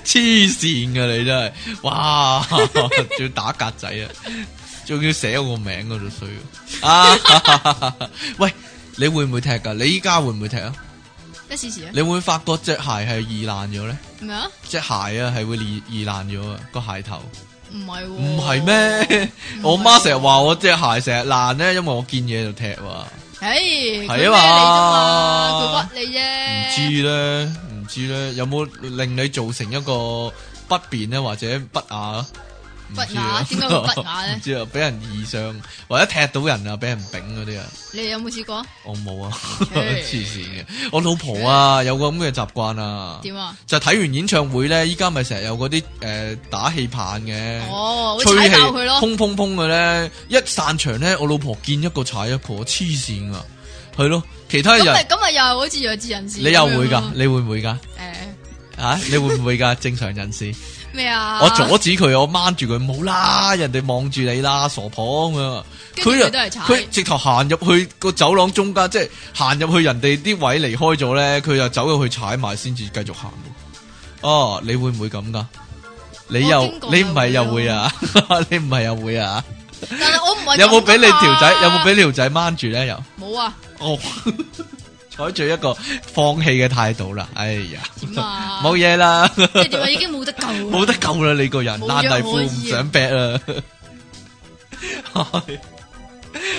S1: 黐線嘅你真係，哇！ 仲要打格仔啊，仲要寫我個名嗰度衰啊！ 喂，你會唔會踢㗎？你依家會唔會踢啊？
S2: 一試試啊？
S1: 你會唔會發覺隻鞋係易爛咗咧？
S2: 咩啊？
S1: 隻鞋啊係會易易爛咗啊，個鞋頭
S2: 唔係喎，
S1: 唔係？咩？我媽成日話我隻鞋成日爛咧，因為我見嘢就踢喎。
S2: 唉，
S1: 係
S2: 係
S1: 啊嘛
S2: 嘛，佢屈
S1: 唔
S2: 你啫。
S1: 知咧，唔知咧，有冇令你造成一個不便咧，或者不雅？唔知啊
S2: 不雅點解會不雅咧
S1: 唔知啊，俾人易傷或者踢到人啊，俾人丙嗰啲啊，
S2: 你有冇試過啊？
S1: 我冇啊，
S2: 嘿
S1: 黐線嘅。我老婆啊，有個咁嘅習慣啊。
S2: 點啊？
S1: 就睇完演唱會咧，依家咪成日有嗰啲誒打氣棒嘅，
S2: 哦，會
S1: 吹
S2: 踩
S1: 氣
S2: 爆佢咯。
S1: 砰砰砰嘅咧，一散場咧，我老婆見一個踩一個，黐線啊，係咯，其他
S2: 咁咪
S1: 人
S2: 咁咪又係好似弱智人士咁樣
S1: 你
S2: 咯。
S1: 又會
S2: 음,
S1: 噶，你會唔會噶？
S2: 誒
S1: 啊，你會唔會噶？正常人士，
S2: 咩啊？
S1: 我阻止佢，我掹住佢，冇啦，人哋望住你啦，傻婆咁樣。
S2: 跟住
S1: 佢
S2: 佢都係踩
S1: 佢直頭行入去個走廊中間，即係行入去人哋啲位離開咗咧，佢又走入去踩埋，先至繼續行。哦，你會唔會咁噶？你又
S2: 我經過
S1: 你唔係又
S2: 就
S1: 會
S2: 會
S1: 啊？ 你唔係又會啊？
S2: 但係我啊唔係
S1: 有冇俾你
S2: 咁㗎
S1: 條
S2: 嘛
S1: 仔有冇俾你條仔掹住 咧？又
S2: 冇啊？
S1: 哦，採取一個放棄嘅態度啦。哎呀，
S2: 點啊？
S1: 冇嘢啦，
S2: 即係點啊？已經冇得救啦。
S1: 冇得救啦！你個人
S2: 冇
S1: 爛
S2: 藥
S1: 泥
S2: 可
S1: 褲
S2: 以
S1: 唔想劈啊啦。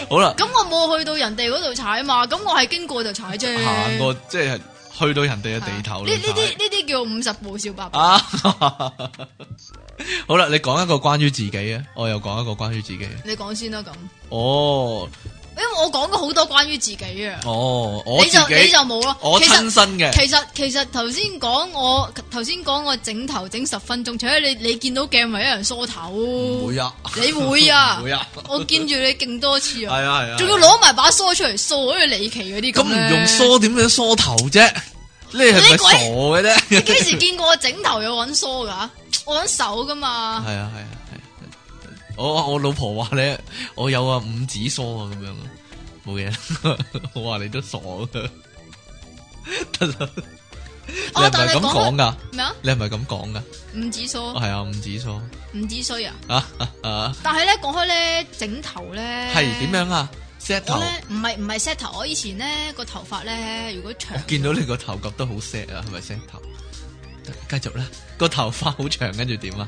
S1: 好啦，
S2: 咁我冇去到人哋嗰度踩嘛，咁我係經過就踩啫。
S1: 行過即係去到人哋嘅地頭
S2: 啊呢
S1: 啦。
S2: 呢啲呢啲叫五十步笑百步。
S1: 啊， 好啦，你講一個關於自己啊，我又講一個關於自己。啊
S2: 你講先啦咁，
S1: 哦，
S2: 因為我講過好多關於自己啊，
S1: 哦，我
S2: 你
S1: 自
S2: 就你
S1: 己
S2: 就，冇咯。
S1: 我
S2: 其
S1: 親
S2: 實
S1: 身嘅，
S2: 其實其實頭先講我頭先講我整頭整十分鐘，除咗你你見到鏡咪一人梳頭，
S1: 唔會啊，
S2: 你會啊
S1: 唔會啊，
S2: 我見住你勁多次
S1: 係
S2: 啊，
S1: 啊係啊，
S2: 仲要攞埋把梳出嚟梳，好似離奇嗰啲
S1: 咁
S2: 咁
S1: 唔
S2: 咧
S1: 用梳點樣梳頭啫？你係咪
S2: 你鬼
S1: 傻嘅
S2: 你
S1: 啫？
S2: 幾時見過我整頭有揾梳噶？我揾手噶嘛。
S1: 係啊係啊係啊！我我老婆話咧，我有啊五指梳啊咁樣啊，冇嘢啦。 我話你都傻啊噶，得啦。你
S2: 哦
S1: 係
S2: 但
S1: 咪
S2: 係
S1: 咁
S2: 講哦
S1: 講噶？
S2: 咩啊？
S1: 你係咪咁講噶？
S2: 五指梳，
S1: 係啊，五指梳
S2: 五指須啊！
S1: 啊啊啊！
S2: 但係咧講開咧整頭咧，
S1: 係點？樣啊？set
S2: 我
S1: 頭，
S2: 咧唔係唔係 set 頭，我以前咧個頭髮咧，如果長
S1: 我，見到你個頭夾得好 set 啊，係咪 set 頭？得繼續啦，個頭髮好長，跟住點啊？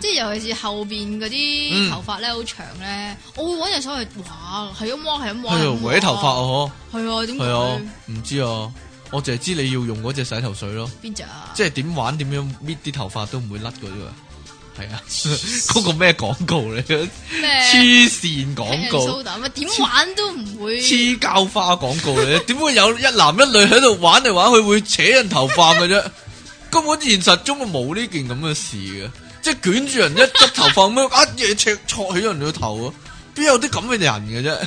S2: 即係尤其是後邊嗰
S1: 嗯
S2: 啲頭髮咧好長咧，我會揾隻手去畫，係咁畫，係咁畫，
S1: 哎
S2: 係
S1: 呦，
S2: 咁
S1: 搲
S2: 畫
S1: 頭髮哦，
S2: 係啊，點
S1: 係啊
S2: 解，
S1: 唔知啊，我淨係知你要用嗰隻洗頭水咯。
S2: 邊隻啊？
S1: 即係點玩點樣搣啲頭髮都唔會甩嗰啲啊！係啊，嗰個咩廣告嚟？
S2: 咩
S1: 黐線廣告，
S2: soda 咪點玩都唔會，
S1: 黐膠花廣告嚟，點會有一男一女喺度玩嚟玩去會扯人頭髮嘅啫？根本現實中冇呢件咁嘅事嘅，即系卷住人一执头发咁样， 一嘢赤戳起人哋个头啊！边有啲咁嘅 人嘅啫？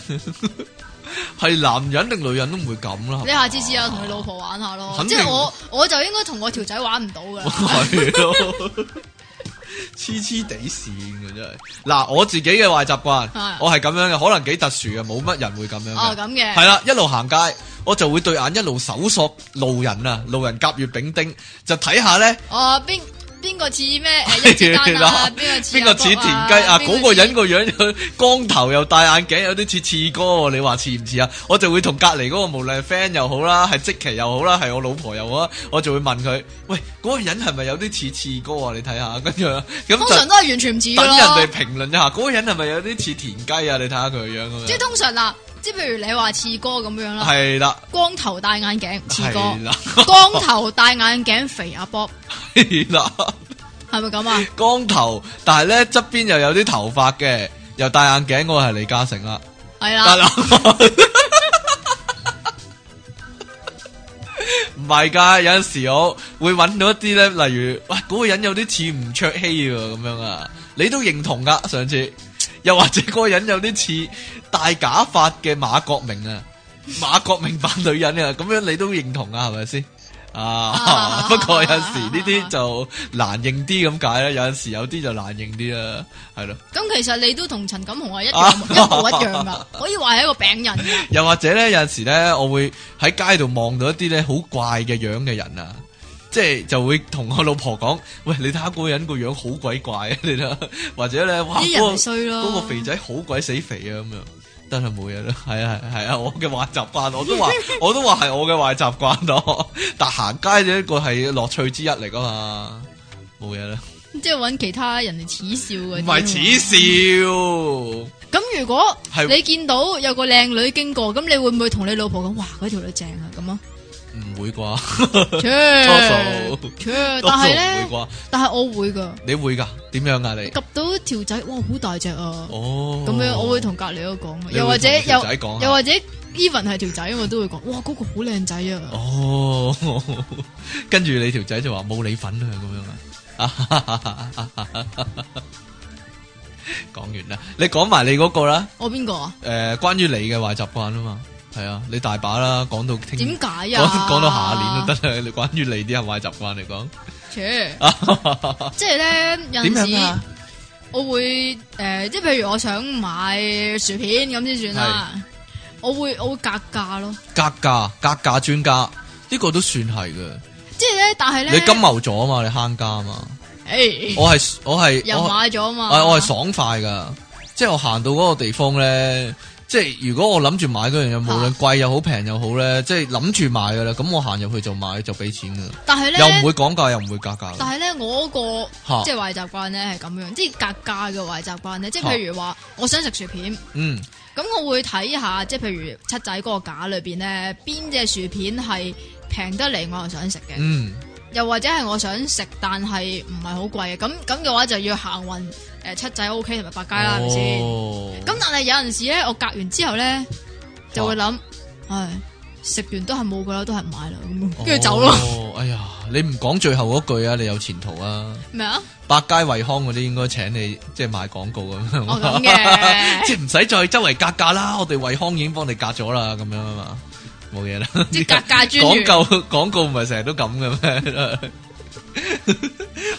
S1: 系男人定女人都唔会咁啦
S2: 你，下次試下同你老婆玩下咯，
S1: 肯
S2: 即
S1: 定啊
S2: 係我我就應該同我條仔玩唔到噶。
S1: 系咯， 黐黐地线嘅真系。嗱，我自己嘅坏习惯
S2: 係，
S1: 我系咁样嘅，可能几特殊嘅，冇乜人啊会咁样
S2: 哦
S1: 嘅。
S2: 咁嘅
S1: 系，啦，一路行街，我就會對眼一路搜索路人啊，路人甲乙丙丁，就睇下咧
S2: 哦邊邊個似咩 誒一字單啊，邊個似
S1: 邊個似田雞啊，嗰個人個樣 又光頭又戴眼鏡，有啲似刺哥喎，你話似唔似啊？我就會同隔離嗰個，無論係 friend 又好啦，係即期又好啦，係我老婆又好啦，我就會問佢：喂，嗰、個人係咪有啲似刺哥啊？你睇下，跟住
S2: 通
S1: 咁
S2: 常都係完全唔似
S1: 就
S2: 㗎
S1: 等人哋
S2: 咯。
S1: 評論一下，嗰、個人係咪有啲似田雞啊？你睇下佢個樣咁
S2: 即係
S1: 樣，
S2: 通常嗱，即係譬如你話似哥咁樣啦，
S1: 係啦，
S2: 光頭戴眼鏡似
S1: 係
S2: 哥，
S1: 啦，
S2: 光頭戴眼鏡肥阿 Bob，
S1: 係啦。
S2: 係咪咁 啊？
S1: 光頭，但係咧側邊又有啲頭髮嘅，又戴眼鏡，我係李嘉誠啦，
S2: 係
S1: 得
S2: 啦，
S1: 啦。唔係㗎，有阵時我會揾到一啲咧，例如哇嗰、個人有啲似吳卓羲喎咁樣啊，你都認同㗎上 次，又或者嗰個人有啲似戴假髮嘅馬國明 啊，馬國明扮女人啊，咁樣你都認同啊，係咪先？啊
S2: 啊，
S1: 不過有阵时呢啲就難認啲咁解啦，有阵时有啲就難認啲啦，係咯。
S2: 咁其實你都同陳錦雄係一
S1: 啊
S2: 樣 一模一樣噶，可以話係一個病人㗎。
S1: 又或者咧，有阵时咧，我會喺街度望到一啲咧好怪嘅樣嘅人啊，即係就會同我老婆講：，喂，你睇下嗰個人個樣好鬼怪啊！你睇下， 或者咧，哇，
S2: 啲人咪
S1: 啊嗰、
S2: 衰
S1: 個
S2: 咯，
S1: 嗰個肥仔好鬼死肥啊咁樣。真係冇嘢啦，係啊係啊係啊，我嘅壞習慣，我都 話我都話係我嘅壞習慣咯。但行街呢一個係樂趣之一嚟噶嘛，冇嘢啦，
S2: 即係揾其他人嚟恥笑嘅。
S1: 唔係恥。笑。
S2: 咁如果
S1: 係
S2: 你見到有個靚女經過，咁你會唔會同你老婆講：哇，嗰條女正啊 咁啊？
S1: 唔會啩？
S2: 切
S1: 多數
S2: 切
S1: 多
S2: 但
S1: 數
S2: 係
S1: 唔
S2: 咧，
S1: 會啩？
S2: 但係我會噶，
S1: 你會㗎？點樣啊你？
S2: 及到條仔，哇，好大隻啊！
S1: 哦，
S2: 咁樣我會同隔離嗰個講，
S1: 你
S2: 又
S1: 會
S2: 或者
S1: 同條
S2: 又
S1: 仔講啊
S2: 又或者 even 係條仔，我都會講：哇，嗰個好靚仔啊！
S1: 哦， 跟住你條仔就話冇你份啊咁樣啊， 講完啦，你講埋你嗰個啦，
S2: 我邊個啊？
S1: 诶、關於你嘅壞習慣啊嘛，係啊，你大把啦，講到聽，
S2: 點解
S1: 講
S2: 啊？
S1: 講到下年都得啦，你關於你啲壞習慣嚟講，
S2: 切，即係咧有
S1: 點
S2: 陣
S1: 樣
S2: 時
S1: 啊。？
S2: 我會诶、呃即係譬如我想買薯片咁先算啦。我會我會格價咯，
S1: 格價格價專家呢個都算係嘅，
S2: 即係咧，但係咧，
S1: 你金牛座啊嘛，你慳家啊嘛，
S2: 诶、
S1: 我係我係
S2: 又
S1: 我
S2: 買咗嘛，
S1: 我我係爽快噶，即係我行到嗰個地方咧，即係如果我諗住買嗰樣嘢，無論貴又好平又好咧，即係諗住買噶啦，咁我行入去就買就俾錢噶，
S2: 但係咧
S1: 又唔會啊講價又唔會加價㗎。
S2: 但係咧，我嗰、個
S1: 嚇
S2: 即係壞習慣咧係咁樣，即係格價嘅壞習慣咧，即係
S1: 嚇
S2: 譬如話，我想食薯片，
S1: 嗯，
S2: 咁我會睇下，即係譬如七仔嗰個架裏邊咧，邊只薯片係平得嚟，我又想食嘅，
S1: 嗯，
S2: 又或者係我想食但係唔係好貴嘅，咁咁嘅話就要行運誒、呃七仔 O K 同埋百佳啦，係咪先？
S1: 哦
S2: 咁但係有陣時咧，我隔完之後咧，就會諗，唉，食完都係冇噶啦，都係唔買啦，咁跟住走咯。
S1: 哦哎呀，你唔講最後嗰句啊，你有前途啊！
S2: 咩啊？
S1: 百佳惠康嗰啲應該請你即係賣廣告咁樣。
S2: 哦咁 嘅
S1: 即係唔使再周圍格價啦，我哋惠康已經幫你格咗啦，咁樣啊嘛，冇嘢啦。
S2: 即係格價專
S1: 廣
S2: 員。
S1: 告廣告唔係成日都咁嘅咩？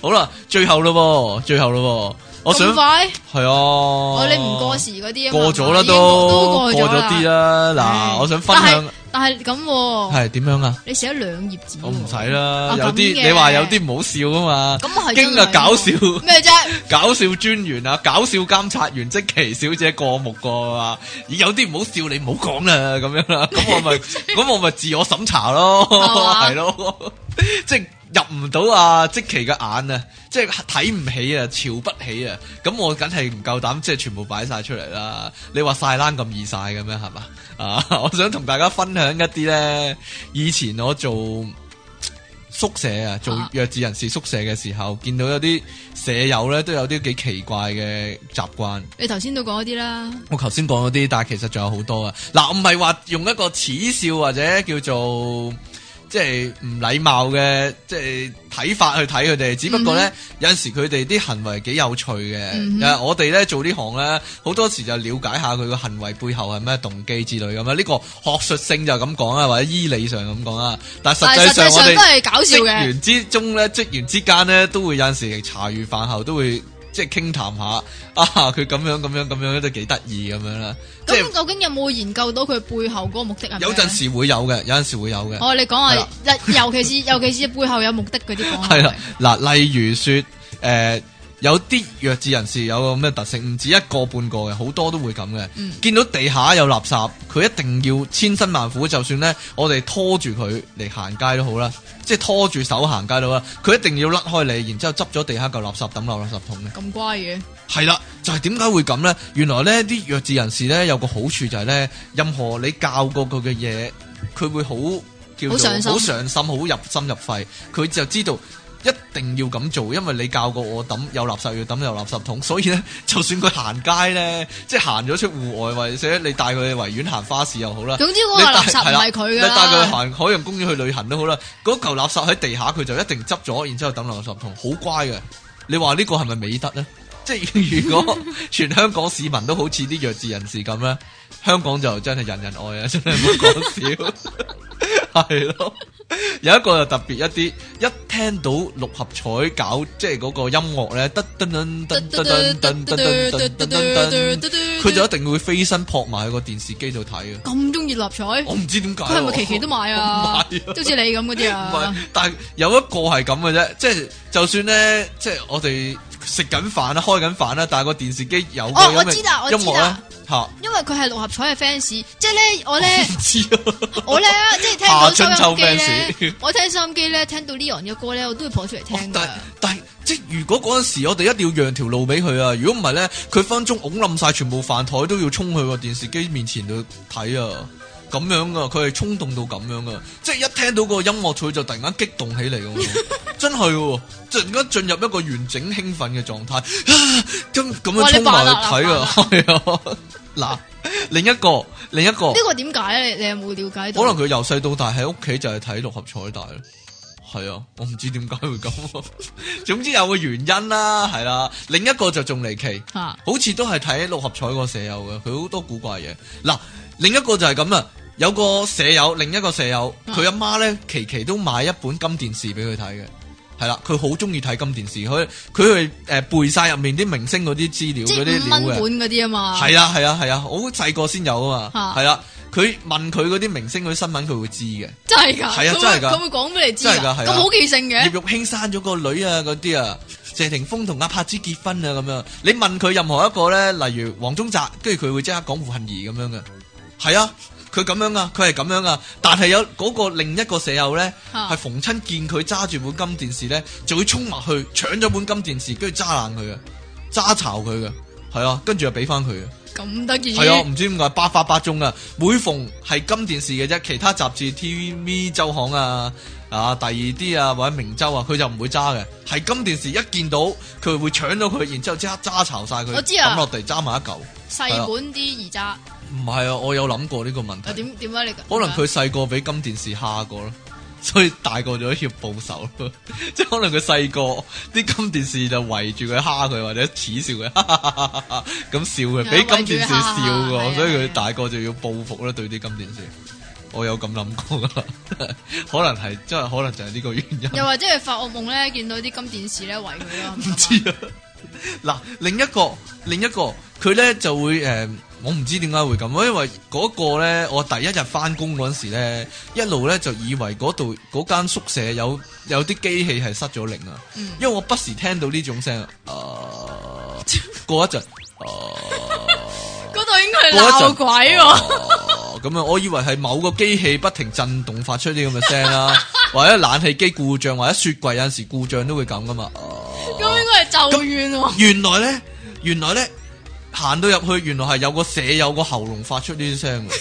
S1: 好啦，最後咯喎，最後咯喎，我想
S2: 咁快？
S1: 係啊，我
S2: 我你唔過時嗰啲啊嘛
S1: 過咗啦
S2: 已經
S1: 都，
S2: 都過啊
S1: 過咗啲啦。
S2: 唉
S1: 嗱，我想分享
S2: 但係但係咁喎，
S1: 係點樣啊？
S2: 你寫咗兩頁紙喎。
S1: 我唔使啦
S2: 啊，
S1: 有
S2: 咁
S1: 啲
S2: 嘅
S1: 你話有啲唔好笑啊嘛，
S2: 咁係真
S1: 經
S2: 係
S1: 啊搞笑。
S2: 咩啫？
S1: 搞笑專員啊，搞笑監察員即奇小姐過目過啊，咦有啲唔好笑你唔好講啦咁樣啦，咁我 咪咁我咪自我審查咯，
S2: 嘛
S1: 係咯， 即係入唔到啊即奇嘅眼啊，即係睇唔起啊，瞧不起啊，咁我梗係唔夠膽即係全部擺晒出嚟啦。你話晒冷咁易晒嘅咩係嘛？啊， 我想同大家分享一啲咧，以前我做。宿舍啊，做
S2: 啊
S1: 弱智人士宿舍嘅時候，見到有啲舍友咧都有啲幾奇怪嘅習慣。
S2: 你頭先都講嗰啲啦，
S1: 我頭先講嗰啲，但係其實仲有好多啊。嗱，我唔係話用一個恥笑或者叫做即係唔禮貌嘅即係睇法去睇佢哋。只不過咧，有陣時佢哋啲行為幾有趣嘅。
S2: 嗯嗯哼
S1: 誒我哋咧做呢行咧，好多時就了解下佢個行為背後係咩動機之類咁啊。呢個學術性就咁講啊，或者醫理上咁講啊。但係
S2: 但
S1: 實
S2: 係
S1: 際
S2: 實
S1: 上
S2: 際
S1: 我
S2: 上
S1: 哋
S2: 都。係搞笑
S1: 職
S2: 嘅，
S1: 員之中咧，職員之間咧，都會有陣時茶餘飯後都會即係傾談下啊，佢咁樣咁樣咁樣都幾得意咁樣啦。即係
S2: 咁究竟有冇研究到佢背後嗰個目的係咩
S1: 有陣時會有嘅，有陣時會有嘅。
S2: 哦，你講
S1: 係
S2: 啊
S1: 啦，
S2: 日尤其是尤其是背後有目的嗰啲講
S1: 係啦，嗱，例如說誒、呃有啲弱智人士有個咩特性，唔止一個半個嘅，好多都會咁嘅。
S2: 嗯
S1: 見到地下有垃圾，佢一定要千辛萬苦，就算咧我哋拖住佢嚟行街都好啦，即係拖住手行街都好啦，佢一定要甩開你，然之後執咗地下嚿垃圾抌落垃圾桶嘅。
S2: 咁乖嘅，
S1: 係啦，就係點解會咁呢？原來呢啲弱智人士呢，有個好處就係呢，任何你教過佢嘅嘢，佢會好叫
S2: 好
S1: 做
S2: 上心
S1: 好上心，好入心入肺，佢就知道一定要咁做，因為你教過我抌有垃圾要抌有垃圾桶，所以呢，就算佢行街呢，即係行咗出戶外，或者你帶佢去維園行花市又好啦。
S2: 總之嗰
S1: 你帶
S2: 個垃
S1: 係
S2: 圾唔
S1: 啦
S2: 係佢
S1: 你
S2: 噶
S1: 帶佢去
S2: 啦，
S1: 行海洋公園去旅行都好啦，嗰嚿垃圾喺地下佢就一定執咗，然之後抌落垃圾桶，好乖嘅。你話呢個係咪美德呢？即係如果全香港市民都好似啲弱智人士咁咧，香港就真係人人愛啊！真係唔好講笑，係咯。有一個就特別一啲，一聽到六合彩搞即係嗰個音樂咧，噔噔噔噔噔噔噔噔噔噔噔噔，佢就一定會飛身撲埋去個電視機度睇嘅。
S2: 咁中意六合彩，佢
S1: 我唔知點解喎。
S2: 係咪期期都買
S1: 我
S2: 啊？
S1: 唔買啊
S2: 都好似你咁嗰啲
S1: 唔
S2: 啊
S1: 係，，但係有一個係咁嘅啫，即係就算咧，即係我哋食緊飯啦，啊開緊飯啦，但係個電視機有個
S2: 哦
S1: 音
S2: 我
S1: 樂
S2: 知啦我知
S1: 音
S2: 啦
S1: 樂咧嚇，
S2: 因為佢係六合彩嘅 fans，即係咧我咧。
S1: 唔知啊，
S2: 我咧即係聽到收
S1: 夏春秋
S2: 音機
S1: fans
S2: 咧， 我聽收音機咧聽到 Leon 嘅歌咧，我都會播出嚟聽
S1: 哦但係
S2: 噶。
S1: 但係即係如果嗰陣時我哋一定要讓條路俾佢啊，如果唔係咧，佢分鐘拱冧晒全部飯台都要衝去個電視機面前度睇啊！咁樣噶，佢係衝動到咁樣噶，即係一聽到個音樂佢就突然間激動起嚟 咁，真係喎！突然間進入一個完整興奮嘅狀態，啊咁咁
S2: 哇
S1: 樣
S2: 你
S1: 衝埋
S2: 扮
S1: 去
S2: 啦
S1: 睇啊！係啊，嗱，另一個另一個
S2: 呢，個點解咧？你你有冇了解到？
S1: 哦可能佢由細到大喺屋企就係睇六合彩大咯。係啊，我唔知點解會咁啊。 總之有個原因啦，係啦。另一個就仲離奇，
S2: 吓
S1: 好似都係睇六合彩個舍友嘅，佢好多古怪嘢。嗱，另一個就係咁啊，有個舍友，另一個舍友，
S2: 啊
S1: 佢阿媽呢，期期都買一本金電視俾佢睇嘅。係啦，佢好中意睇金電視，佢佢係誒背晒入面啲明星嗰啲資料
S2: 即係
S1: 嗰啲
S2: 五蚊
S1: 料
S2: 本
S1: 嘅。
S2: 嗰啲啊嘛。
S1: 係啊係啊係啊，好細個先有啊嘛，
S2: 啊
S1: 係啦。佢問佢嗰啲明星嗰啲新聞，佢會知嘅。
S2: 真係
S1: 係
S2: 噶，
S1: 啊
S2: 佢
S1: 真
S2: 會
S1: 係㗎
S2: 佢會講俾你知
S1: 真係㗎
S2: 㗎
S1: 係啊
S2: 咁好記性
S1: 葉
S2: 嘅。
S1: 玉卿生咗個女啊，嗰啲啊，謝霆鋒同阿柏芝結婚啊，咁樣。你問佢任何一個咧，例如黃宗澤，跟住佢會即刻講胡杏兒咁樣嘅。係啊，佢咁樣噶，佢係咁樣噶。但係有嗰個另一個舍友咧，
S2: 啊
S1: 係逢親見佢揸住本金電視咧，就會衝埋去搶咗本金電視，跟住揸爛佢嘅，啊揸巢佢嘅。係啊，跟住又俾翻佢嘅。
S2: 咁得意，
S1: 係啊，唔知點解百發百中啊！每逢係金電視嘅啫，其他雜誌 TVB 周刊啊、啊第二啲啊或者明周啊，佢就唔會揸嘅。係金電視一見到佢會搶咗佢，然之後即刻揸巢晒佢，
S2: 我知啊
S1: 抌落地揸埋一嚿。
S2: 細
S1: 啊
S2: 本啲而渣。
S1: 唔係啊，我有諗過呢個問
S2: 啊
S1: 題，
S2: 點點解你咁
S1: 可能佢細個俾金電視蝦過咯。 所以大個咗要報仇咯， 即係可能佢細個啲金電視就圍住佢蝦佢或者恥笑佢，咁笑佢，
S2: 係啊
S1: 俾金電視
S2: 圍住佢蝦
S1: 笑
S2: 係
S1: 過，
S2: 啊
S1: 所以
S2: 係
S1: 佢
S2: 啊
S1: 大個就要報復啦對啲金電視。我有咁諗過 噶啦，可能係真係可能就係呢個原因。
S2: 又或者係發惡夢咧，見到啲金電視咧圍佢啦。
S1: 唔知啊。嗱，另一個另一個佢咧就會誒、呃我唔知點解會咁，因為嗰個咧，我第一日翻工嗰陣時咧，一路咧就以為嗰度嗰間宿舍有有啲機器係失咗靈啊，
S2: 嗯
S1: 因為我不時聽到呢種聲啊，呃過一 陣，呃
S2: 嗰度應該係
S1: 過一陣
S2: 鬧鬼喎。
S1: 哦咁啊，我以為係某個機器不停震動發出啲咁嘅聲啦， 或者冷氣機故障，或者雪櫃有陣時故障都會咁噶嘛。哦
S2: 咁應該係咒怨喎。
S1: 原來咧，原來咧，行到入去，原來係有個舍友個喉嚨發出呢啲聲 喎。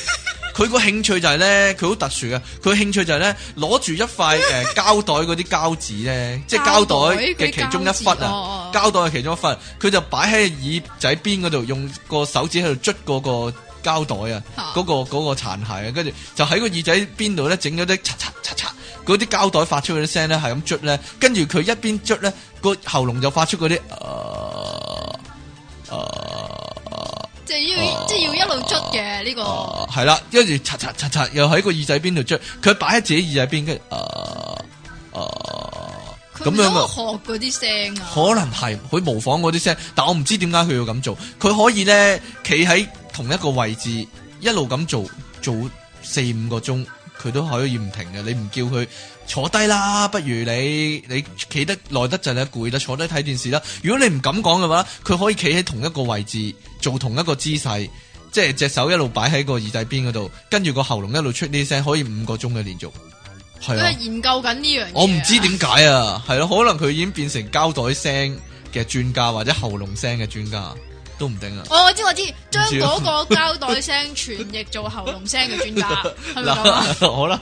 S1: 佢個興趣就係咧，佢好特殊嘅。佢興趣就係咧，攞住一 塊誒膠袋嗰啲膠紙咧，即係膠袋嘅其中一忽
S2: 膠袋嗰啲膠紙
S1: 啊
S2: 哦哦，
S1: 膠袋嘅其中一忽，佢就擺喺耳仔邊嗰度，用個手指喺度捽嗰個膠袋啊，
S2: 嚇
S1: 嗰、個嗰、個殘骸啊，跟住就喺個耳仔邊度咧整咗啲刷刷刷刷，嗰啲膠袋發出嗰啲聲咧係咁捽咧，跟住佢一邊捽咧個喉嚨就發出嗰啲啊啊
S2: 即係要即係要一路捽嘅呢個，
S1: 啊係啦，跟住刷刷刷刷又喺個耳仔邊度捽，佢擺喺自己耳仔邊，跟住啊啊咁
S2: 佢
S1: 樣啊
S2: 想。學嗰啲聲啊，
S1: 可能係佢模仿嗰啲聲，但我唔知點解佢要咁做。佢可以咧企喺同一個位置，一路咁做做四五個鐘，佢都可以唔停嘅。你唔叫佢坐低啦，不如你你企得耐得滯咧，攰啦，坐低睇電視啦。如果你唔敢講嘅話，佢可以企喺同一個位置，做同一個姿勢。即係隻手一路擺喺個耳仔邊嗰度，跟住個喉嚨一路出呢啲聲，可以五個鐘嘅連續。係
S2: 佢
S1: 啊
S2: 係。研究緊呢樣嘢啊。
S1: 我唔知點解啊，係咯，可能佢已經變成膠袋聲嘅專家或者喉嚨聲嘅專家都唔定啊。
S2: 哦，我知我知，將
S1: 知啊
S2: 嗰個膠袋聲傳譯做喉嚨聲嘅 專家，係咪
S1: 嗱，
S2: 咁啊？
S1: 可能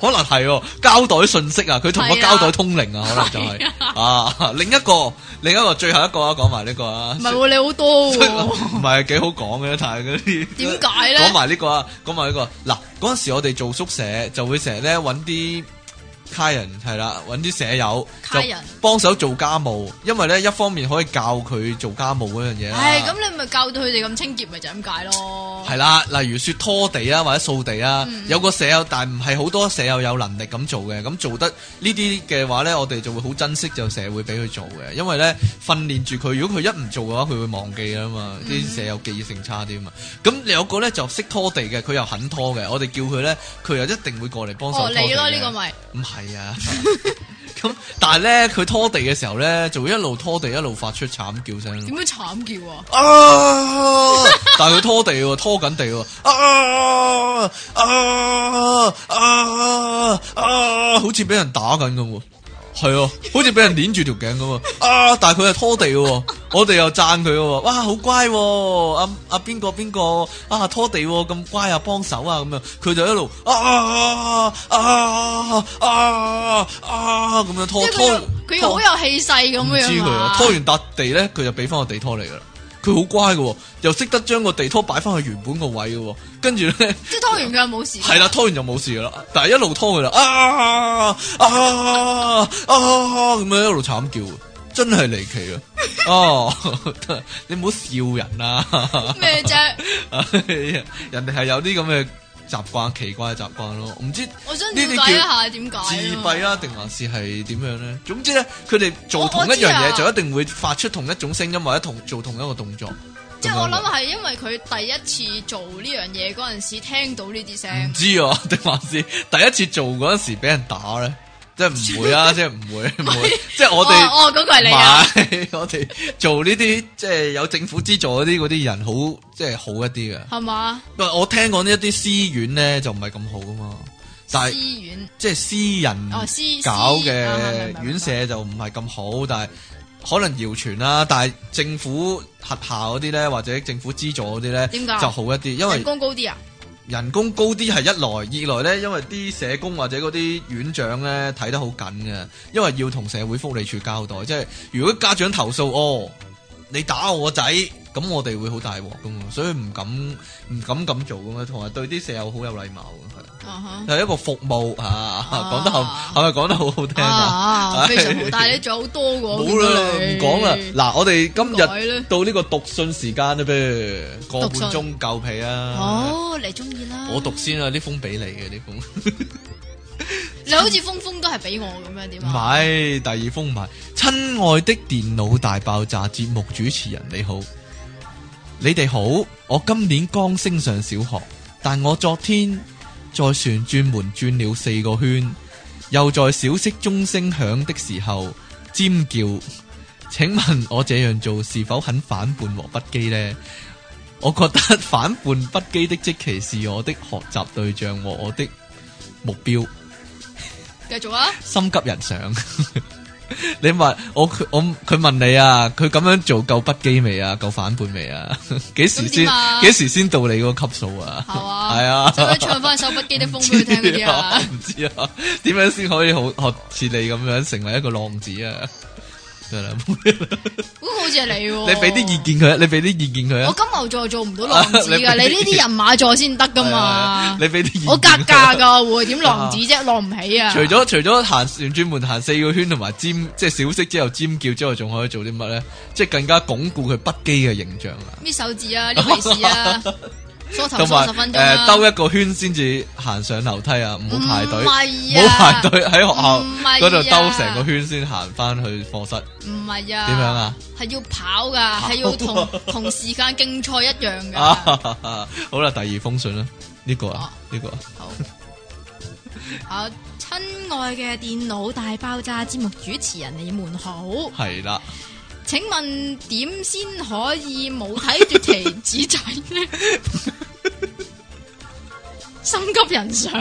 S1: 可能係喎，膠袋信息啊，佢同個
S2: 係啊
S1: 膠袋通靈啊，可能就係啊。另一個，另一個，最後一個啊，講埋呢個啊
S2: 唔，係喎，你好多 喎，
S1: 唔係幾好講嘅，但係嗰啲
S2: 點解
S1: 講
S2: 咧？
S1: 埋呢個啊，講埋呢個。嗱，嗰陣時我哋做宿舍就會成日咧揾啲卡人係啦，揾啲舍友
S2: 卡
S1: 就
S2: 人
S1: 幫手做家務，因為咧一方面可以教佢做家務嗰樣嘢啦。
S2: 唉，咁你咪教到佢哋咁清潔，咪就係咁解咯。
S1: 啊係啦，例如說拖地啊，或者掃地啊，
S2: 嗯
S1: 有個舍友，但唔係好多舍友有能力咁做嘅，咁做得呢啲嘅話呢，我哋就會好珍惜就舍會俾佢做嘅，因為呢訓練住佢，如果佢一唔做嘅話，佢會忘記啊嘛，啲舍友記性差啲啊嘛。咁有個呢就識拖地嘅，佢又肯拖嘅，我哋叫佢呢，佢又一定會過嚟幫手
S2: 哦
S1: 拖，地
S2: 你咯
S1: 嘅
S2: 呢個咪
S1: 唔係啊， 咁但係咧，佢拖地嘅時候咧，就會一路拖地一路發出慘叫聲
S2: 點。樣慘叫啊？
S1: 啊！ 但係佢拖地喎，拖緊地喎，啊啊啊啊！好似俾人打緊咁喎，係啊，好似俾人捏住條頸咁喎，啊！但係佢係拖地喎，我哋又讚佢喎，哇，好乖喎，阿阿邊個邊個啊拖地喎，咁乖啊，幫手啊咁樣，佢就一路啊啊啊啊啊咁樣
S2: 即
S1: 拖
S2: 係佢
S1: 拖
S2: 要，佢要
S1: 拖
S2: 好有氣勢咁
S1: 唔知
S2: 樣
S1: 佢啊
S2: 啊！，
S1: 拖完笪地咧，佢就俾翻個地拖嚟噶啦。佢好乖嘅，又識得將個地拖擺翻去原本個位嘅，跟住咧
S2: 即係拖完佢又冇 事。
S1: 係啊啦，拖完就冇事噶啦。但係一路拖佢啦，啊啊啊咁樣一路慘叫，真係離奇啊！ 哦， 你唔好笑人啦，
S2: 咩啫？
S1: 人哋係有啲咁嘅習慣，奇怪嘅習慣咯，唔知。
S2: 我想
S1: 呢啲
S2: 了解一
S1: 叫
S2: 下點解啊
S1: 自閉啊，定還是係點樣咧？總之咧，佢哋做
S2: 我
S1: 同一
S2: 我知
S1: 樣
S2: 啊
S1: 嘢就一定會發出同一種聲音或者同做同一個動作。
S2: 即
S1: 咁
S2: 係
S1: 樣
S2: 我諗啊
S1: 嘅
S2: 係因為佢第一次做呢樣嘢嗰陣時，聽到呢啲
S1: 唔
S2: 聲，
S1: 知啊， 定還是第一次做嗰陣時俾人打咧？即係唔會 啊，即係唔會，唔會。即係我哋
S2: 哦，哦嗰個係
S1: 唔
S2: 你啊，
S1: 係 我哋做呢啲即係有政府資助嗰啲嗰啲人，好即係好一啲嘅。
S2: 係嘛？
S1: 但係我聽講呢一啲私院咧就唔係咁好噶嘛，但係。
S2: 私院
S1: 即係私人
S2: 哦私
S1: 搞
S2: 私啊明白明
S1: 嘅
S2: 白
S1: 院舍就唔係咁好，但係可能謠傳啦。但係政府轄下嗰啲咧，或者政府資助嗰啲咧，
S2: 點
S1: 就
S2: 解啊
S1: 好一啲，因
S2: 人
S1: 為
S2: 工高啲啊？
S1: 人工高啲係一來，二來咧，因為啲社工或者嗰啲院長咧睇得好緊嘅，因為要同社會福利署交代，即係如果家長投訴哦，你打我仔，咁我哋會好大鑊噶嘛，所以唔敢唔敢咁做噶嘛，同埋對啲舍友好有禮貌嘅。係
S2: 啊哈
S1: 係一個服務啊，
S2: 啊
S1: 講得好，係咪講得好好聽啊？
S2: 啊，非常好
S1: 唉，
S2: 但係你仲有好多嘅，我
S1: 冇啦，唔
S2: 見到
S1: 講啦
S2: 你。
S1: 嗱，我哋今
S2: 點解
S1: 日
S2: 咧
S1: 到呢個讀信時間啦，不如個
S2: 讀信
S1: 半鐘夠皮啊！
S2: 哦，你中意啦。
S1: 我讀先啊，呢封俾你嘅呢封，
S2: 你好似峰峰都係俾我咁樣點
S1: 唔
S2: 啊？
S1: 係第二封唔係。親愛的電腦大爆炸節目主持人你好，你哋好，我今年剛升上小學，但我昨天在旋轉門轉了四個圈。又在小息鐘聲響的時候尖叫。請問我這樣做是否很反叛和不羈呢？我覺得反叛不羈的即其是我的學習對象和我的目標，
S2: 繼續啊！
S1: 心急人上。 你問我佢我佢問你啊，佢咁樣做夠不羈未啊？夠反叛未啊？ 幾時
S2: 咁點
S1: 先
S2: 啊
S1: 幾時先到你嗰個級數啊？
S2: 係嘛
S1: 係啊
S2: 使唔使唱翻首《不羈的風》俾佢聽 嗰啲啊？
S1: 唔知啊，點樣先可以好學似你咁樣成為一個浪子啊？真係
S2: 咁好似係你喎。
S1: 你俾啲意。見佢啊，你俾啲意見佢
S2: 我
S1: 啊。
S2: 金牛座做唔到浪子
S1: 你 俾
S2: 噶，
S1: 啲
S2: 你呢啲人馬座先得噶
S1: 係
S2: 嘛
S1: 啊。你俾啲意見
S2: 我格
S1: 佢啊
S2: 價噶會點浪子啫？浪唔起啊！
S1: 除咗除咗行旋轉門行四個圈同埋尖即係小息之後尖叫之外，仲可以做啲乜咧？即係更加鞏固佢不羈嘅形象啊！
S2: 搣手指啊，呢回事 啊，梳頭
S1: 同
S2: 梳
S1: 埋
S2: 十分鐘
S1: 誒
S2: 啊
S1: 兜一個圈先至行上樓梯啊！唔好排隊，
S2: 唔係啊
S1: 唔好排隊喺學校
S2: 唔係啊
S1: 嗰度兜成個圈先行翻去課 室，
S2: 唔係啊，
S1: 點樣啊？
S2: 係要跑噶，係要 同同時間競賽一樣
S1: 啊
S2: 噶。
S1: 好啦，第二封信啦，呢個
S2: 哦
S1: 啊，呢個啊
S2: 好，啊，親愛嘅電腦大爆炸節目主持人，你們好。
S1: 係啦，
S2: 請問點先可以冇睇住旗子仔 呢？心急人上，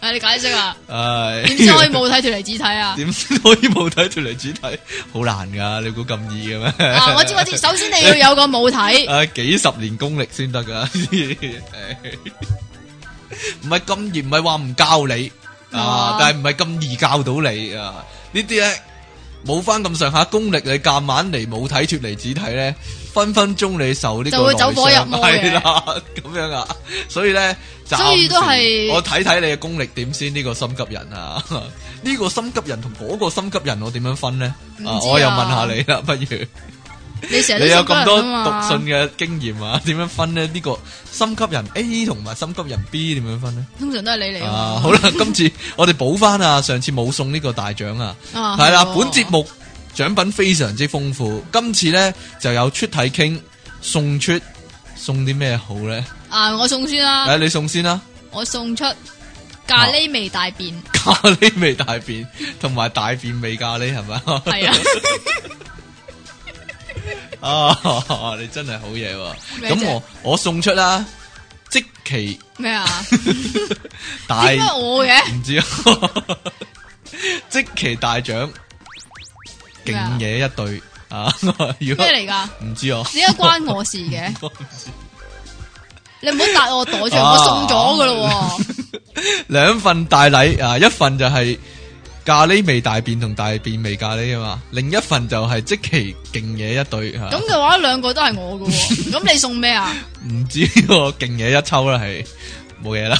S2: 啊，你解釋啊？
S1: 唉，
S2: 點先可以冇睇條嚟子睇啊？
S1: 點先可以冇睇條嚟主題？好難噶，你估咁易嘅咩？
S2: 啊，我知我知，首先你要有個 冇睇，
S1: 啊，几十年功力先得噶， 唔係咁易，唔係話唔教你啊
S2: 啊，
S1: 但係唔係咁易教到你啊。呢啲咧冇翻咁上下功力，你夾硬嚟冇睇脱離子睇咧，分分鐘你受呢個
S2: 就會走火入魔嘅
S1: 係啦，咁樣啊。所以咧，暫時
S2: 所以都係
S1: 我睇睇你嘅功力點先。呢個心急人 啊，呢個心急人同嗰個心急人，我點樣分咧？
S2: 唔知
S1: 啊
S2: 啊
S1: 我又問下你啦，不如。
S2: 你成日都
S1: 你有
S2: 識
S1: 咁
S2: 多
S1: 多
S2: 人啊嘛
S1: 讀信嘅經驗啊？ 點樣分呢？呢、個心急人 A 同埋心急人 B 點樣分呢？
S2: 通常都係你嚟㗎
S1: 啊，好啦， 今次我哋補翻啊，上次冇送呢個大獎啊，
S2: 啊
S1: 係啦，
S2: 係喎
S1: 本節目獎品非常之豐富，今次呢就有出體傾送出，送啲咩好呢？
S2: 啊，我送先
S1: 誒、
S2: 啦，
S1: 你送先啦，
S2: 我送出咖喱味大便，
S1: 咖喱味大便同埋大便味咖喱係咪 啊？
S2: 係啊，
S1: 啊，你真係好嘢喎！
S2: 咩啫
S1: 咁我我送出啦，即其
S2: 咩啊？
S1: 大
S2: 點解我嘅？
S1: 唔知啊，即其大獎，
S2: 咩
S1: 勁
S2: 啊
S1: 嘢一對啊！ 如果
S2: 咩嚟㗎？
S1: 唔知啊，
S2: 點解關我事 嘅？你唔好答我躲住，
S1: 啊
S2: 我送 咗噶咯喎，
S1: 兩份大禮啊，一份就係咖喱味大便同大便味咖喱啊嘛，另一份就係即其勁嘢一對啊吓，
S2: 咁嘅話兩個都係我噶喎，咁你送咩啊？
S1: 唔、知喎，勁嘢一抽啦，係冇嘢啦，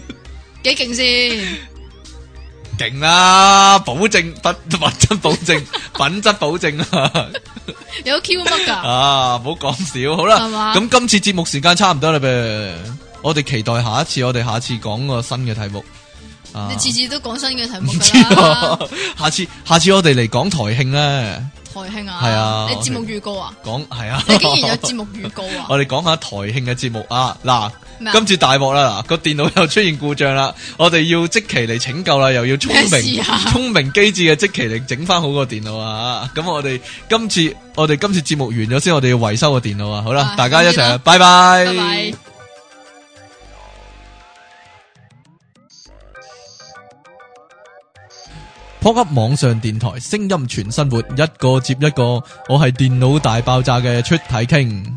S2: 幾勁先？
S1: 勁啦，保證品品質保證，品質保證啊！
S2: 有 Q 乜㗎？
S1: 啊，唔好講少，好
S2: 係
S1: 啦，
S2: 嘛
S1: 咁今次節目時間差唔多啦噃，我哋期待下一次，我哋下次講個新嘅題目。 啊
S2: 你次次都講新嘅題目
S1: 唔知
S2: 㗎
S1: 啊，，
S2: 啦
S1: 下次下次我哋嚟講台慶咧，
S2: 台慶啊，
S1: 係啊
S2: 你節目預告啊？
S1: 講係啊，
S2: 你竟然有節目預告啊？
S1: 我哋講下台慶嘅節目啊，嗱
S2: 咩，啊
S1: 今次大鑊啦，嗱個電腦又出現故障啦，我哋要即期嚟拯救啦，又要聰
S2: 咩
S1: 明
S2: 事啊
S1: 聰明機智嘅即期嚟整翻好個電腦啊，咁我哋今次我哋今次節目完咗先，我哋要維修個電腦啊，好啦
S2: 啊，
S1: 大家一
S2: 咁
S1: 齊
S2: 啦，
S1: 拜拜
S2: 拜拜。
S1: p o p Up 網上電台，聲音全生活，一個接一個。我係電腦大爆炸嘅出體傾。